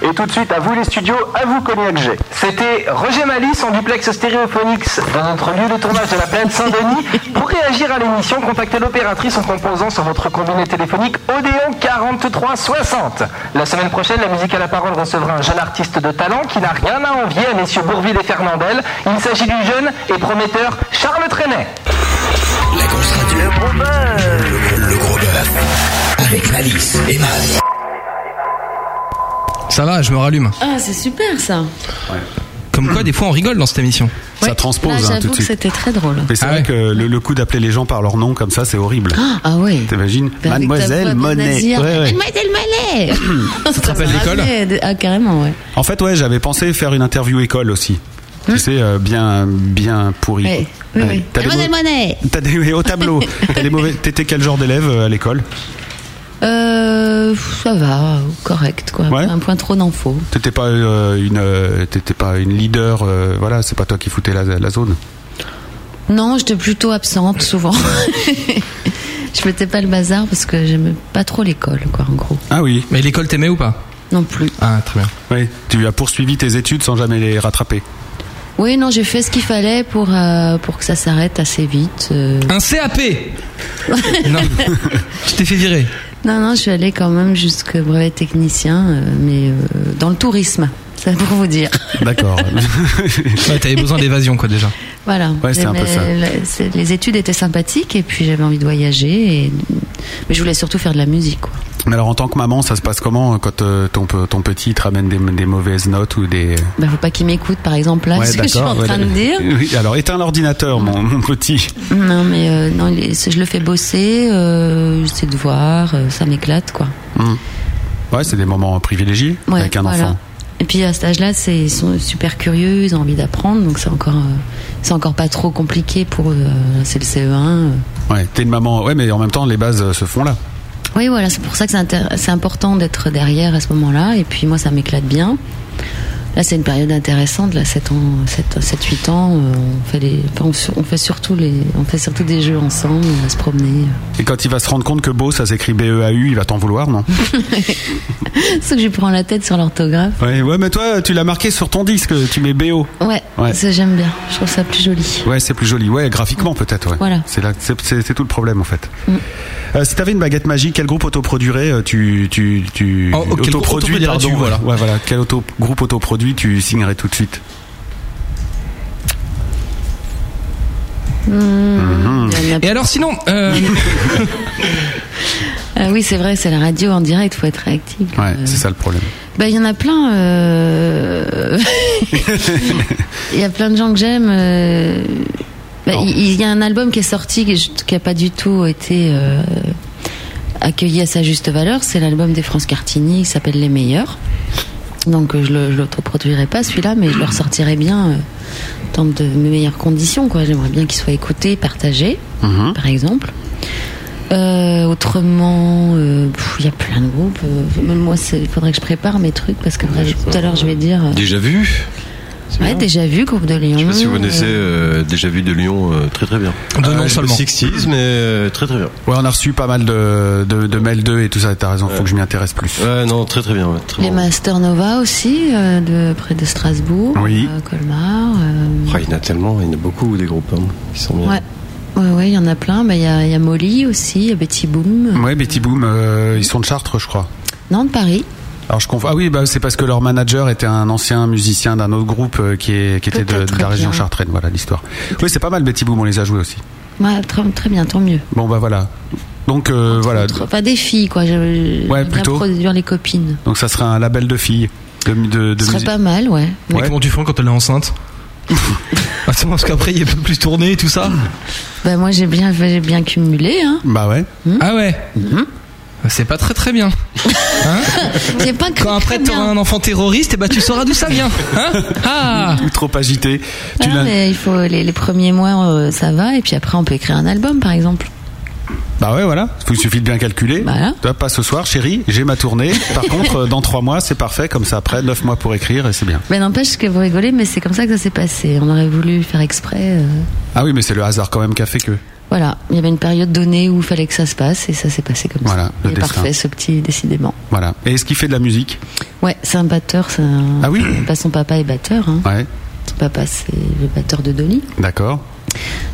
[SPEAKER 2] Et tout de suite, à vous les studios, à vous Cognac G.
[SPEAKER 11] C'était Roger Malice en duplex stéréophonix dans notre lieu de tournage de la plaine Saint-Denis. Pour réagir à l'émission, contactez l'opératrice en composant sur votre combiné téléphonique Odéon 4360. La semaine prochaine, la musique à la parole recevra un jeune artiste de talent qui n'a rien à envier à messieurs Bourville et Fernandel. Il s'agit du jeune et prometteur Charles Trenet.
[SPEAKER 1] La grosse radio. Le gros bœuf. Le, gros bœuf. Avec Malice et Matt.
[SPEAKER 5] Ça va, je me rallume.
[SPEAKER 6] Ah, c'est super ça.
[SPEAKER 5] Comme quoi, des fois, on rigole dans cette émission.
[SPEAKER 4] Ça transpose
[SPEAKER 6] Là,
[SPEAKER 4] hein,
[SPEAKER 6] j'avoue
[SPEAKER 4] tout de
[SPEAKER 6] que
[SPEAKER 4] suite.
[SPEAKER 6] c'était très drôle.
[SPEAKER 4] Mais c'est vrai que le, le coup d'appeler les gens par leur nom comme ça, c'est horrible.
[SPEAKER 6] Ah, ah ouais.
[SPEAKER 4] T'imagines
[SPEAKER 6] Avec ta voix
[SPEAKER 4] Mademoiselle
[SPEAKER 6] bien
[SPEAKER 4] Monet.
[SPEAKER 6] nasillarde.
[SPEAKER 4] Ouais, ouais.
[SPEAKER 6] Mademoiselle Monet Ça te
[SPEAKER 4] rappelle l'école
[SPEAKER 6] Ah, carrément, ouais. Hein
[SPEAKER 4] En fait, ouais, j'avais pensé faire une interview école aussi. Tu sais, euh, bien, bien pourri.
[SPEAKER 6] Ouais. Oui,
[SPEAKER 4] Ouais.
[SPEAKER 6] oui.
[SPEAKER 4] T'as des
[SPEAKER 6] Mademoiselle
[SPEAKER 4] mau-
[SPEAKER 6] Monet
[SPEAKER 4] T'as des oui, au tableau. T'as des mauvais. T'étais quel genre d'élève euh, à l'école
[SPEAKER 6] Euh. Ça va, correct, quoi.
[SPEAKER 4] Ouais.
[SPEAKER 6] Un point trop d'infos.
[SPEAKER 4] T'étais pas euh, une, euh, t'étais pas une leader. euh, voilà, c'est pas toi qui foutais la, la zone.
[SPEAKER 6] Non, j'étais plutôt absente souvent. je mettais pas le bazar parce que j'aimais pas trop l'école, quoi, en gros.
[SPEAKER 4] Ah oui.
[SPEAKER 5] Mais l'école t'aimait ou pas
[SPEAKER 6] Non plus.
[SPEAKER 5] Ah, très bien.
[SPEAKER 4] Oui. Tu as poursuivi tes études sans jamais les rattraper.
[SPEAKER 6] Oui, non, j'ai fait ce qu'il fallait pour, euh, pour que ça s'arrête assez vite. euh.
[SPEAKER 5] Un CAP Non, je t'ai fait virer.
[SPEAKER 6] Non, non, je suis allée quand même jusque brevet technicien, euh, mais euh, dans le tourisme, ça pour vous dire.
[SPEAKER 4] D'accord.
[SPEAKER 5] ouais, t'avais besoin d'évasion, quoi, déjà.
[SPEAKER 6] Voilà.
[SPEAKER 5] Ouais, c'était un peu
[SPEAKER 6] J'aimais-
[SPEAKER 5] ça.
[SPEAKER 6] la- c'est- les études étaient sympathiques et puis j'avais envie de voyager. et- Mais je voulais surtout faire de la musique. Quoi.
[SPEAKER 4] Mais alors, en tant que maman, ça se passe comment euh, quand euh, ton pe- ton petit te ramène des, des mauvaises notes ou des
[SPEAKER 6] Ben, faut pas qu'ils m'écoutent, par exemple, là,
[SPEAKER 4] Ouais,
[SPEAKER 6] Ah, ce que je suis en
[SPEAKER 4] d'accord, ouais,
[SPEAKER 6] train de dire.
[SPEAKER 4] Oui, alors éteins l'ordinateur, mon, mon petit.
[SPEAKER 6] Non, mais euh, non, il est- je le fais bosser, euh, je sais devoir, euh, ça m'éclate, quoi.
[SPEAKER 4] Hmm. Ouais, c'est des moments privilégiés
[SPEAKER 6] Ouais,
[SPEAKER 4] avec un
[SPEAKER 6] voilà.
[SPEAKER 4] enfant.
[SPEAKER 6] Et puis à cet âge-là, c'est- ils sont super curieux, ils ont envie d'apprendre, donc c'est encore, euh, c'est encore pas trop compliqué pour eux. euh, c'est le CE1. euh.
[SPEAKER 4] Ouais, t'es une maman. Ouais, mais en même temps, les bases euh, se font là.
[SPEAKER 6] Oui, voilà, c'est pour ça que c'est intér- c'est important d'être derrière à ce moment-là. Et puis moi, ça m'éclate bien. Là, c'est une période intéressante. Là, 7 ans, 7, 7 8 ans, euh, on fait les, enfin, on, sur- on fait surtout les, on fait surtout des jeux ensemble, on va se promener.
[SPEAKER 4] Et quand il va se rendre compte que beau, ça s'écrit B-E-A-U, il va t'en vouloir, non
[SPEAKER 6] Sauf que je lui prends la tête sur l'orthographe.
[SPEAKER 4] ouais, ouais, mais toi, tu l'as marqué sur ton disque, tu mets B-O.
[SPEAKER 6] Ouais,
[SPEAKER 4] Ouais.
[SPEAKER 6] ça j'aime bien. Je trouve ça plus joli.
[SPEAKER 4] Ouais, c'est plus joli. Ouais, graphiquement peut-être. Ouais.
[SPEAKER 6] Voilà.
[SPEAKER 4] C'est là, c'est- c'est c'est tout le problème en fait.
[SPEAKER 6] Mm.
[SPEAKER 4] Euh, si t'avais une baguette magique, quel groupe autoproduirait euh, tu tu tu
[SPEAKER 5] Oh, oh, quel groupe autoproduirais-tu,
[SPEAKER 4] pardon,
[SPEAKER 5] voilà.
[SPEAKER 4] Ouais, voilà. Quel auto, groupe autoproduit tu signerais tout de suite Hmm.
[SPEAKER 6] Mmh. Il y en a n'a
[SPEAKER 5] Et alors sinon, euh,
[SPEAKER 6] Ah oui, c'est vrai, c'est la radio en direct, faut être réactif.
[SPEAKER 4] Ouais, c'est ça le problème.
[SPEAKER 6] Bah, il y en a plein. euh, Il y a plein de gens que j'aime. euh, bah, Il il y a un album qui est sorti qui est- qui a pas du tout été euh, accueilli à sa juste valeur. C'est l'album des France Cartini qui s'appelle Les Meilleurs. Donc euh, je ne l'autoproduirai pas celui-là, mais je le ressortirai bien euh, dans de mes meilleures conditions. quoi. J'aimerais bien qu'il soit écouté, partagé,
[SPEAKER 8] Mhm.
[SPEAKER 6] par exemple. Euh, autrement, euh, pff, il y a plein de groupes. euh, même moi, c'est- il faudrait que je prépare mes trucs parce que là, tout à l'heure, je vais dire. euh,
[SPEAKER 7] Déjà vu
[SPEAKER 6] ouais, déjà vu, groupe de Lyon.
[SPEAKER 7] Je sais pas si vous connaissez euh, Déjà vu de Lyon, euh, très très bien.
[SPEAKER 4] De nom
[SPEAKER 7] le
[SPEAKER 4] seulement.
[SPEAKER 7] 60s, mais euh, très très bien.
[SPEAKER 4] Ouais, on a reçu pas mal de, de, de mails d'eux et tout ça, t'as raison, faut que je m'y intéresse plus.
[SPEAKER 7] Ouais, non, très très bien. ouais, très
[SPEAKER 6] Les
[SPEAKER 7] bon.
[SPEAKER 6] Master Nova aussi, euh, de, près de Strasbourg,
[SPEAKER 7] Oui.
[SPEAKER 6] euh, Colmar. euh,
[SPEAKER 7] Ah, il y en a tellement, il y en a beaucoup des groupes hein, qui sont bien.
[SPEAKER 6] ouais, ouais, ouais, il y en a plein. Bah, Il y, a- il y a Molly aussi, il y a Betty Boom.
[SPEAKER 4] Ouais, Betty Boom, euh, ils sont de Chartres, je crois.
[SPEAKER 6] Non, de Paris.
[SPEAKER 4] Alors je conf... Ah oui, bah, c'est parce que leur manager était un ancien musicien d'un autre groupe euh, qui, est, qui était de, de la région chartraine, voilà l'histoire. Oui, c'est pas mal, Betty Boom, on les a joués aussi.
[SPEAKER 6] Ouais, très, très bien, tant mieux.
[SPEAKER 4] Bon, bah voilà. Donc euh, voilà.
[SPEAKER 6] Enfin, des filles, quoi. Je, je-
[SPEAKER 4] Ouais,
[SPEAKER 6] j'aime bien
[SPEAKER 4] plutôt.
[SPEAKER 6] produire les copines.
[SPEAKER 4] Donc ça serait un label de filles. De, de, de
[SPEAKER 6] Ce serait
[SPEAKER 4] musique.
[SPEAKER 6] pas mal, ouais.
[SPEAKER 5] mais comment tu fais quand elle est enceinte Bah, Attends, parce qu'après il peut plus tourner et tout ça.
[SPEAKER 6] Bah, moi, j'ai bien, j'ai bien cumulé, hein.
[SPEAKER 4] Bah ouais.
[SPEAKER 5] Ah ouais.
[SPEAKER 6] Mm-hmm.
[SPEAKER 5] Bah, C'est pas très très bien.
[SPEAKER 6] J'ai pas
[SPEAKER 5] Quand après t'auras un enfant terroriste, et bah tu sauras d'où ça vient. Hein ah.
[SPEAKER 4] Ou trop agité.
[SPEAKER 6] Ah, mais il faut les, les premiers mois, euh, ça va, et puis après, on peut écrire un album, par exemple.
[SPEAKER 4] Bah ouais, voilà. Il suffit de bien calculer.
[SPEAKER 6] Bah
[SPEAKER 4] Toi, Pas ce soir, chérie, j'ai ma tournée. Par contre, euh, dans trois mois, c'est parfait. Comme ça, après, neuf mois pour écrire et c'est bien.
[SPEAKER 6] Mais n'empêche que vous rigolez, mais c'est comme ça que ça s'est passé. On aurait voulu faire exprès. euh,
[SPEAKER 4] Ah oui, mais c'est le hasard quand même qu'a fait que.
[SPEAKER 6] Voilà, il y avait une période donnée où il fallait que ça se passe, et ça s'est passé comme
[SPEAKER 4] Voilà,
[SPEAKER 6] ça.
[SPEAKER 4] le
[SPEAKER 6] Il est
[SPEAKER 4] destin.
[SPEAKER 6] parfait, ce petit, décidément.
[SPEAKER 4] Voilà. Et est-ce qu'il fait de la musique
[SPEAKER 6] Ouais, c'est un batteur. c'est Un...
[SPEAKER 4] Ah oui
[SPEAKER 6] Bah, Son papa est batteur. Hein.
[SPEAKER 4] Ouais.
[SPEAKER 6] Son papa, c'est le batteur de Dolly.
[SPEAKER 4] D'accord.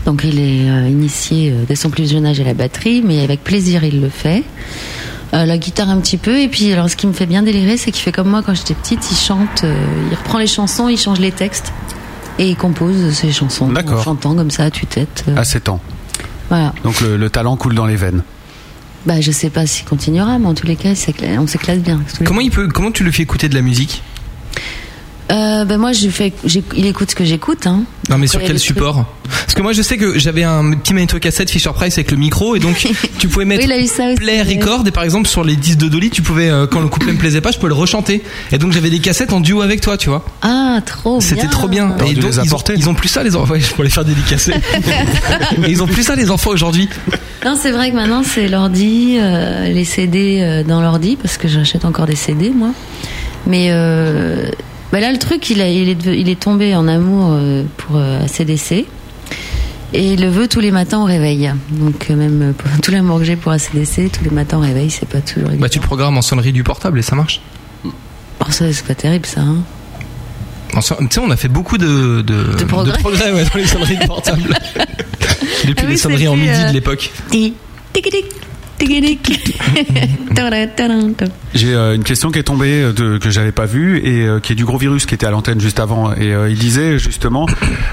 [SPEAKER 6] Donc il est euh, initié euh, dès son plus jeune âge à la batterie, mais avec plaisir il le fait. Euh, la guitare un petit peu, et puis alors ce qui me fait bien délirer, c'est qu'il fait comme moi quand j'étais petite, il chante, euh, il reprend les chansons, il change les textes, et il compose ses chansons en
[SPEAKER 4] D'accord. Ah.
[SPEAKER 6] chantant comme ça à tue-tête. euh,
[SPEAKER 4] À 7 ans.
[SPEAKER 6] Voilà.
[SPEAKER 4] Donc le, le talent coule dans les veines.
[SPEAKER 6] Bah je sais pas s'il continuera, mais en tous les cas c'est cla- on s'éclate bien. Tous les-
[SPEAKER 5] Comment il peut Comment tu le fais écouter de la musique
[SPEAKER 6] Euh, bah, moi je fais, j'ai- il écoute ce que j'écoute. Hein.
[SPEAKER 5] Non mais sur
[SPEAKER 6] Ouais,
[SPEAKER 5] quel
[SPEAKER 6] les trucs-
[SPEAKER 5] support Parce que moi je sais que j'avais un petit magnéto cassette Fisher Price avec le micro et donc tu pouvais mettre
[SPEAKER 6] Oui, il a eu ça aussi.
[SPEAKER 5] play record et par exemple sur les 10 de Dolly tu pouvais euh, quand le couplet me plaisait pas je pouvais le rechanter et donc j'avais des cassettes en duo avec toi tu vois.
[SPEAKER 6] Ah trop
[SPEAKER 5] C'était
[SPEAKER 6] bien.
[SPEAKER 5] trop bien.
[SPEAKER 4] T'aurais
[SPEAKER 5] Et
[SPEAKER 4] dû
[SPEAKER 5] donc,
[SPEAKER 4] les
[SPEAKER 5] ils, ont, ils ont plus ça les enfants. Ouais, je pourrais les faire dédicacer. Et ils ont plus ça les enfants aujourd'hui.
[SPEAKER 6] Non, c'est vrai que maintenant c'est l'ordi, euh, les CD euh, dans l'ordi, parce que j'achète encore des CD moi. Mais euh, bah là, le truc, il, a- il est, deve- il est tombé en amour euh, pour euh, ACDC. Et il le veut tous les matins au réveil. Donc, euh, même euh, pour- tout l'amour que j'ai pour ACDC, tous les matins au réveil, c'est pas toujours évident.
[SPEAKER 5] Bah tu le programmes en sonnerie du portable et ça marche.
[SPEAKER 6] Oh, ça, c'est pas terrible ça. hein.
[SPEAKER 5] En son- Tu sais on a fait beaucoup de de,
[SPEAKER 6] De progrès.
[SPEAKER 5] ouais, dans les sonneries du portable. Depuis
[SPEAKER 6] Ah oui,
[SPEAKER 5] les sonneries
[SPEAKER 6] c'est
[SPEAKER 5] en
[SPEAKER 6] plus,
[SPEAKER 5] midi
[SPEAKER 6] euh,
[SPEAKER 5] de l'époque.
[SPEAKER 6] Ti- tikidik, tikidik. Tada, tada, tada.
[SPEAKER 4] J'ai euh, une question qui est tombée euh, de, que j'avais pas vue et euh, qui est du gros virus qui était à l'antenne juste avant et euh, il disait justement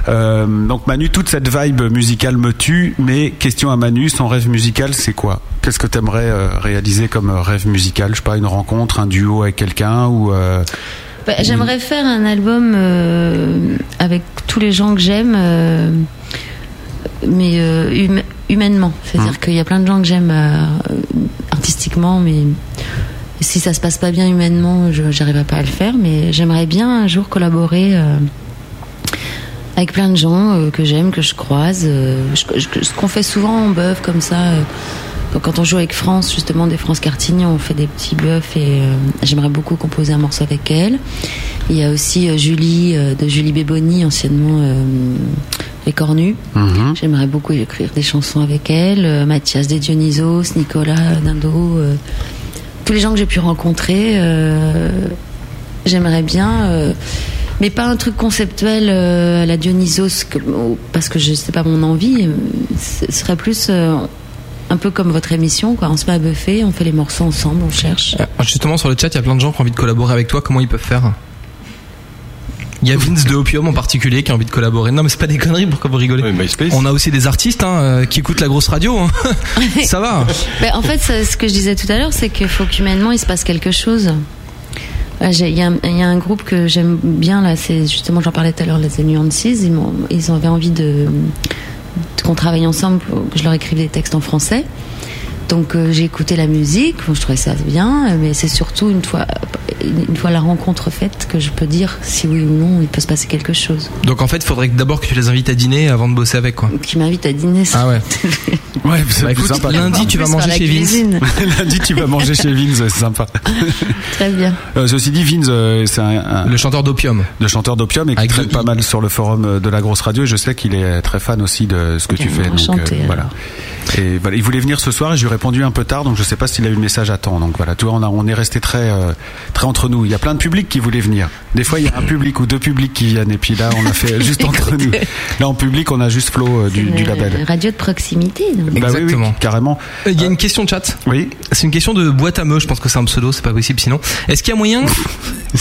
[SPEAKER 4] euh, donc Manu toute cette vibe musicale me tue mais question à Manu son rêve musical c'est quoi Qu'est-ce que t'aimerais euh, réaliser comme euh, rêve musical Je sais pas une rencontre, un duo avec quelqu'un ou euh,
[SPEAKER 6] Bah, J'aimerais faire un album euh, avec tous les gens que j'aime, euh, mais euh, hum- humainement. C'est-à-dire qu'il y a plein de gens que j'aime euh, artistiquement, mais si ça se passe pas bien humainement, je n'arriverai pas à le faire. Mais j'aimerais bien un jour collaborer. euh, avec plein de gens euh, que j'aime, que je croise. euh, je- je- ce qu'on fait souvent en bœuf comme ça. euh, quand- quand on joue avec France, justement, des France Cartigny, on fait des petits bœufs et euh, j'aimerais beaucoup composer un morceau avec elle. Il y a aussi euh, Julie, euh, de Julie Béboni, anciennement euh, Les Cornus.
[SPEAKER 8] Mhm.
[SPEAKER 6] J'aimerais beaucoup écrire des chansons avec elle. euh, Mathias De Dionysos, Nicolas Dindo, euh, tous les gens que j'ai pu rencontrer. euh, J'aimerais bien, euh, mais pas un truc conceptuel euh, à la Dionysos, que- ou- parce que je sais pas mon envie. euh, Ce serait plus euh, un peu comme votre émission, quoi. On se met à buffer, on fait les morceaux ensemble, on cherche.
[SPEAKER 5] Ah, Justement sur le chat il y a plein de gens qui ont envie de collaborer avec toi. Comment ils peuvent faire Il y a Vince de Opium en particulier qui a envie de collaborer. Non, mais c'est pas des conneries, pourquoi vous rigolez On a aussi des artistes hein, euh, qui écoutent la grosse radio. hein. Ça va.
[SPEAKER 6] Ben, en fait, ça, ce que je disais tout à l'heure, c'est qu'il faut qu'humainement, il se passe quelque chose. Voilà, j'ai- Il y, a un- il y a un groupe que j'aime bien, là, c'est justement, j'en parlais tout à l'heure, les Nuances. Ils, m'ont- ils avaient envie de, de- qu'on travaille ensemble, que je leur écrive des textes en français. Donc euh, j'ai écouté la musique, bon, je trouvais ça bien, mais c'est surtout une fois, une fois la rencontre faite que je peux dire si oui ou non il peut se passer quelque chose.
[SPEAKER 5] Donc en fait, il faudrait que d'abord que tu les invites à dîner avant de bosser avec quoi.
[SPEAKER 6] Qui m'invite à dîner.
[SPEAKER 5] Ah ouais.
[SPEAKER 4] Ouais, c'est
[SPEAKER 5] Bah, écoute,
[SPEAKER 4] sympa.
[SPEAKER 5] lundi, tu vas
[SPEAKER 6] manger la chez Vince. cuisine.
[SPEAKER 4] lundi, tu vas manger chez Vince, c'est sympa.
[SPEAKER 6] Très bien.
[SPEAKER 4] Euh, ceci dit, Vince, euh, c'est un,
[SPEAKER 5] Le chanteur d'opium.
[SPEAKER 4] Le chanteur d'opium et qui traîne pas mal sur le forum euh, de la grosse radio. Et je sais qu'il est très fan aussi de ce que tu fais. Donc, euh,
[SPEAKER 6] enchanté, alors.
[SPEAKER 4] voilà. Et voilà, il voulait venir ce soir et je lui ai répondu un peu tard, donc je sais pas s'il a eu le message à temps. Donc voilà, tu vois, on, a- on est resté très, euh, très entre nous. Il y a plein de publics qui voulaient venir. Des fois, il y a un public ou deux publics qui viennent, et puis là, on a fait juste entre nous. Là, en public, on a juste Flo euh, du, du label.
[SPEAKER 6] Radio de proximité. donc.
[SPEAKER 4] Bah oui, oui, carrément.
[SPEAKER 5] Euh, Il y a une question de chat.
[SPEAKER 4] Oui.
[SPEAKER 5] C'est une question de boîte à meux. Je pense que c'est un pseudo. C'est pas possible sinon. Est-ce qu'il y a moyen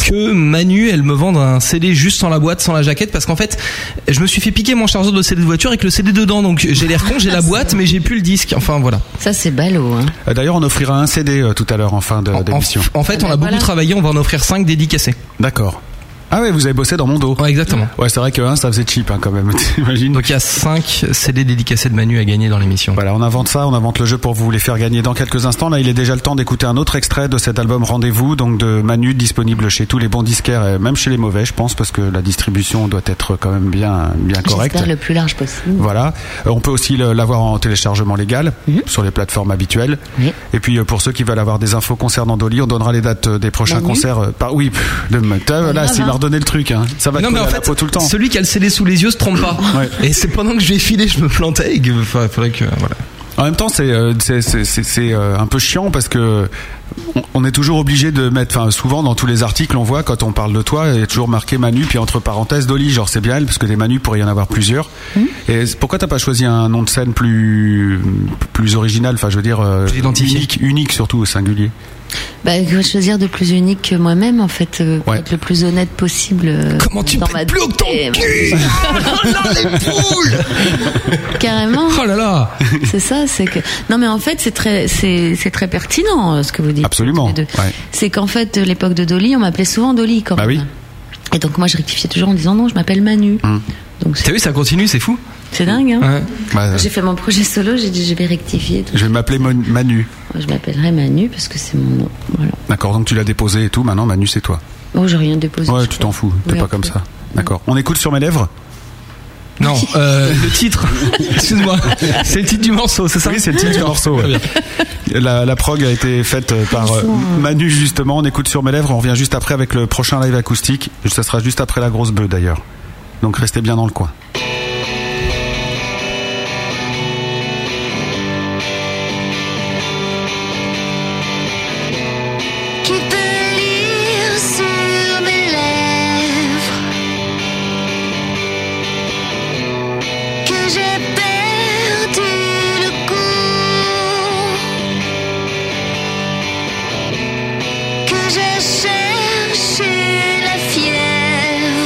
[SPEAKER 5] que Manu elle me vende un CD juste sans la boîte, sans la jaquette Parce qu'en fait, je me suis fait piquer mon chargeur de CD de voiture avec le CD dedans. Donc j'ai l'air con. J'ai la boîte, mais j'ai plus le disque. Enfin voilà.
[SPEAKER 6] Ça c'est ballot. Hein.
[SPEAKER 4] Euh, D'ailleurs, on offrira un CD euh, tout à l'heure en fin de- d'émission.
[SPEAKER 5] En fait, on a beaucoup travaillé. On va en offrir 5 dédicacés.
[SPEAKER 4] D'accord. Ah ouais, vous avez bossé dans mon dos.
[SPEAKER 5] Ouais, exactement.
[SPEAKER 4] Ouais, c'est vrai que un, ça faisait cheap hein, quand même, t'imagines
[SPEAKER 5] Donc il y a 5 CD dédicacés de Manu à gagner dans l'émission.
[SPEAKER 4] Voilà, on invente ça, on invente le jeu pour vous les faire gagner dans quelques instants. Là, il est déjà le temps d'écouter un autre extrait de cet album Rendez-vous, donc de Manu, disponible chez tous les bons disquaires et même chez les mauvais, je pense, parce que la distribution doit être quand même bien, bien correcte.
[SPEAKER 6] J'espère le plus large possible.
[SPEAKER 4] Voilà. Euh, On peut aussi le- l'avoir en téléchargement légal
[SPEAKER 6] Mhm.
[SPEAKER 4] sur les plateformes habituelles. Et puis euh, pour ceux qui veulent avoir des infos concernant Dolly, on donnera les dates euh, des prochains
[SPEAKER 5] Manu
[SPEAKER 4] concerts. euh, Par... Oui, pff, le... t'as- là,
[SPEAKER 5] grave,
[SPEAKER 4] s'il m'a
[SPEAKER 5] hein.
[SPEAKER 4] redonné le truc, hein. ça va te
[SPEAKER 5] non, mais
[SPEAKER 4] coller
[SPEAKER 5] en
[SPEAKER 4] à la
[SPEAKER 5] fait,
[SPEAKER 4] peau tout le temps.
[SPEAKER 5] celui qui a le CD sous les yeux se trompe pas. Et c'est pendant que je vais filer, je me plantais. Et que, enfin, faudrait que voilà.
[SPEAKER 4] En même temps, c'est euh, c'est- c'est- c'est- c'est, euh, un peu chiant parce que on, on est toujours obligé de mettre, enfin souvent dans tous les articles, on voit quand on parle de toi, il y a toujours marqué Manu puis entre parenthèses Dolly, genre c'est bien elle parce que des Manu pourrait y en avoir plusieurs.
[SPEAKER 6] Hmm.
[SPEAKER 4] Et c'est- pourquoi t'as pas choisi un nom de scène plus plus original, enfin je veux dire euh, unique, unique surtout au singulier.
[SPEAKER 6] Bah, je vais choisir de plus unique que moi-même en fait, euh, pour être le plus honnête possible. Comment tu dans ma plus
[SPEAKER 5] que ton
[SPEAKER 6] Carrément.
[SPEAKER 5] Oh là là.
[SPEAKER 6] C'est ça, c'est que non mais en fait c'est très c'est c'est très pertinent euh, ce que vous dites.
[SPEAKER 4] Absolument.
[SPEAKER 6] tous les deux.
[SPEAKER 4] Ouais.
[SPEAKER 6] C'est qu'en fait euh, l'époque de Dolly, on m'appelait souvent Dolly quand
[SPEAKER 4] Bah
[SPEAKER 6] même.
[SPEAKER 4] oui. Hum.
[SPEAKER 6] Et donc moi je rectifiais toujours en disant non, je m'appelle Manu.
[SPEAKER 5] T'as vu, ça continue, c'est fou.
[SPEAKER 6] C'est dingue. Hein
[SPEAKER 5] Ouais.
[SPEAKER 4] Bah,
[SPEAKER 6] J'ai fait mon projet solo, j'ai dit je vais rectifier.
[SPEAKER 4] je vais m'appeler Mon- Manu.
[SPEAKER 6] Je m'appellerai Manu parce que c'est mon nom. Voilà.
[SPEAKER 4] D'accord, donc tu l'as déposé et tout. Maintenant Manu c'est toi.
[SPEAKER 6] Bon, Oh, j'ai rien déposé.
[SPEAKER 4] ouais, tu t'en fous, t'es
[SPEAKER 6] Oui,
[SPEAKER 4] pas
[SPEAKER 6] un
[SPEAKER 4] comme
[SPEAKER 6] peu.
[SPEAKER 4] ça. D'accord. On écoute sur mes lèvres.
[SPEAKER 5] Non, euh, le titre. Excuse-moi. C'est le titre du morceau, c'est ça
[SPEAKER 4] Oui, c'est le titre du morceau. ouais. La, la prog a été faite euh, par euh, Manu justement. On écoute sur mes lèvres. On revient juste après avec le prochain live acoustique. Ça sera juste après la grosse bœuf d'ailleurs. Donc restez bien dans le coin.
[SPEAKER 8] Qui peut lire sur mes lèvres Que j'ai perdu le goût Que j'ai cherché la fièvre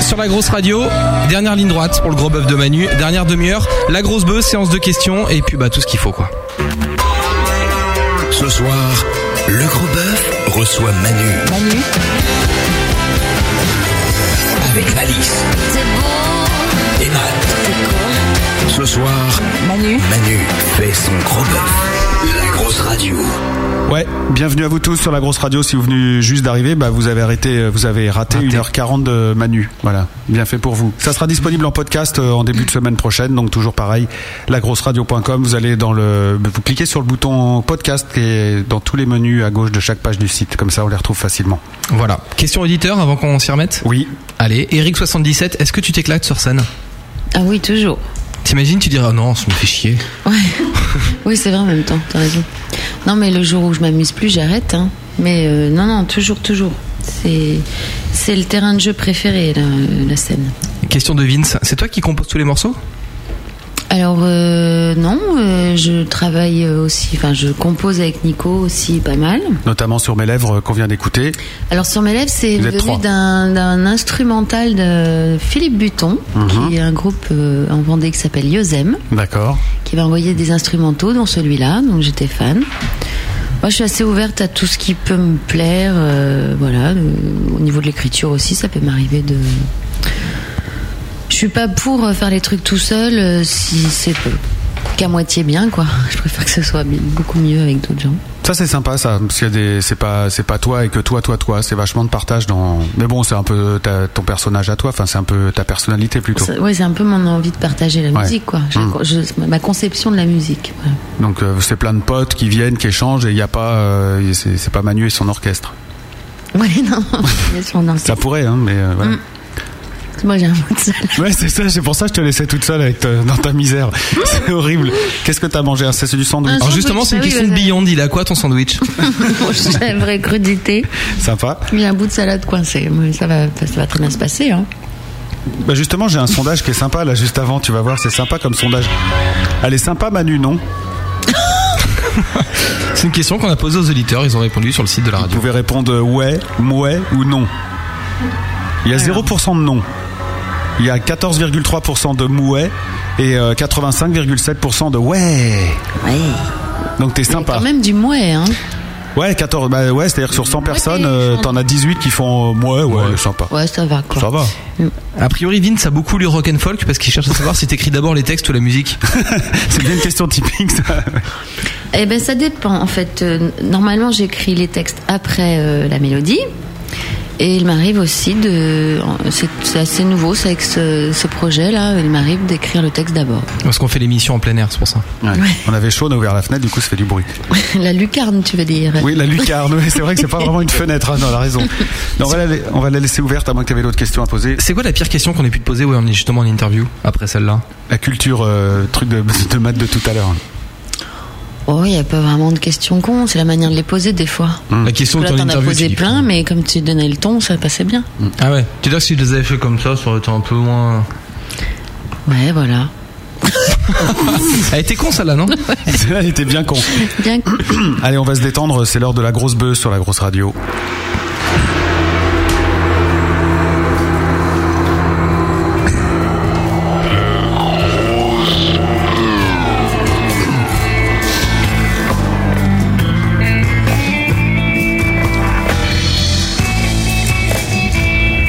[SPEAKER 5] sur la grosse radio. Dernière ligne droite pour le gros bœuf de Manu. Dernière demi-heure. La grosse bœuf, séance de questions et puis bah tout ce qu'il faut quoi.
[SPEAKER 1] Ce soir, le gros bœuf reçoit Manu. Manu. Avec Malice
[SPEAKER 8] C'est beau,
[SPEAKER 1] et Matt. Ce soir, Manu. Manu fait son gros bœuf. La grosse radio.
[SPEAKER 4] Ouais, bienvenue à vous tous sur la grosse radio. Si vous venez juste d'arriver, bah vous avez arrêté, vous avez raté, 1h40 de Manu. Voilà, bien fait pour vous. Ça sera disponible en podcast euh, en début de semaine prochaine, donc toujours pareil, lagrosseradio.com. Vous allez dans le, vous cliquez sur le bouton podcast qui est dans tous les menus à gauche de chaque page du site. Comme ça, on les retrouve facilement.
[SPEAKER 5] Voilà. Question auditeur avant qu'on s'y remette
[SPEAKER 4] Oui.
[SPEAKER 5] Allez, Eric77, est-ce que tu t'éclates sur scène
[SPEAKER 6] Ah oui, toujours.
[SPEAKER 5] T'imagines, tu dirais, oh non, ça me fait chier.
[SPEAKER 6] Ouais. oui, c'est vrai en même temps, t'as raison. Non, mais le jour où je m'amuse plus, j'arrête. hein. Mais euh, non, non, toujours, toujours. C'est c'est le terrain de jeu préféré, la, la scène.
[SPEAKER 5] Question de Vince, c'est toi qui composes tous les morceaux
[SPEAKER 6] Alors, euh, non, euh, je travaille euh, aussi, enfin, je compose avec Nico aussi pas mal.
[SPEAKER 4] Notamment sur mes lèvres euh, qu'on vient d'écouter.
[SPEAKER 6] Alors, Sur mes lèvres, c'est
[SPEAKER 4] Vous êtes
[SPEAKER 6] venu
[SPEAKER 4] trois.
[SPEAKER 6] d'un d'un instrumental de Philippe Buton,
[SPEAKER 4] Mhm.
[SPEAKER 6] qui est un groupe euh, en Vendée qui s'appelle Yosem.
[SPEAKER 4] D'accord.
[SPEAKER 6] qui va envoyer des instrumentaux, dont celui-là, donc j'étais fan. Moi, je suis assez ouverte à tout ce qui peut me plaire, euh, voilà. le- au niveau de l'écriture aussi, ça peut m'arriver de. Je suis pas pour euh, faire les trucs tout seul euh, si c'est peu- qu'à moitié bien, quoi. Je préfère que ce soit bi- beaucoup mieux avec d'autres gens.
[SPEAKER 4] Ça c'est sympa ça, parce qu'il y a des, c'est pas, c'est pas toi et que toi, toi, toi, c'est vachement de partage dans. Mais bon, c'est un peu ta- ton personnage à toi, enfin c'est un peu ta personnalité plutôt.
[SPEAKER 6] Ça- Ouais, c'est un peu mon envie de partager la
[SPEAKER 4] Ouais.
[SPEAKER 6] musique, quoi. Je-
[SPEAKER 4] Mm.
[SPEAKER 6] je- ma conception de la musique. voilà.
[SPEAKER 4] Donc euh, c'est plein de potes qui viennent, qui échangent et il y a pas, euh, c'est c'est pas Manu et son orchestre.
[SPEAKER 6] Ouais, non, bien sûr, non.
[SPEAKER 4] Ça pourrait, hein, mais euh, voilà.
[SPEAKER 6] Mm. Moi, j'ai un mot de salle.
[SPEAKER 4] Ouais, c'est ça, c'est pour ça que je te laissais toute seule avec ta- dans ta misère. C'est horrible. Qu'est-ce que t'as mangé Ah, ça, C'est du sandwich.
[SPEAKER 6] Un
[SPEAKER 5] Alors justement, c'est une question de Beyond, il a quoi ton sandwich
[SPEAKER 6] J'ai une vraie crudité.
[SPEAKER 4] Sympa.
[SPEAKER 6] Il y a un bout de salade coincé. Ouais, Ça va, ça va très bien se passer. Hein.
[SPEAKER 4] Bah justement, j'ai un sondage qui est sympa là juste avant, tu vas voir, c'est sympa comme sondage. Elle est sympa Manu, non
[SPEAKER 5] C'est une question qu'on a posée aux auditeurs, ils ont répondu sur le site de la radio.
[SPEAKER 4] Vous pouvez répondre euh, ouais, mouais ou non. Il y a 0% de non. Il y a 14,3% de mouais et euh, 85,7% de ouais. Donc t'es sympa.
[SPEAKER 6] Quand même du mouet. Hein.
[SPEAKER 4] Ouais, 14, bah ouais, c'est-à-dire que sur 100 personnes, euh, t'en as 18 qui font euh, ouais, ouais, sympa.
[SPEAKER 6] Ouais, ça va quoi.
[SPEAKER 4] Ça va.
[SPEAKER 5] A priori, Vince a beaucoup lu rock and folk parce qu'il cherche à savoir si t'écris d'abord les textes ou la musique.
[SPEAKER 4] c'est bien une question typique. Ça.
[SPEAKER 6] Eh ben, ça dépend en fait. Euh, Normalement, j'écris les textes après euh, la mélodie. Et il m'arrive aussi de. C'est c'est assez nouveau, c'est avec ce, ce projet-là. Il m'arrive d'écrire le texte d'abord.
[SPEAKER 5] Parce qu'on fait l'émission en plein air, c'est pour ça.
[SPEAKER 4] On avait chaud, on a ouvert la fenêtre, du coup ça fait du bruit.
[SPEAKER 6] la lucarne, tu veux dire
[SPEAKER 4] Oui, la lucarne, oui, c'est vrai que c'est pas vraiment une fenêtre, hein, non, elle a raison. Non, on, va la, on va la laisser ouverte à moins que tu avais d'autres questions à poser.
[SPEAKER 5] C'est quoi la pire question qu'on ait pu te poser ouais, on est justement en interview après celle-là
[SPEAKER 4] La culture, euh, truc de, de maths de tout à l'heure. hein.
[SPEAKER 6] Oh, il n'y a pas vraiment de questions cons. C'est la manière de les poser des fois.
[SPEAKER 4] Mmh.
[SPEAKER 5] La question
[SPEAKER 6] Parce
[SPEAKER 5] est
[SPEAKER 6] que
[SPEAKER 5] en
[SPEAKER 6] là, t'en as
[SPEAKER 5] interview. tu
[SPEAKER 6] posé
[SPEAKER 5] dis.
[SPEAKER 6] plein, mais comme tu donnais le ton, ça passait bien.
[SPEAKER 5] Ah ouais Tu dis que si je les avais fait comme ça, ça aurait été un peu moins.
[SPEAKER 4] Mmh.
[SPEAKER 6] Ouais, voilà.
[SPEAKER 5] Elle était con celle-là, non
[SPEAKER 4] Celle-là, elle était bien con.
[SPEAKER 6] Bien
[SPEAKER 4] Allez, on va se détendre, c'est l'heure de la grosse bœuf sur la grosse radio.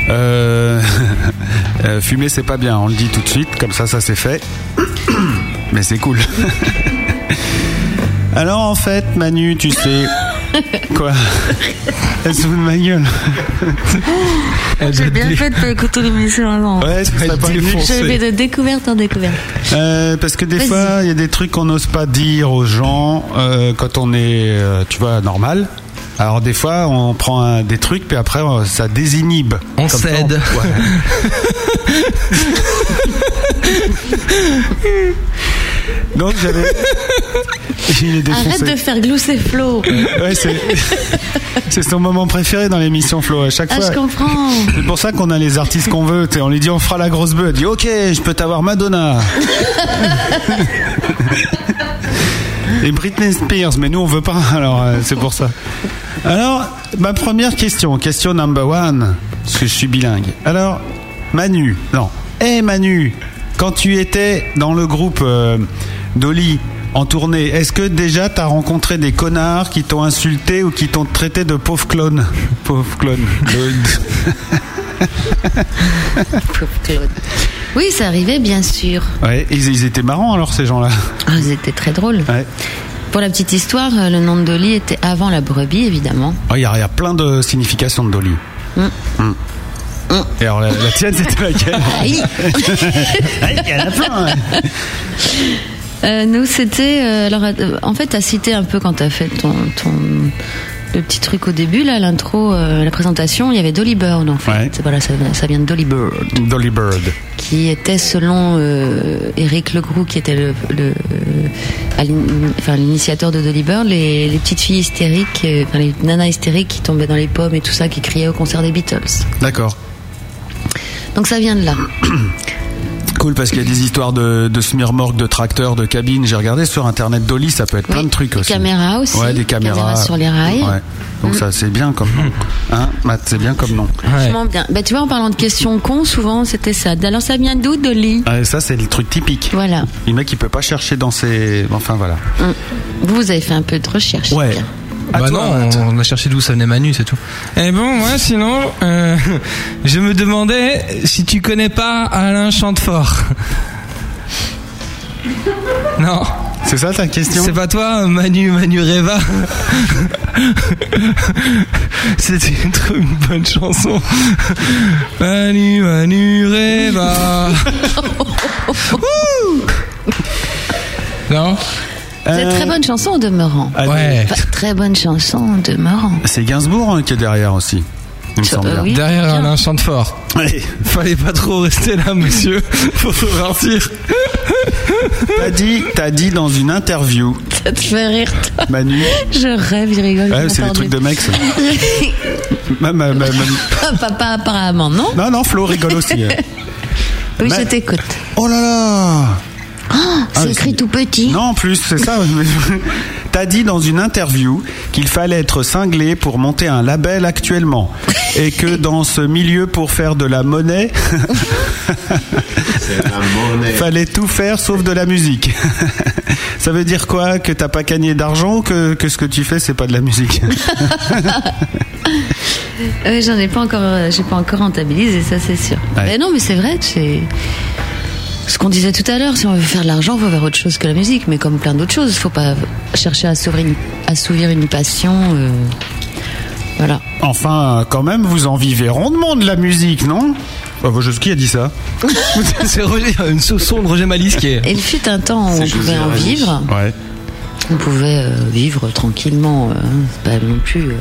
[SPEAKER 4] Euh, euh, fumer, c'est pas bien, on le dit tout de suite, comme ça, ça c'est fait. Mais c'est cool. Alors en fait, Manu, tu sais. Quoi Elle se fout de ma gueule.
[SPEAKER 6] J'ai bien fait de pas écouter l'émission avant.
[SPEAKER 4] Ouais, c'est pas le
[SPEAKER 6] Je vais de découverte en découverte.
[SPEAKER 4] Euh, parce que des fois, il y a des trucs qu'on n'ose pas dire aux gens euh, quand on est, euh, tu vois, normal. Alors des fois, on prend un- des trucs, puis après, euh, ça désinhibe.
[SPEAKER 5] On
[SPEAKER 4] Comme ça,
[SPEAKER 5] cède.
[SPEAKER 4] ouais. Donc j'avais. Il est
[SPEAKER 6] Arrête
[SPEAKER 4] défoncé.
[SPEAKER 6] de faire glousser Flo.
[SPEAKER 4] Ouais, c'est- c'est son moment préféré dans l'émission Flo à chaque
[SPEAKER 6] Ah,
[SPEAKER 4] fois.
[SPEAKER 6] je comprends.
[SPEAKER 4] C'est pour ça qu'on a les artistes qu'on veut. t'sais, On lui dit on fera la grosse bœuf. Elle dit ok, je peux t'avoir Madonna. Et Britney Spears, mais nous on veut pas, alors euh, c'est pour ça. Alors, ma première question, question number one, parce que je suis bilingue. Alors, Manu, non. Hé Manu, quand tu étais dans le groupe euh, Dolly en tournée, est-ce que déjà t'as rencontré des connards qui t'ont insulté ou qui t'ont traité de pauvre clone Pauvre clone.
[SPEAKER 6] Oui, ça arrivait, bien sûr.
[SPEAKER 4] ouais, ils, ils étaient marrants alors ces gens-là.
[SPEAKER 6] Ah, ils étaient très drôles.
[SPEAKER 4] Ouais.
[SPEAKER 6] Pour la petite histoire, euh, le nom de Dolly était avant la brebis, évidemment.
[SPEAKER 4] Oh, Il y, a il y a plein de significations de Dolly.
[SPEAKER 6] Mm.
[SPEAKER 4] Mm. Et alors la, la tienne c'était laquelle
[SPEAKER 6] Aïe.
[SPEAKER 4] Aïe, il y en a plein, ouais.
[SPEAKER 6] Euh, nous, c'était. euh, alors, euh, en fait, t'as cité un peu quand t'as fait ton, ton le petit truc au début, là, l'intro, euh, la présentation, il y avait Dolly Bird, en fait. Voilà, ça, ça vient de Dolly Bird.
[SPEAKER 4] Dolly Bird.
[SPEAKER 6] qui était selon euh, Eric Legrou, qui était le, le, euh, à l'in- enfin, l'initiateur de Dolly Bird, les, les petites filles hystériques, euh, enfin, les nanas hystériques qui tombaient dans les pommes et tout ça, qui criaient au concert des Beatles.
[SPEAKER 4] D'accord.
[SPEAKER 6] Donc ça vient de là.
[SPEAKER 4] Cool parce qu'il y a des histoires de, de smirmorgues, de tracteurs, de cabines. J'ai regardé sur internet Dolly, ça peut être plein de trucs aussi.
[SPEAKER 6] caméras aussi,
[SPEAKER 4] Ouais, des
[SPEAKER 6] des
[SPEAKER 4] caméras.
[SPEAKER 6] caméras sur les rails. Mm.
[SPEAKER 4] Ouais. Donc ça c'est bien comme nom. Hein, Matt, c'est bien comme nom.
[SPEAKER 6] Franchement bien. Bah, tu vois, en parlant de questions cons, souvent, c'était ça. Alors, ça vient d'où, Dolly
[SPEAKER 4] Ah, et ça c'est le truc typique.
[SPEAKER 6] Voilà.
[SPEAKER 4] Le mec il peut pas chercher dans ses. Enfin voilà.
[SPEAKER 6] Hum. Vous, vous avez fait un peu de recherche.
[SPEAKER 4] Ouais.
[SPEAKER 5] bah non, on a cherché d'où ça venait Manu, c'est tout. Et Eh bon, moi, sinon, euh, je me demandais si tu connais pas Alain Chantefort. Non.
[SPEAKER 4] C'est ça ta question
[SPEAKER 5] C'est pas toi, Manu, Manu Reva. C'était une, tr- une bonne chanson. Manu, Manu Reva. Ouh. non
[SPEAKER 6] C'est très bonne chanson en demeurant.
[SPEAKER 4] Ah, Ouais.
[SPEAKER 6] Enfin, très bonne chanson en demeurant.
[SPEAKER 4] C'est Gainsbourg hein, qui est derrière aussi. Il me semble. bien.
[SPEAKER 5] Derrière Alain Chantefort. Fallait pas trop rester là, monsieur, pour se partir.
[SPEAKER 4] T'as dit, t'as dit dans une interview,
[SPEAKER 6] Ça te fait rire, toi.
[SPEAKER 4] Manu.
[SPEAKER 6] Je rêve, je rigole.
[SPEAKER 4] Ouais,
[SPEAKER 6] je
[SPEAKER 4] c'est des
[SPEAKER 6] m'attendais.
[SPEAKER 4] trucs de mecs, ça. Ma- ma- ma- ma-
[SPEAKER 6] Pas- pas, pas apparemment, non
[SPEAKER 4] Non, non, Flo rigole aussi. hein.
[SPEAKER 6] Oui,
[SPEAKER 4] Ma-
[SPEAKER 6] je t'écoute.
[SPEAKER 4] Oh là là
[SPEAKER 6] Ah,
[SPEAKER 4] Ah,
[SPEAKER 6] c'est
[SPEAKER 4] mais
[SPEAKER 6] écrit
[SPEAKER 4] c'est-
[SPEAKER 6] tout petit.
[SPEAKER 4] Non, en plus, c'est ça. T'as dit dans une interview qu'il fallait être cinglé pour monter un label actuellement. Et que dans ce milieu, pour faire de la monnaie,
[SPEAKER 7] Ah,
[SPEAKER 4] fallait tout faire sauf de la musique. ça veut dire quoi Que t'as pas gagné d'argent ou que, que ce que tu fais, c'est pas de la musique
[SPEAKER 6] Euh, J'en ai pas encore, euh, j'ai pas encore rentabilisé, ça c'est sûr.
[SPEAKER 4] Ah Ouais.
[SPEAKER 6] Mais non, mais c'est vrai, c'est ce qu'on disait tout à l'heure. Si on veut faire de l'argent, faut faire autre chose que la musique, mais comme plein d'autres choses, faut pas chercher à assouvir une, assouvir une passion. euh, Voilà.
[SPEAKER 4] Enfin, quand même, vous en vivez rondement de la musique, non Ah, bah, je- Qui a dit ça
[SPEAKER 5] C'est Roger- une sauson de Roger Malice qui est.
[SPEAKER 6] Et il fut un temps où on pouvait en vivre.
[SPEAKER 4] Ouais.
[SPEAKER 6] On pouvait euh, vivre tranquillement, euh, hein, c'est pas non plus. euh.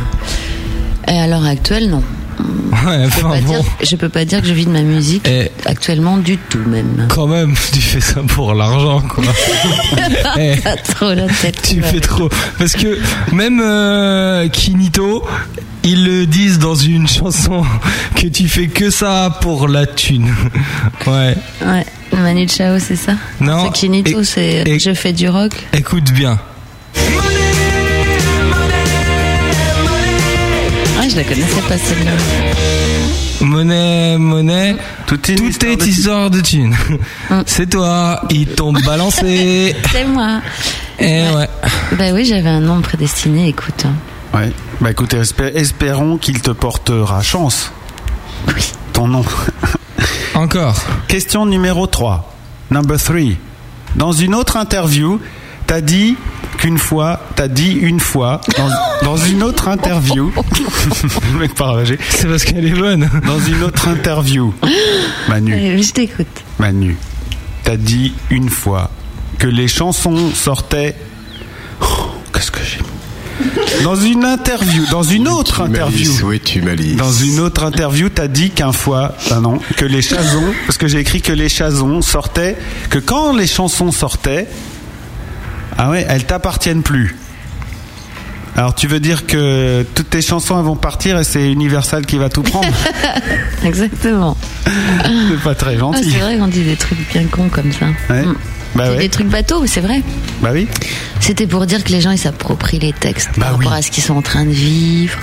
[SPEAKER 6] Et à l'heure actuelle, non.
[SPEAKER 5] Ouais,
[SPEAKER 6] Je peux,
[SPEAKER 5] enfin
[SPEAKER 6] pas
[SPEAKER 5] bon.
[SPEAKER 6] dire, je peux pas dire que je vis de ma musique
[SPEAKER 4] Eh.
[SPEAKER 6] actuellement du tout même.
[SPEAKER 5] Quand même, tu fais ça pour l'argent, quoi. Eh,
[SPEAKER 6] Pas trop la tête.
[SPEAKER 5] tu fais trop. Parce que même euh, Kinito, ils le disent dans une chanson que tu fais que ça pour la thune. Ouais.
[SPEAKER 6] Ouais, Manu Chao, c'est ça
[SPEAKER 5] Non.
[SPEAKER 6] C'est Kinito,
[SPEAKER 5] Et-
[SPEAKER 6] c'est
[SPEAKER 5] et-
[SPEAKER 6] je fais du rock.
[SPEAKER 5] Écoute bien.
[SPEAKER 6] Ah, je la connaissais pas celle-là.
[SPEAKER 5] Monnaie, monnaie,
[SPEAKER 4] tout est
[SPEAKER 5] histoire, de thunes. C'est toi, ils t'ont balancé.
[SPEAKER 6] C'est moi.
[SPEAKER 5] Eh ouais.
[SPEAKER 6] Bah oui, j'avais un nom prédestiné, écoute. hein.
[SPEAKER 4] Ouais. Bah écoutez, espé- espérons qu'il te portera chance. Ton nom.
[SPEAKER 5] Encore.
[SPEAKER 4] Question numéro 3. Number 3. Dans une autre interview, t'as dit qu'une fois, t'as dit une fois, dans, dans une autre interview. Le mec pas ravagé.
[SPEAKER 5] C'est parce qu'elle est bonne.
[SPEAKER 4] Dans une autre interview, Manu.
[SPEAKER 6] Ouais, Je t'écoute.
[SPEAKER 4] Manu, t'as dit une fois que les chansons sortaient. Oh, Qu'est-ce que j'ai mis Dans une interview, dans une autre interview.
[SPEAKER 7] Oui, tu m'alises.
[SPEAKER 4] Dans une autre interview, t'as dit qu'un fois, ben non, que les chasons, parce que j'ai écrit que les chasons sortaient, que quand les chansons sortaient, ah ouais, elles t'appartiennent plus. Alors tu veux dire que toutes tes chansons elles vont partir et c'est Universal qui va tout prendre
[SPEAKER 6] Exactement.
[SPEAKER 4] C'est pas très
[SPEAKER 6] Ah,
[SPEAKER 4] gentil.
[SPEAKER 6] c'est vrai Hmm. qu'on dit des trucs bien cons comme ça.
[SPEAKER 4] Ouais. Bah
[SPEAKER 6] C'est
[SPEAKER 4] ouais.
[SPEAKER 6] Des trucs bateaux, mais c'est vrai.
[SPEAKER 4] Bah oui. Bah
[SPEAKER 6] C'était pour dire que les gens ils s'approprient les textes par rapport à ce qu'ils sont en train de vivre,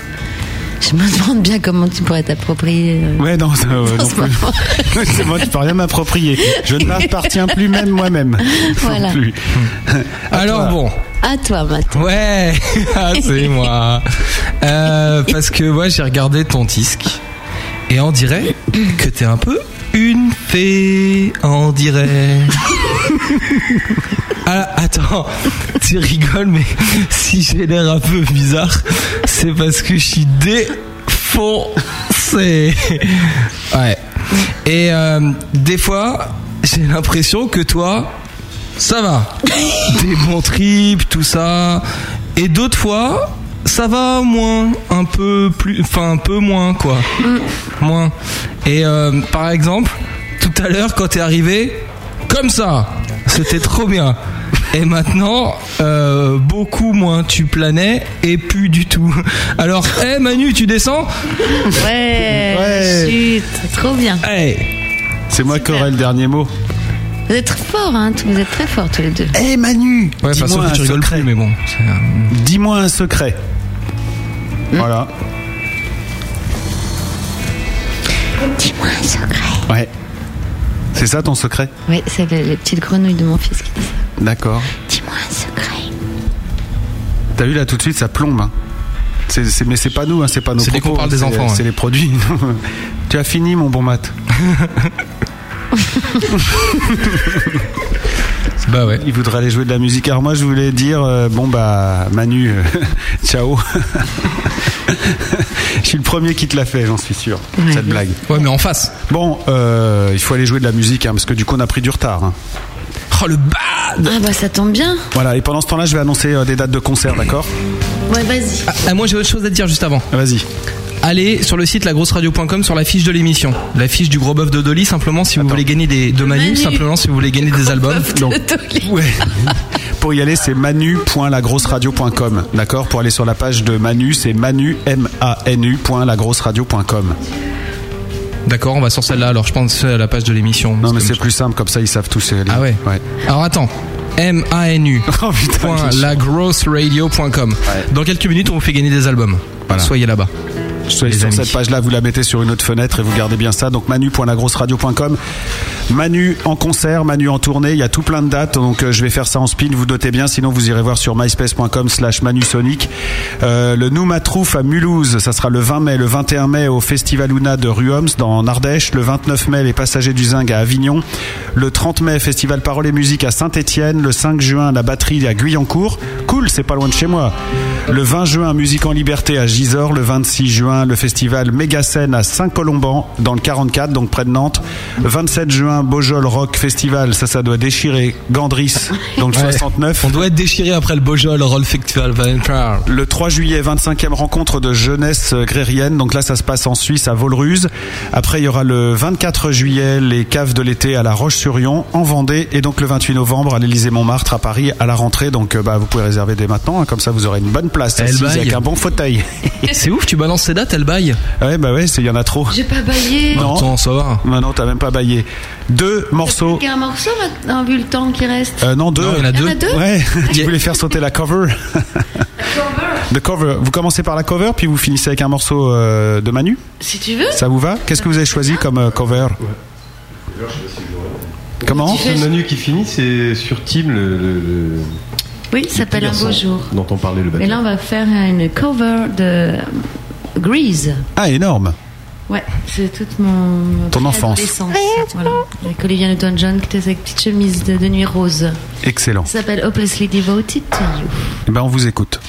[SPEAKER 6] Je me demande bien comment tu pourrais t'approprier. euh,
[SPEAKER 4] Ouais, non, ça, euh,
[SPEAKER 6] en
[SPEAKER 4] non
[SPEAKER 6] ce
[SPEAKER 4] plus.
[SPEAKER 6] moment.
[SPEAKER 4] C'est moi, tu peux rien m'approprier. Je ne m'appartiens plus même moi-même. Faut
[SPEAKER 6] Voilà.
[SPEAKER 4] plus.
[SPEAKER 5] Alors bon.
[SPEAKER 6] À toi, Matt.
[SPEAKER 5] Ouais, ah, c'est moi. Euh, parce que moi j'ai regardé ton disque et on dirait que t'es un peu une fée, on dirait. Ah, attends, tu rigoles, mais si j'ai l'air un peu bizarre, c'est parce que je suis défoncé. Ouais. Et euh, des fois, j'ai l'impression que toi, ça va. Des bons trips, tout ça. Et d'autres fois, ça va moins, un peu plus, enfin un peu moins quoi. Moins. Et euh, par exemple, tout à l'heure quand t'es arrivé, comme ça, c'était trop bien. Et maintenant, euh, beaucoup moins tu planais et plus du tout. Alors, hé Manu, tu descends
[SPEAKER 6] Ouais, chut, trop bien.
[SPEAKER 5] Eh,
[SPEAKER 4] C'est moi qui aurai le dernier mot.
[SPEAKER 6] Vous êtes forts, hein, tous- vous êtes très forts tous les deux.
[SPEAKER 4] Eh Manu
[SPEAKER 5] Ouais,
[SPEAKER 4] Dis-moi
[SPEAKER 5] enfin, sauf
[SPEAKER 4] un
[SPEAKER 5] que tu rigoles
[SPEAKER 4] secret.
[SPEAKER 5] plus, mais bon.
[SPEAKER 4] Dis-moi un secret. Voilà.
[SPEAKER 6] Dis-moi un secret.
[SPEAKER 4] Ouais. C'est ça ton secret
[SPEAKER 6] Oui, c'est le- les petites grenouilles de mon fils qui disent
[SPEAKER 4] D'accord.
[SPEAKER 6] Dis-moi un secret.
[SPEAKER 4] T'as vu là tout de suite, ça plombe. hein. C'est- c'est- mais c'est pas nous, hein, c'est pas nos
[SPEAKER 5] C'est dès
[SPEAKER 4] propos,
[SPEAKER 5] qu'on parle des
[SPEAKER 4] c'est-
[SPEAKER 5] enfants,
[SPEAKER 4] C'est
[SPEAKER 5] hein.
[SPEAKER 4] les produits. tu as fini mon bon mat.
[SPEAKER 5] bah ouais.
[SPEAKER 4] Il voudrait aller jouer de la musique. Alors moi je voulais dire euh, bon bah Manu, euh, ciao. je suis le premier qui te l'a fait, j'en suis sûr. Cette blague.
[SPEAKER 5] Ouais, mais en face.
[SPEAKER 4] Bon, euh, il faut aller jouer de la musique hein, parce que du coup on a pris du retard. hein.
[SPEAKER 5] Oh le bad
[SPEAKER 6] Ah bah ça tombe bien.
[SPEAKER 4] Voilà, et pendant ce temps-là, je vais annoncer euh, des dates de concert, d'accord
[SPEAKER 6] Ouais, vas-y.
[SPEAKER 5] Ah, ah, moi j'ai autre chose à te dire juste avant.
[SPEAKER 4] Vas-y.
[SPEAKER 5] Allez sur le site lagrosseradio.com sur la fiche de l'émission. La fiche du gros bœuf de Dolly simplement si vous voulez gagner des de Manu,
[SPEAKER 6] Manu.
[SPEAKER 5] simplement si vous voulez gagner des albums.
[SPEAKER 4] Non.
[SPEAKER 6] Tolé.
[SPEAKER 4] Ouais. Pour y aller, c'est manu.lagrosseradio.com. D'accord Pour aller sur la page de Manu, c'est manu, M-A-N-U, point lagrosseradio.com.
[SPEAKER 5] D'accord, on va sur celle-là alors je pense à la page de l'émission.
[SPEAKER 4] Non, mais c'est plus simple, comme ça ils savent tous. euh, les-
[SPEAKER 5] Ah ouais.
[SPEAKER 4] Ouais.
[SPEAKER 5] Alors attends. M A N U.
[SPEAKER 4] Oh putain,
[SPEAKER 5] point
[SPEAKER 4] je suis-
[SPEAKER 5] lagrosseradio.com. Dans quelques minutes on vous fait gagner des albums.
[SPEAKER 4] Voilà.
[SPEAKER 5] Soyez là-bas.
[SPEAKER 4] Soyez
[SPEAKER 5] les
[SPEAKER 4] sur
[SPEAKER 5] amis.
[SPEAKER 4] cette page-là, vous la mettez sur une autre fenêtre et vous gardez bien ça. Donc manu.lagrosseradio.com. Manu en concert, Manu en tournée, il y a tout plein de dates. Donc euh, je vais faire ça en spin, vous dotez bien. Sinon vous irez voir sur myspace.com slash manusonic. Euh, le Noumatrouf à Mulhouse, ça sera le 20 mai. Le 21 mai au Festival Luna de Ruoms dans Ardèche. Le 29 mai, les Passagers du Zing à Avignon. Le 30 mai, Festival Parole et Musique à Saint-Étienne. Le 5 juin, la batterie à Guyancourt. Cool, c'est pas loin de chez moi. Le 20 juin, Musique en Liberté à Gisors. Le 26 juin, le festival Mégacène à Saint-Colomban, dans le 44, donc près de Nantes. 27 juin, Beaujol Rock Festival, ça, ça doit déchirer. Gandris, donc le
[SPEAKER 5] Ouais.
[SPEAKER 4] 69.
[SPEAKER 5] On doit être déchiré après le Beaujol Roll Festival.
[SPEAKER 4] Le 3 juillet, 25e rencontre de jeunesse grérienne. Donc là, ça se passe en Suisse, à Volruse. Après, il y aura le 24 juillet, les caves de l'été à La Roche-sur-Yon, en Vendée. Et donc le 28 novembre, à l'Élysée-Montmartre, à Paris, à la rentrée. Donc euh, bah, vous pouvez réserver dès maintenant. hein. comme ça, vous aurez une bonne place
[SPEAKER 5] Elle
[SPEAKER 4] assise
[SPEAKER 5] baille.
[SPEAKER 4] avec un bon fauteuil.
[SPEAKER 5] C'est ouf, tu balances ces dates, elle baille.
[SPEAKER 4] ouais, bah ouais, c'est- il y en a trop.
[SPEAKER 6] J'ai pas baillé.
[SPEAKER 4] Non.
[SPEAKER 5] Attends, ça va.
[SPEAKER 4] Maintenant, t'as même pas baillé. Deux morceaux.
[SPEAKER 6] Il y a un morceau maintenant, vu le temps qui reste.
[SPEAKER 4] Euh, non, deux.
[SPEAKER 5] Non, il y en a
[SPEAKER 6] Il y en
[SPEAKER 5] deux.
[SPEAKER 6] a deux
[SPEAKER 4] Ouais, tu voulais faire sauter la cover. The cover. Vous commencez par la cover, puis vous finissez avec un morceau euh, de Manu.
[SPEAKER 6] Si tu veux.
[SPEAKER 4] Ça vous va Qu'est-ce que vous avez choisi comme euh, cover Comment
[SPEAKER 7] C'est Manu qui finit, c'est sur Team le. le- le-
[SPEAKER 6] Oui, ça s'appelle Un beau
[SPEAKER 7] garçon
[SPEAKER 6] jour.
[SPEAKER 7] Dont on parlait le
[SPEAKER 6] Mais là,
[SPEAKER 7] bâtiment.
[SPEAKER 6] on va faire une cover de Grease.
[SPEAKER 4] Ah, énorme.
[SPEAKER 6] Ouais, c'est toute mon.
[SPEAKER 4] Ton enfance.
[SPEAKER 6] préadolescence, Voilà. Avec Olivia Newton-John qui était avec petite chemise de, de nuit rose.
[SPEAKER 4] Excellent.
[SPEAKER 6] Ça s'appelle Hopelessly Devoted to You.
[SPEAKER 4] Eh ben, on vous écoute.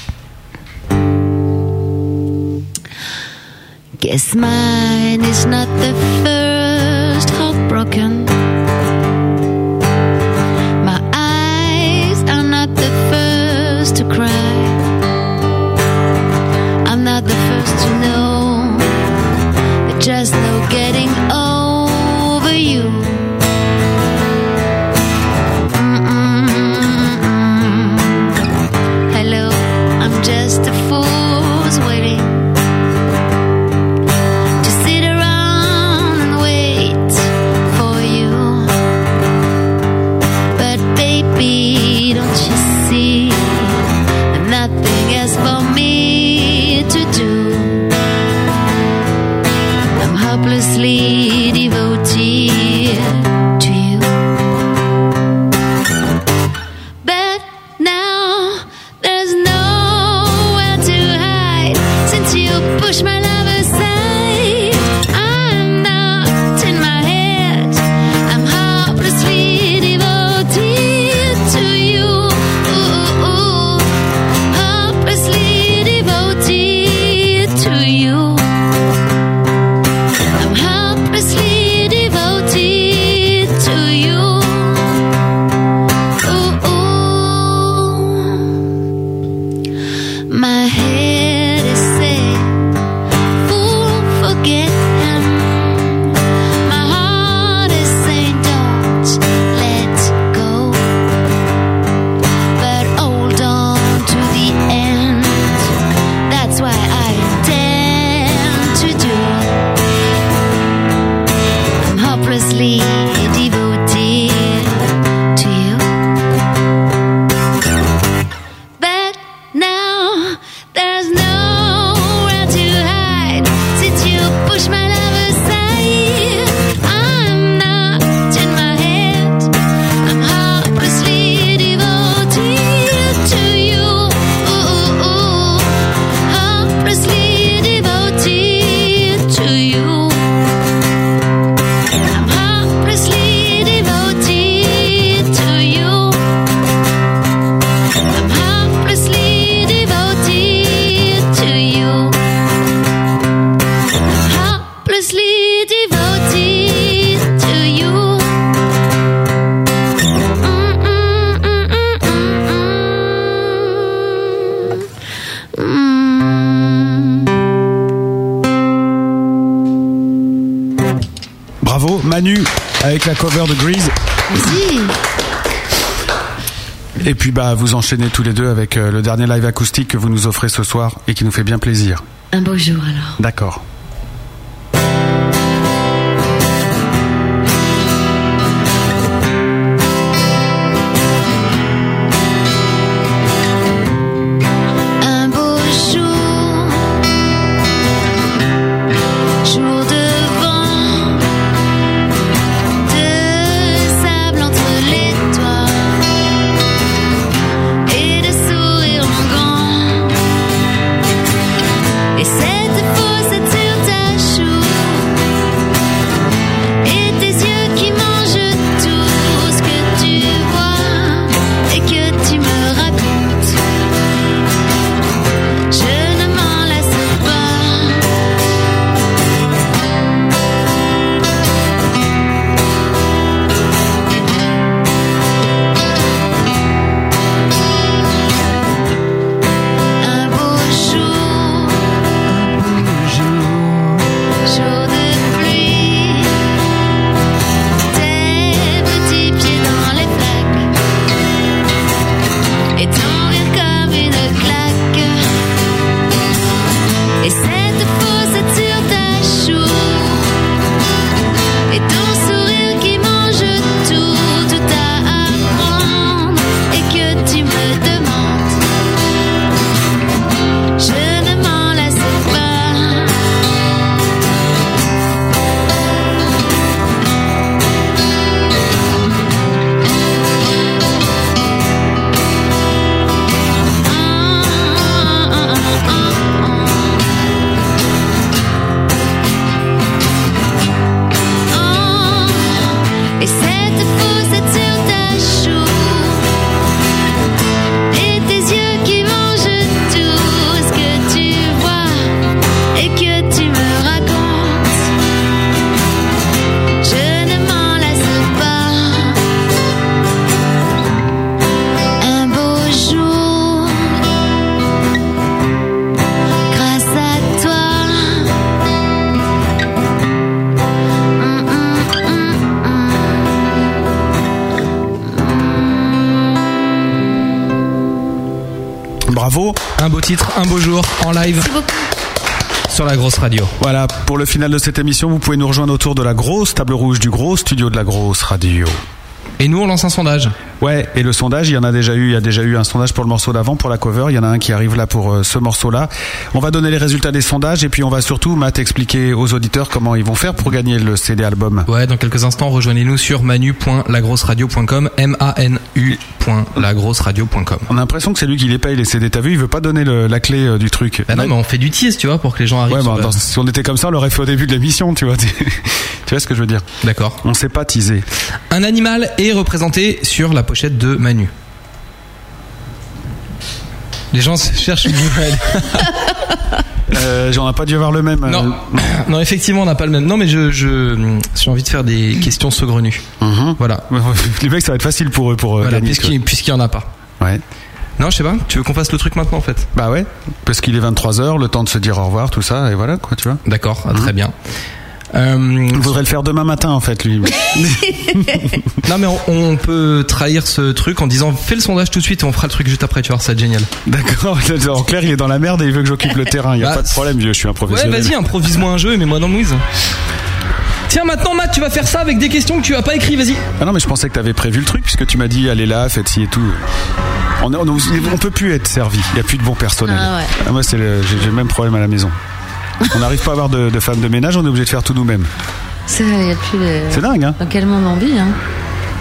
[SPEAKER 10] Guess mine is not the first heartbroken. My eyes are not the first to cry. I'm not the first to know. There's just no getting over you. Mm-mm-mm-mm. Hello, I'm just a fool's waiting to sit around and wait.
[SPEAKER 6] Mm, mm,
[SPEAKER 4] avec la cover de Grease. Et puis bah vous enchaînez tous les deux avec euh, le dernier live acoustique que vous nous offrez ce soir et qui nous fait bien plaisir.
[SPEAKER 6] Un beau jour alors.
[SPEAKER 4] D'accord.
[SPEAKER 10] Un beau jour, jour de vent, de sable entre les toits et de sourire en gants. Et cette fausse sur ta joue, et tes yeux qui mangent tout ce que tu vois et que tu me racontes. Je ne m'en lasse pas. Un beau jour, jour de pluie, tes petits pieds dans les flaques et ton rire comme une claque. Et cette fausse sur ta joue Et ton sourire qui mange tout Tout à apprendre Et que tu me demandes Je ne m'en lasse pas Ah, ah, Et cette fausse sur ta joue Et tes yeux qui mangent tout ce que tu vois Et que tu me racontes Je ne m'en lasse pas Un beau jour Grâce à toi Mm, mm, mm.
[SPEAKER 4] Bravo.
[SPEAKER 5] Un beau titre, un beau jour en live. Sur la grosse radio.
[SPEAKER 4] Voilà, pour le final de cette émission, vous pouvez nous rejoindre autour de la grosse table rouge du gros studio de la grosse radio.
[SPEAKER 5] Et nous, on lance un sondage.
[SPEAKER 4] Ouais, et le sondage, il y en a déjà eu. Il y a déjà eu un sondage pour le morceau d'avant, pour la cover. Il y en a un qui arrive là pour euh, ce morceau-là. On va donner les résultats des sondages et puis on va surtout, Matt, expliquer aux auditeurs comment ils vont faire pour gagner le CD album.
[SPEAKER 5] Ouais, dans quelques instants, rejoignez-nous sur manu.lagrosseradio.com, m-a-n-u.lagrosseradio.com.
[SPEAKER 4] On a l'impression que c'est lui qui les paye les CD. T'as vu, il veut pas donner le- la clé euh, du truc.
[SPEAKER 5] Bah non, mais on fait du tease, tu vois, pour que les gens arrivent.
[SPEAKER 4] Ouais,
[SPEAKER 5] sur
[SPEAKER 4] bah,
[SPEAKER 5] le-
[SPEAKER 4] dans- si on était comme ça, on l'aurait fait au début de l'émission, tu vois. tu vois ce que je veux dire
[SPEAKER 5] euh, D'accord.
[SPEAKER 4] On sait pas teaser.
[SPEAKER 5] Un animal est représenté sur la pochette de Manu. Les gens se cherchent une nouvelle.
[SPEAKER 4] Euh, j'en ai pas dû avoir le même.
[SPEAKER 5] Non, non effectivement, on n'a pas le même. Non, mais je, je- j'ai envie de faire des questions saugrenues.
[SPEAKER 4] Mhm.
[SPEAKER 5] Voilà.
[SPEAKER 4] Les mecs, ça va être facile pour eux pour euh,
[SPEAKER 5] Voilà,
[SPEAKER 4] gagner,
[SPEAKER 5] puisqu'il n'y en a pas.
[SPEAKER 4] Ouais.
[SPEAKER 5] Non, je sais pas. Tu veux qu'on fasse le truc maintenant, en fait
[SPEAKER 4] Bah ouais, parce qu'il est 23h, le temps de se dire au revoir, tout ça, et voilà quoi, tu vois.
[SPEAKER 5] D'accord, très bien. Euh,
[SPEAKER 4] Il voudrait le faire demain matin en fait, lui.
[SPEAKER 5] non, mais on, on peut trahir ce truc en disant fais le sondage tout de suite et on fera le truc juste après. Tu vois, ça va être génial.
[SPEAKER 4] D'accord, en clair, il est dans la merde et il veut que j'occupe le terrain, il y a
[SPEAKER 5] Bah,
[SPEAKER 4] pas de problème, vieux, je suis un
[SPEAKER 5] Ouais,
[SPEAKER 4] professionnel.
[SPEAKER 5] vas-y, improvise-moi un jeu et mets-moi dans le quiz. Tiens, maintenant, Matt, tu vas faire ça avec des questions que tu as pas écrites, vas-y.
[SPEAKER 4] Ah non, mais je pensais que t'avais prévu le truc, puisque tu m'as dit allez là, faites ci et tout. On, on, on- on peut plus être servi, il n'y a plus de bon personnel.
[SPEAKER 6] Ah ouais.
[SPEAKER 4] moi, c'est le- j'ai j'ai le même problème à la maison. On n'arrive pas à avoir de, de femme de ménage, on est obligé de faire tout nous-mêmes.
[SPEAKER 6] Ça, y a plus de-
[SPEAKER 4] C'est dingue, hein
[SPEAKER 6] Dans quel monde on vit, hein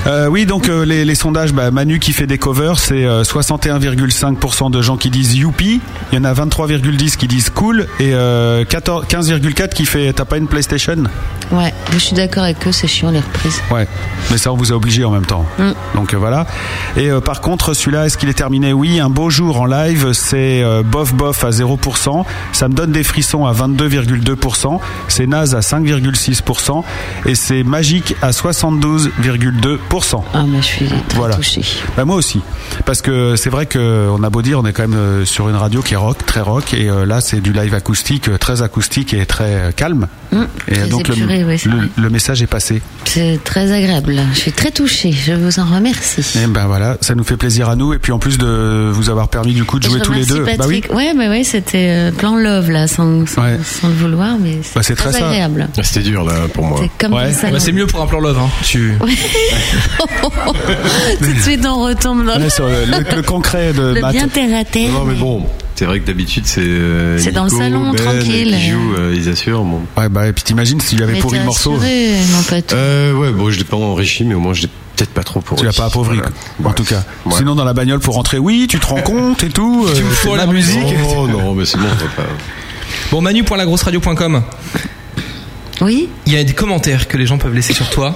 [SPEAKER 4] Euh, oui, donc euh, les, les sondages, bah, Manu qui fait des covers, c'est euh, 61,5% de gens qui disent youpi, il y en a 23,10 qui disent cool et euh, 14 15,4 qui fait t'as pas une PlayStation
[SPEAKER 6] Ouais, je suis d'accord avec eux, c'est chiant les reprises.
[SPEAKER 4] Ouais, mais ça on vous a obligé en même temps.
[SPEAKER 6] Mm.
[SPEAKER 4] Donc euh, voilà. Et euh, par contre, celui-là, est-ce qu'il est terminé Oui, un beau jour en live, c'est euh, bof bof à 0%, ça me donne des frissons à 22,2%, c'est naze à 5,6% et c'est magique à 72,2%.
[SPEAKER 6] Ah, mais je suis très
[SPEAKER 4] voilà.
[SPEAKER 6] touchée.
[SPEAKER 4] Bah, moi aussi. Parce que c'est vrai qu'on a beau dire, on est quand même euh, sur une radio qui est rock, très rock, et euh, là c'est du live acoustique, euh, très acoustique et très euh, calme. et
[SPEAKER 6] Hmm. très
[SPEAKER 4] donc le-
[SPEAKER 6] épuré, ouais, c'est
[SPEAKER 4] le-
[SPEAKER 6] vrai.
[SPEAKER 4] le message est passé.
[SPEAKER 6] C'est très agréable. Je suis très touchée. Je vous en remercie.
[SPEAKER 4] Et ben voilà, ça nous fait plaisir à nous et puis en plus de vous avoir permis du coup de
[SPEAKER 6] Et je
[SPEAKER 4] jouer tous les
[SPEAKER 6] remercie
[SPEAKER 4] deux. Bah oui.
[SPEAKER 6] Patrick. Ouais, mais ouais, c'était euh, plan love là, sans, sans, sans le vouloir, mais c'est
[SPEAKER 4] Bah, c'est très, ça.
[SPEAKER 6] agréable.
[SPEAKER 7] Ah, C'était dur là pour moi.
[SPEAKER 6] C'est comme Ouais.
[SPEAKER 4] Ah,
[SPEAKER 6] ça.
[SPEAKER 5] Bah, c'est mieux pour un plan love. Hein. Tu...
[SPEAKER 6] Tout de suite, on retombe dans
[SPEAKER 4] sur le, le- Ah, le concret de
[SPEAKER 6] le
[SPEAKER 7] Matt.
[SPEAKER 6] bien terre à terre.
[SPEAKER 7] Non mais bon, c'est vrai que d'habitude c'est. euh,
[SPEAKER 6] C'est dans le
[SPEAKER 7] Nico,
[SPEAKER 6] salon,
[SPEAKER 7] Ben,
[SPEAKER 6] tranquille.
[SPEAKER 7] Qui joue, euh, ils assurent. Bon.
[SPEAKER 4] Ouais bah et puis t'imagines s'il
[SPEAKER 6] Mais t'es assuré, mon pote.
[SPEAKER 7] Euh, ouais bon je l'ai pas enrichi mais au moins je l'ai peut-être pas trop pour.
[SPEAKER 4] Tu l'as pas appauvri, en tout cas. Sinon dans la bagnole pour rentrer, oui, tu te rends compte et tout. euh, c'est
[SPEAKER 5] fous
[SPEAKER 4] de
[SPEAKER 5] la musique.
[SPEAKER 7] Oh non mais c'est bon. on va pas-
[SPEAKER 5] Bon, manu.lagrosseradio.com.
[SPEAKER 6] Oui.
[SPEAKER 5] Il y a des commentaires que les gens peuvent laisser sur toi.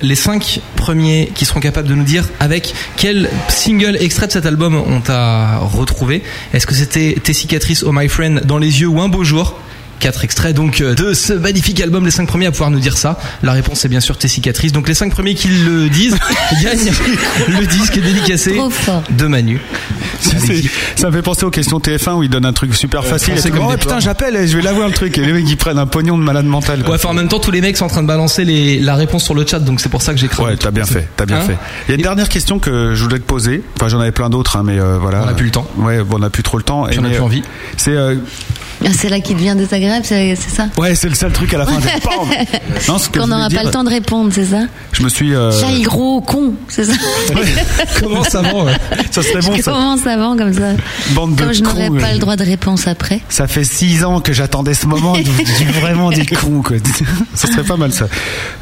[SPEAKER 5] Les cinq premiers qui seront capables de nous dire avec quel single extrait de cet album on t'a retrouvé. Est-ce que c'était tes cicatrices, Oh My Friend, dans les yeux ou un beau jour Quatre extraits donc euh, de ce magnifique album, les cinq premiers à pouvoir nous dire ça. La réponse est bien sûr tes cicatrices. Donc les cinq premiers qui le disent gagnent le disque dédicacé de Manu.
[SPEAKER 4] Si, c'est- ça me fait penser aux questions TF1 où ils donnent un truc super facile.
[SPEAKER 5] Euh, français
[SPEAKER 4] et tout.
[SPEAKER 5] comme
[SPEAKER 4] Oh,
[SPEAKER 5] des
[SPEAKER 4] putain,
[SPEAKER 5] porcs.
[SPEAKER 4] j'appelle, et je vais l'avoir le truc. Et les mecs ils prennent un pognon de malade mental. quoi.
[SPEAKER 5] Ouais, enfin, en même temps, tous les mecs sont en train de balancer les- la réponse sur le chat, donc c'est pour ça que j'ai cramé.
[SPEAKER 4] Ouais, t'as bien fait, t'as bien
[SPEAKER 5] Hein
[SPEAKER 4] fait. Il y a une dernière question que je voulais te poser. Enfin, j'en avais plein d'autres, hein, mais euh, voilà. On a plus
[SPEAKER 5] le temps.
[SPEAKER 4] Ouais, bon, on a plus trop le temps.
[SPEAKER 5] Puis
[SPEAKER 4] Et
[SPEAKER 5] on a
[SPEAKER 4] mais,
[SPEAKER 5] plus
[SPEAKER 4] euh,
[SPEAKER 5] envie.
[SPEAKER 4] C'est euh,
[SPEAKER 6] Ah, c'est là qui devient désagréable, c'est c'est ça
[SPEAKER 4] ouais, c'est le seul truc à la fin. c'est- Bam Non, ce que
[SPEAKER 6] Qu'on
[SPEAKER 4] je voulais
[SPEAKER 6] n'aura
[SPEAKER 4] dire-
[SPEAKER 6] pas le temps de répondre, c'est ça
[SPEAKER 4] Je me suis. euh,
[SPEAKER 6] Chaille gros con, c'est ça
[SPEAKER 4] Commence avant, ouais. Ça serait bon,
[SPEAKER 6] Je
[SPEAKER 4] ça.
[SPEAKER 6] commence avant comme ça.
[SPEAKER 4] Bande de
[SPEAKER 6] Comme je n'aurai
[SPEAKER 4] cons,
[SPEAKER 6] pas
[SPEAKER 4] euh.
[SPEAKER 6] le droit de réponse après.
[SPEAKER 4] Ça fait six ans que j'attendais ce moment. J'ai vraiment des cons, quoi. Ça serait pas mal, ça.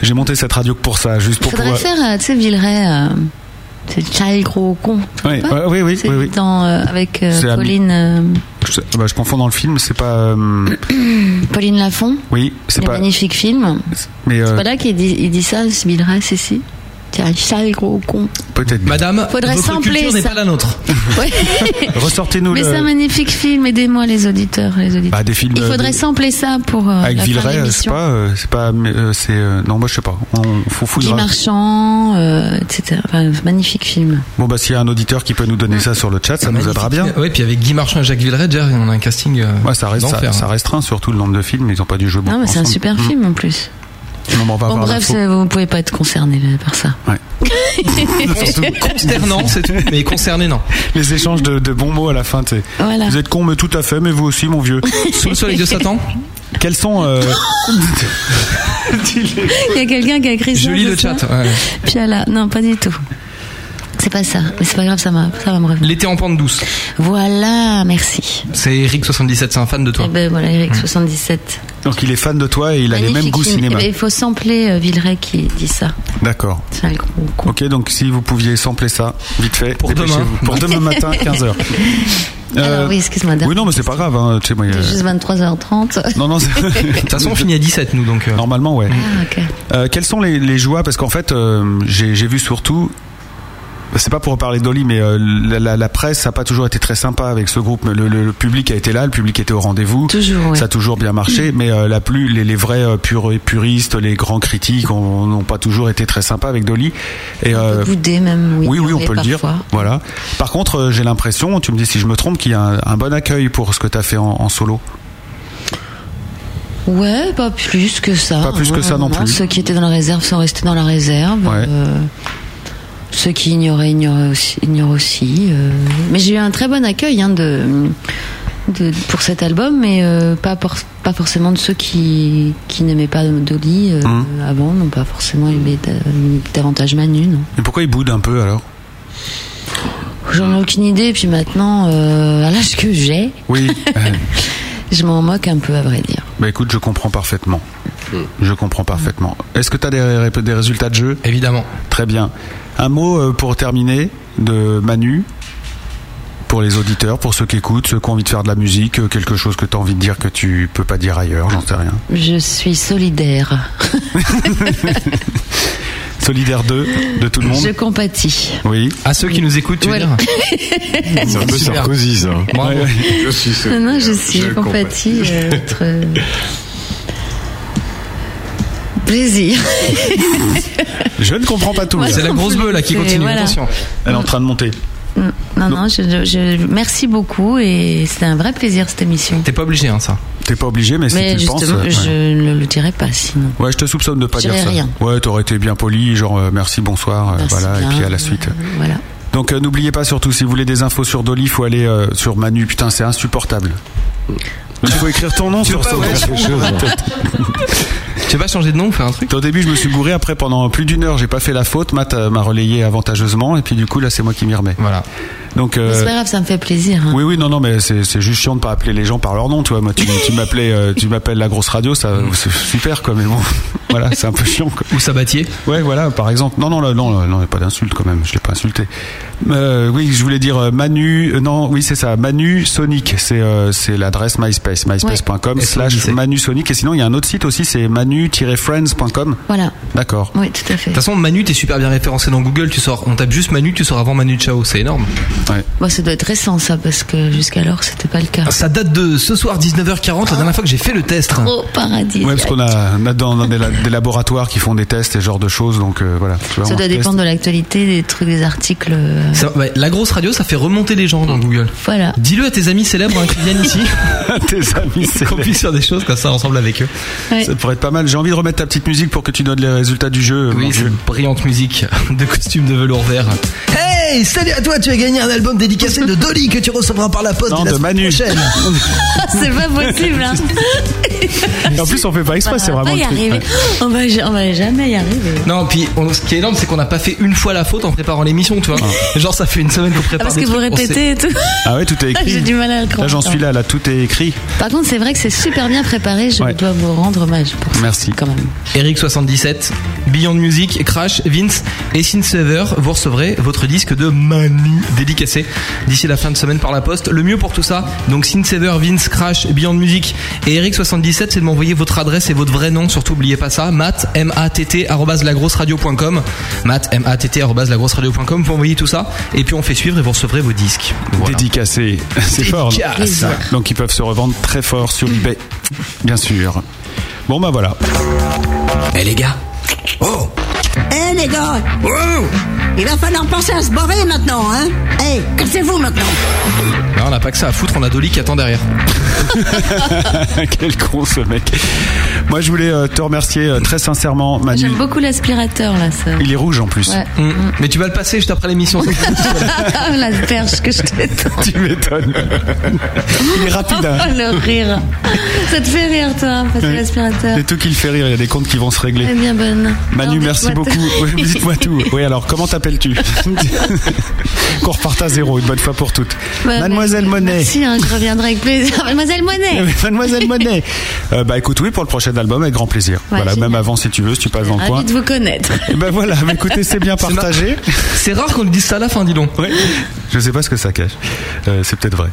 [SPEAKER 4] J'ai monté cette radio que pour ça, juste pour
[SPEAKER 6] Faudrait
[SPEAKER 4] pouvoir.
[SPEAKER 6] faire, euh, tu sais, Villeray, euh, c'est Chaille gros con.
[SPEAKER 4] Ouais, ouais, oui, oui,
[SPEAKER 6] C'est
[SPEAKER 4] oui, oui.
[SPEAKER 6] dans, euh, avec euh,
[SPEAKER 4] C'est à-
[SPEAKER 6] Pauline, euh,
[SPEAKER 4] Je, bah, je confonds dans le film, c'est pas. euh,
[SPEAKER 6] Pauline Lafont.
[SPEAKER 4] oui, c'est
[SPEAKER 6] Le
[SPEAKER 4] pas.
[SPEAKER 6] magnifique film.
[SPEAKER 4] Mais euh,
[SPEAKER 6] C'est pas là qu'il dit, il dit ça, ce Villeray, c'est si. Tiens, sale gros con.
[SPEAKER 4] peut-être.
[SPEAKER 5] Madame,
[SPEAKER 6] Faudrait
[SPEAKER 5] votre
[SPEAKER 6] sampler
[SPEAKER 5] culture n'est
[SPEAKER 6] ça.
[SPEAKER 5] pas la nôtre.
[SPEAKER 6] Ouais.
[SPEAKER 4] Ressortez-nous
[SPEAKER 6] Mais
[SPEAKER 4] le.
[SPEAKER 6] c'est un magnifique film, aidez-moi les auditeurs. Les auditeurs.
[SPEAKER 4] Bah, des films.
[SPEAKER 6] Il
[SPEAKER 4] des-
[SPEAKER 6] faudrait sampler ça pour. euh,
[SPEAKER 4] Avec
[SPEAKER 6] la fin de
[SPEAKER 4] Villeray, euh, c'est
[SPEAKER 6] l'émission.
[SPEAKER 4] pas. euh, c'est pas. mais, euh, c'est. euh, non, moi je sais pas. On faut
[SPEAKER 6] Guy
[SPEAKER 4] fouiller.
[SPEAKER 6] Marchand, euh, etc. Enfin, magnifique film.
[SPEAKER 4] Bon bah s'il y a un auditeur qui peut nous donner ça sur le chat, ça nous aidera bien.
[SPEAKER 5] Ouais, puis avec Guy Marchand et Jacques Villeray, déjà, on a un casting. euh,
[SPEAKER 4] Ouais, ça, reste, ça,
[SPEAKER 5] d'enfer.
[SPEAKER 4] ça restreint surtout le nombre de films, ils ont pas dû jouer beaucoup.
[SPEAKER 6] Non, mais c'est un
[SPEAKER 4] ensemble.
[SPEAKER 6] super
[SPEAKER 4] Mm.
[SPEAKER 6] film en plus.
[SPEAKER 4] Non, mais on va
[SPEAKER 6] Bon,
[SPEAKER 4] avoir
[SPEAKER 6] bref,
[SPEAKER 4] l'info.
[SPEAKER 6] c'est- vous ne pouvez pas être concerné euh, par ça.
[SPEAKER 4] Ouais.
[SPEAKER 5] Consternant, c'est tout, mais concerné, non.
[SPEAKER 4] Les échanges de, de bons mots à la fin, tu sais.
[SPEAKER 6] Voilà.
[SPEAKER 4] Vous êtes con, mais tout à fait, mais vous aussi, mon vieux.
[SPEAKER 5] Sous le soleil de Satan
[SPEAKER 4] Quels sont. euh,
[SPEAKER 6] Il y a quelqu'un qui a écrit ça.
[SPEAKER 5] Je lis
[SPEAKER 6] c'est
[SPEAKER 5] le
[SPEAKER 6] ça
[SPEAKER 5] chat. ouais.
[SPEAKER 6] Puis elle a- Non, pas du tout. C'est pas ça. Mais c'est pas grave, ça, m'a- ça va me revenir.
[SPEAKER 5] L'été en pente douce.
[SPEAKER 6] Voilà, merci.
[SPEAKER 5] C'est Eric77, c'est un fan de toi.
[SPEAKER 6] Eh ben voilà, Eric77.
[SPEAKER 4] Donc il est fan de toi et Mm. il a les mêmes goûts cinéma.
[SPEAKER 6] Eh ben, Il faut sampler euh, Villeray qui dit ça.
[SPEAKER 4] D'accord.
[SPEAKER 6] C'est un gros con.
[SPEAKER 4] Ok, donc si vous pouviez sampler ça, vite fait.
[SPEAKER 5] Pour demain.
[SPEAKER 4] dépêchez-vous. Pour demain matin, 15h.
[SPEAKER 6] Alors oui, excuse-moi,
[SPEAKER 4] Euh, Oui, non, mais c'est pas grave. hein, tu sais, moi, euh,
[SPEAKER 6] Juste 23h30.
[SPEAKER 4] Non, non, c'est-
[SPEAKER 5] De toute façon, on finit à 17, nous, donc. euh,
[SPEAKER 4] Normalement, ouais.
[SPEAKER 6] Ah, ok.
[SPEAKER 4] Euh, quelles sont les, les joies Parce qu'en fait, euh, j'ai j'ai vu surtout. C'est pas pour reparler d'Oli, mais euh, la, la- la presse n'a pas toujours été très sympa avec ce groupe. Le, le- le public a été là, le public était au rendez-vous.
[SPEAKER 6] Toujours, Mm. ouais.
[SPEAKER 4] Ça a toujours bien marché, mais euh, la plus, les, les vrais euh, pur- puristes, les grands critiques ont- n'ont pas toujours été très sympas avec Dolly. Et, euh,
[SPEAKER 6] Boudé même, oui.
[SPEAKER 4] oui, oui, on
[SPEAKER 6] mais
[SPEAKER 4] peut le dire.
[SPEAKER 6] parfois.
[SPEAKER 4] Voilà. Par contre, euh, j'ai l'impression, tu me dis si je me trompe, qu'il y a un, un bon accueil pour ce que tu as fait en, en solo.
[SPEAKER 6] Ouais, pas plus que ça.
[SPEAKER 4] Pas plus que ça non
[SPEAKER 6] Vraiment,
[SPEAKER 4] plus.
[SPEAKER 6] Ceux qui étaient dans la réserve sont restés dans la réserve.
[SPEAKER 4] Ouais.
[SPEAKER 6] Euh, ceux qui ignoraient ignoraient aussi. ignorent aussi, euh. Mais j'ai eu un très bon accueil hein, de, de- pour cet album, mais euh, pas, por- pas forcément de ceux qui, qui n'aimaient pas Dolly euh,
[SPEAKER 4] Hum.
[SPEAKER 6] avant, non pas forcément aimé da- davantage Manu, non.
[SPEAKER 4] Mais pourquoi ils boudent un peu alors
[SPEAKER 6] J'en ai aucune idée, et puis maintenant, euh, à l'âge que j'ai,
[SPEAKER 4] Oui. euh,
[SPEAKER 6] je m'en moque un peu à vrai dire.
[SPEAKER 4] Bah écoute, je comprends parfaitement. Je comprends parfaitement. Est-ce que tu as des, ré- des résultats de jeu
[SPEAKER 5] Évidemment.
[SPEAKER 4] Très bien. Un mot euh, pour terminer de Manu, pour les auditeurs, pour ceux qui écoutent, ceux qui ont envie de faire de la musique, euh, quelque chose que tu as envie de dire que tu peux pas dire ailleurs, j'en sais rien.
[SPEAKER 6] Je suis solidaire.
[SPEAKER 4] Solidaire 2 de tout le monde
[SPEAKER 6] Je compatis.
[SPEAKER 4] Oui.
[SPEAKER 5] À ceux qui nous écoutent, tu veux
[SPEAKER 6] Voilà.
[SPEAKER 5] dire
[SPEAKER 7] C'est un peu hein.
[SPEAKER 5] Super.
[SPEAKER 7] Sarkozy ça.
[SPEAKER 5] Bravo.
[SPEAKER 7] Je suis
[SPEAKER 6] Non, non, je suis
[SPEAKER 7] Je
[SPEAKER 6] euh, compatie. euh, entre- plaisir.
[SPEAKER 4] Je ne comprends pas tout.
[SPEAKER 6] Moi
[SPEAKER 4] là.
[SPEAKER 6] C'est la non grosse plus, bœuf, là, qui c'est- continue, voilà. attention.
[SPEAKER 4] Elle est en train de monter.
[SPEAKER 6] Mm, Non, non, je, je- je- merci beaucoup et c'était un vrai plaisir cette émission.
[SPEAKER 4] T'es pas obligé, hein, ça. T'es pas obligé, mais,
[SPEAKER 6] Mais
[SPEAKER 4] si tu le penses.
[SPEAKER 6] justement,
[SPEAKER 4] ouais.
[SPEAKER 6] je ne le dirai pas sinon.
[SPEAKER 4] Ouais, je te soupçonne de pas
[SPEAKER 6] Je
[SPEAKER 4] dire
[SPEAKER 6] dirais
[SPEAKER 4] ça.
[SPEAKER 6] rien.
[SPEAKER 4] Ouais, t'aurais été bien poli, genre euh, merci, bonsoir, euh,
[SPEAKER 6] Merci
[SPEAKER 4] voilà,
[SPEAKER 6] bien,
[SPEAKER 4] et puis à la
[SPEAKER 6] euh,
[SPEAKER 4] suite.
[SPEAKER 6] Voilà.
[SPEAKER 4] Donc euh, n'oubliez pas surtout, si vous voulez des infos sur Dolly, faut aller euh, sur Manu. Putain, c'est insupportable. Il faut écrire ton nom
[SPEAKER 5] Tu
[SPEAKER 4] sur
[SPEAKER 5] veux
[SPEAKER 4] son
[SPEAKER 5] pas, ouais,
[SPEAKER 4] quelque
[SPEAKER 5] je
[SPEAKER 4] chose.
[SPEAKER 5] comprends.
[SPEAKER 4] Tu sais pas changer de nom, faire un truc Au début, je me suis bourré. Après, pendant plus d'une heure, j'ai pas fait la faute. Matt euh, m'a relayé avantageusement, et puis du coup, là, c'est moi qui m'y remets. Voilà. Donc. euh,
[SPEAKER 6] Mais C'est pas grave, ça me fait plaisir. hein.
[SPEAKER 4] oui, oui, non, non, mais c'est c'est juste chiant de pas appeler les gens par leur nom, tu vois. Moi, tu, tu m'appelais, euh, tu m'appelles la grosse radio, ça, c'est super, quoi. Mais bon, voilà, c'est un peu chiant. Quoi. Ou Sabatier. Ouais, voilà, par exemple. Non, non, là, non, là, non, il y a pas d'insulte quand même. Je l'ai pas insulté. Euh, oui, je voulais dire euh, Manu. euh, non, oui, c'est ça. Manu Sonic, c'est euh, c'est l'adresse MySpace, myspace.com slash Manu Sonic. Et sinon, il y a un autre site aussi, c'est manu-friends.com.
[SPEAKER 6] Voilà.
[SPEAKER 4] D'accord.
[SPEAKER 6] Oui, tout à fait.
[SPEAKER 5] De toute façon, Manu, t'es super bien référencé dans Google. Tu sors, on tape juste Manu, tu sors avant Manu Chao. C'est énorme.
[SPEAKER 6] Bon, ça doit être récent ça parce que jusqu'alors c'était pas le cas.
[SPEAKER 5] Ça date de ce soir 19h40, la dernière fois que j'ai fait le test.
[SPEAKER 6] Trop paradis.
[SPEAKER 4] Ouais, parce qu'on a, on a dans, dans des, la- des laboratoires qui font des tests et ce genre de choses, donc euh, voilà. tu vois,
[SPEAKER 6] Ça
[SPEAKER 4] on
[SPEAKER 6] doit
[SPEAKER 4] teste.
[SPEAKER 6] dépendre de l'actualité, des trucs, des articles. euh,
[SPEAKER 5] Ça- ouais, la grosse radio, ça fait remonter les gens dans Google.
[SPEAKER 6] Voilà.
[SPEAKER 5] Dis-le à tes amis célèbres hein, qui viennent ici.
[SPEAKER 4] tes amis
[SPEAKER 5] célèbres. Qu'on puisse faire des choses comme ça ensemble avec eux.
[SPEAKER 6] Ouais.
[SPEAKER 4] Ça pourrait être pas mal. J'ai envie de remettre ta petite musique pour que tu donnes les résultats du jeu.
[SPEAKER 5] Oui, c'est une brillante musique de costume de velours vert. Hey, salut à toi, tu as gagné un album dédicacé de Dolly que tu recevras par la poste
[SPEAKER 4] Non,
[SPEAKER 5] dès la
[SPEAKER 4] de
[SPEAKER 5] semaine
[SPEAKER 4] Manu.
[SPEAKER 5] prochaine.
[SPEAKER 6] c'est pas possible. Hein.
[SPEAKER 4] Et en plus, on fait pas
[SPEAKER 6] On
[SPEAKER 4] exprès, c'est
[SPEAKER 6] va
[SPEAKER 4] vraiment
[SPEAKER 6] pas
[SPEAKER 4] le
[SPEAKER 6] y
[SPEAKER 4] truc.
[SPEAKER 6] arriver.
[SPEAKER 4] Ouais.
[SPEAKER 6] On va, ja- on va jamais y arriver.
[SPEAKER 5] Non, puis on- ce qui est énorme, c'est qu'on n'a pas fait une fois la faute en préparant l'émission, tu vois. Genre, ça fait une semaine qu'on
[SPEAKER 6] Ah,
[SPEAKER 5] prépare.
[SPEAKER 6] parce
[SPEAKER 5] des
[SPEAKER 6] que vous
[SPEAKER 5] trucs, on
[SPEAKER 6] répétez et
[SPEAKER 5] sait-
[SPEAKER 6] tout.
[SPEAKER 4] Ah ouais, tout est écrit.
[SPEAKER 6] J'ai du mal à le
[SPEAKER 4] Là,
[SPEAKER 6] croire.
[SPEAKER 4] j'en suis là, là, tout est écrit.
[SPEAKER 6] Par contre, c'est vrai que c'est super bien préparé. Je dois vous rendre hommage pour ça.
[SPEAKER 4] Merci.
[SPEAKER 6] Quand même.
[SPEAKER 5] Eric77, Beyond Music, Crash, Vince et Sinsever, vous recevrez votre disque de Manu dédicacé d'ici la fin de semaine par la poste. Le mieux pour tout ça, donc Sinsever, Vince, Crash, Beyond Music et Eric77, c'est de m'envoyer votre adresse et votre vrai nom, surtout n'oubliez pas ça, matt, M-A-T-T, arrobase lagrosseradio.com, matt, M-A-T-T, arrobase lagrosseradio.com, vous envoyez tout ça et puis on fait suivre et vous recevrez vos disques.
[SPEAKER 4] Dédicacé. C'est fort. non
[SPEAKER 5] Dédicace.
[SPEAKER 4] Donc, ils peuvent se revendre très fort sur eBay. Bien sûr. Bon, bah voilà.
[SPEAKER 1] Eh les gars Oh
[SPEAKER 3] Eh les gars Il va falloir penser à se barrer maintenant, hein Eh, cassez-vous maintenant
[SPEAKER 5] Là, Ah, on n'a pas que ça à foutre, on a Dolly qui attend derrière.
[SPEAKER 4] Quel con ce mec. Moi, je voulais euh, te remercier euh, très sincèrement, Manu.
[SPEAKER 6] J'aime beaucoup l'aspirateur là. Ça.
[SPEAKER 4] Il est rouge en plus.
[SPEAKER 6] Ouais.
[SPEAKER 5] Mais tu vas le passer juste après l'émission.
[SPEAKER 6] La perche que je t'ai
[SPEAKER 4] tu m'étonnes. Il est rapide. hein.
[SPEAKER 6] Oh, le rire. Ça te fait rire, toi, hein, passer
[SPEAKER 4] Ouais.
[SPEAKER 6] l'aspirateur.
[SPEAKER 4] C'est tout qui le fait rire. Il y a des comptes qui vont se régler.
[SPEAKER 6] Eh bien bonne.
[SPEAKER 4] Manu,
[SPEAKER 6] Alors,
[SPEAKER 4] merci
[SPEAKER 6] dites-moi
[SPEAKER 4] beaucoup.
[SPEAKER 6] tout.
[SPEAKER 4] Oui, Dites-moi tout. Oui, alors, comment t'appelles-tu Qu'on reparte à zéro, une bonne fois pour toutes.
[SPEAKER 6] Bah,
[SPEAKER 4] Mademoiselle Monet.
[SPEAKER 6] Merci, hein, je reviendrai avec plaisir. Mademoiselle Monet.
[SPEAKER 4] Mademoiselle Monet. Euh, bah écoute, oui, pour le prochain album, avec grand plaisir. voilà, même avant si tu veux, si tu passes dans le coin.
[SPEAKER 6] Ravi de vous connaître.
[SPEAKER 4] Eh Ben voilà, mais écoutez, c'est bien
[SPEAKER 5] C'est mar-
[SPEAKER 4] partagé.
[SPEAKER 5] C'est rare qu'on le dise ça à la fin, dis donc.
[SPEAKER 4] Je sais pas ce que ça cache. Euh, c'est peut-être vrai.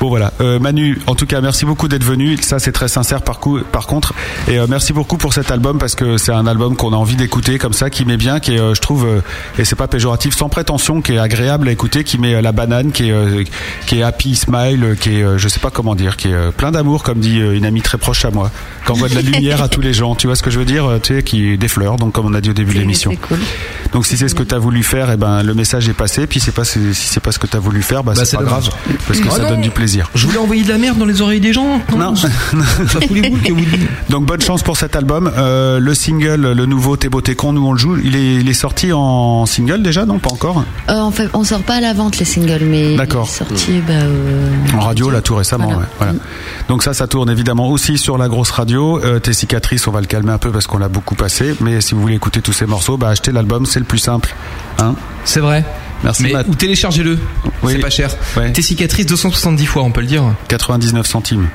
[SPEAKER 4] Bon voilà, Euh, Manu, en tout cas, merci beaucoup d'être venu. Ça, c'est très sincère par, coup, par contre. Et euh, merci beaucoup pour cet album parce que c'est un album qu'on a envie d'écouter comme ça, qui met bien, qui est, euh, je trouve, euh, et c'est pas péjoratif, sans prétention, qui est agréable à écouter, qui met euh, la banane, qui est, euh, qui est happy smile, euh, qui est, euh, je sais pas comment dire, qui est euh, plein d'amour, comme dit euh, une amie très proche à moi, qui envoie de la lumière à tous les gens. Tu vois ce que je veux dire Euh, Tu sais, qui des fleurs, donc comme on a dit au début de l'émission. Donc si c'est ce que tu as voulu faire, et ben le message est passé. Puis c'est pas si si c'est pas ce que tu as voulu faire, bah,
[SPEAKER 5] Bah,
[SPEAKER 4] c'est pas
[SPEAKER 5] dommage.
[SPEAKER 4] grave parce que
[SPEAKER 5] Ah
[SPEAKER 4] ça
[SPEAKER 5] non.
[SPEAKER 4] donne du plaisir.
[SPEAKER 5] Je voulais envoyer de la merde dans les oreilles des gens. Non. Ça fout les boules que vous dites.
[SPEAKER 4] Donc bonne chance pour cet album. Euh, le single, le nouveau T'es beau t'es con, nous on le joue. Il est, il est sorti en single déjà, non Pas encore.
[SPEAKER 6] Euh, on, fait, on sort pas à la vente les singles, mais
[SPEAKER 4] D'accord.
[SPEAKER 6] il est sorti bah, euh,
[SPEAKER 4] En radio là tout récemment. ouais, voilà. Donc ça, ça tourne évidemment aussi sur la grosse radio. Euh, tes cicatrices, on va le calmer un peu parce qu'on l'a beaucoup passé. Mais si vous voulez écouter tous ces morceaux, bah achetez l'album, c'est le plus simple. Hein
[SPEAKER 5] C'est vrai.
[SPEAKER 4] Merci
[SPEAKER 5] Mais,
[SPEAKER 4] Matt.
[SPEAKER 5] ou téléchargez-le.
[SPEAKER 4] Oui.
[SPEAKER 5] C'est pas cher.
[SPEAKER 4] Ouais.
[SPEAKER 5] Tes cicatrices 270 fois, on peut le dire.
[SPEAKER 4] 99 centimes.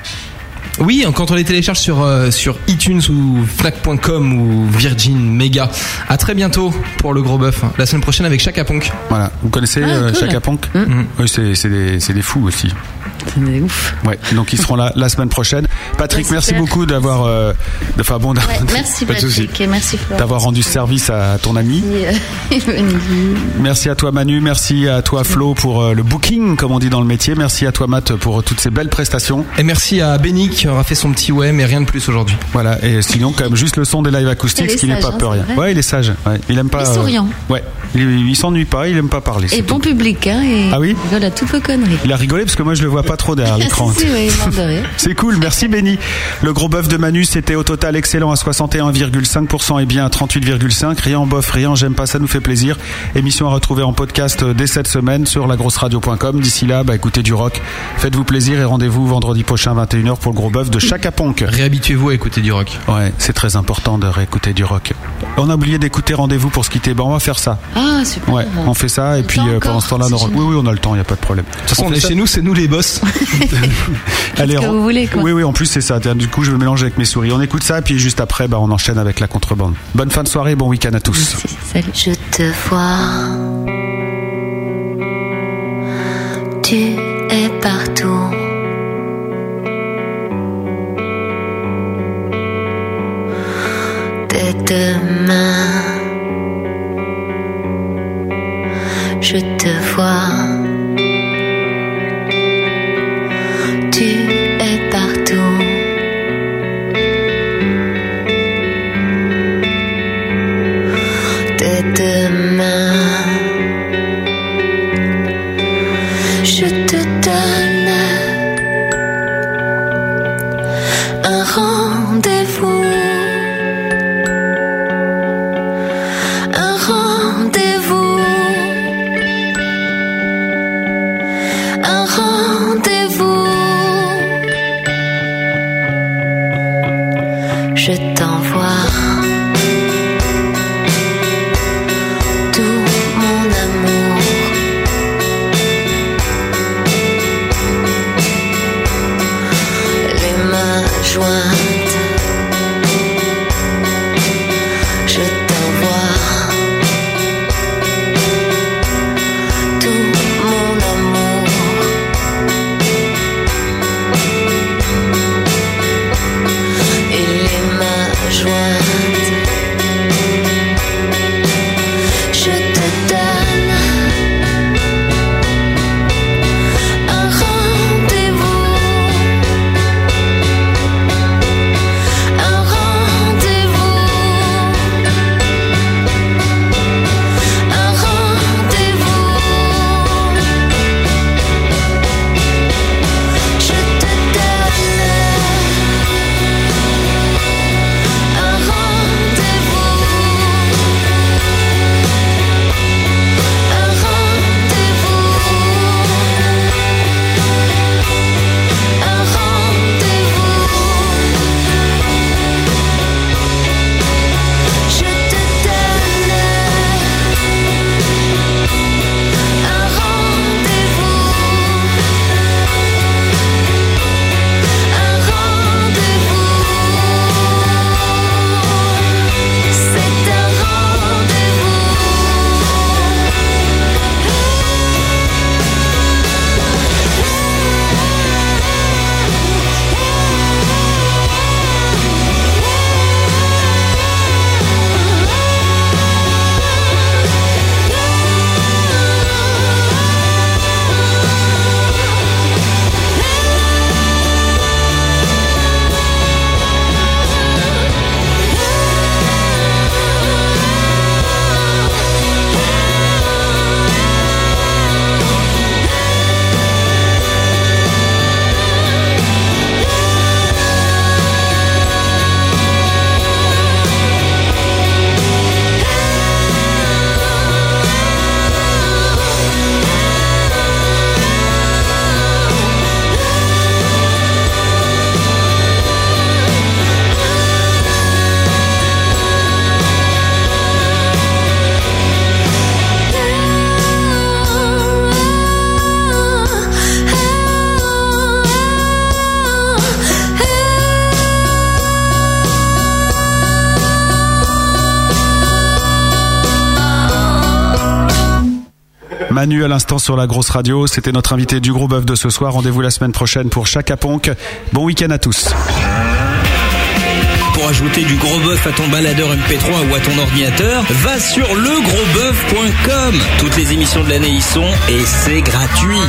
[SPEAKER 5] Oui, quand on les télécharge sur, euh, sur iTunes ou Fnac.com ou Virgin Mega. À très bientôt pour le gros bœuf. La semaine prochaine avec Chaka Ponk.
[SPEAKER 4] Voilà. Vous connaissez
[SPEAKER 5] Ah,
[SPEAKER 4] euh,
[SPEAKER 5] cool.
[SPEAKER 4] Chaka Ponk Oui, c'est c'est des, c'est des fous aussi.
[SPEAKER 6] Mm. C'est ouf.
[SPEAKER 4] Ouais, donc ils seront là la semaine prochaine. Patrick,
[SPEAKER 6] Ouais,
[SPEAKER 4] merci
[SPEAKER 6] super.
[SPEAKER 4] beaucoup d'avoir. euh, Enfin bon, d'avoir-
[SPEAKER 6] Ouais, merci
[SPEAKER 4] pas de souci.
[SPEAKER 6] Patrick et merci Florent.
[SPEAKER 4] D'avoir rendu service à ton ami.
[SPEAKER 6] Merci, euh, Émilie.
[SPEAKER 4] Merci à toi Manu, merci à toi Flo pour euh, le booking, comme on dit dans le métier. Merci à toi Matt pour euh, toutes ces belles prestations.
[SPEAKER 5] Et merci à Benny qui aura fait son petit ouais, mais rien de plus aujourd'hui.
[SPEAKER 4] Voilà, et sinon, quand même, juste le son des lives acoustiques,
[SPEAKER 6] Il est
[SPEAKER 4] ce qui n'est
[SPEAKER 6] sage,
[SPEAKER 4] pas
[SPEAKER 6] hein,
[SPEAKER 4] peur rien.
[SPEAKER 6] c'est vrai.
[SPEAKER 4] Ouais, il est sage. ouais. Il aime pas.
[SPEAKER 6] est
[SPEAKER 4] euh,
[SPEAKER 6] souriant.
[SPEAKER 4] Ouais, il, il s'ennuie pas, il aime pas parler. c'est
[SPEAKER 6] Et bon
[SPEAKER 4] tout.
[SPEAKER 6] public, hein, et
[SPEAKER 4] Ah oui
[SPEAKER 6] voilà, toutes vos conneries.
[SPEAKER 4] Il a rigolé parce que moi je le vois pas trop derrière l'écran.
[SPEAKER 6] Ah, si, si, oui, il manque de rire.
[SPEAKER 4] C'est cool, merci Benny. Le gros bœuf de Manu, c'était au total excellent à 61,5% et bien à 38,5%. Rien en bof, rien, en j'aime pas, ça nous fait plaisir. Émission à retrouver en podcast euh, dès cette semaine sur lagrosseradio.com. D'ici là, bah, écoutez du rock, faites-vous plaisir et rendez-vous vendredi prochain 21h pour le gros bœuf de Chaka Ponk.
[SPEAKER 5] Réhabituez-vous à écouter du rock.
[SPEAKER 4] Ouais, c'est très important de réécouter du rock. On a oublié d'écouter rendez-vous pour se quitter, ben on va faire ça.
[SPEAKER 6] Ah, super.
[SPEAKER 4] Ouais, on fait ça et puis euh, pendant ce temps-là, on aura- oui, oui, on a le temps, il n'y a pas de problème. De toute
[SPEAKER 5] façon, on est chez
[SPEAKER 4] nous, c'est nous les boss. Allez,
[SPEAKER 6] que
[SPEAKER 4] on-
[SPEAKER 6] vous voulez, quoi.
[SPEAKER 4] Oui, oui, en plus, c'est ça. Du coup, je me mélange avec mes souris. On écoute ça, puis juste après, bah, on enchaîne avec la contrebande. Bonne fin de soirée, bon week-end à tous.
[SPEAKER 6] Salut.
[SPEAKER 10] Je te vois. Tu es partout. Dès demain. Je te vois. Tu es partout. de demain. Je te donne un rendez-vous. Un rendez-vous. Un rendez-vous. Je t'envoie. Tout mon amour, les mains jointes, je t'envoie. Tout mon amour,
[SPEAKER 4] Manu à l'instant sur la grosse radio. C'était notre invité du gros bœuf de ce soir. Rendez-vous la semaine prochaine pour Chaka Ponk. Bon week-end à tous.
[SPEAKER 1] Pour ajouter du gros bœuf à ton baladeur MP3 ou à ton ordinateur, va sur legrosboeuf.com. Toutes les émissions de l'année y sont et c'est gratuit.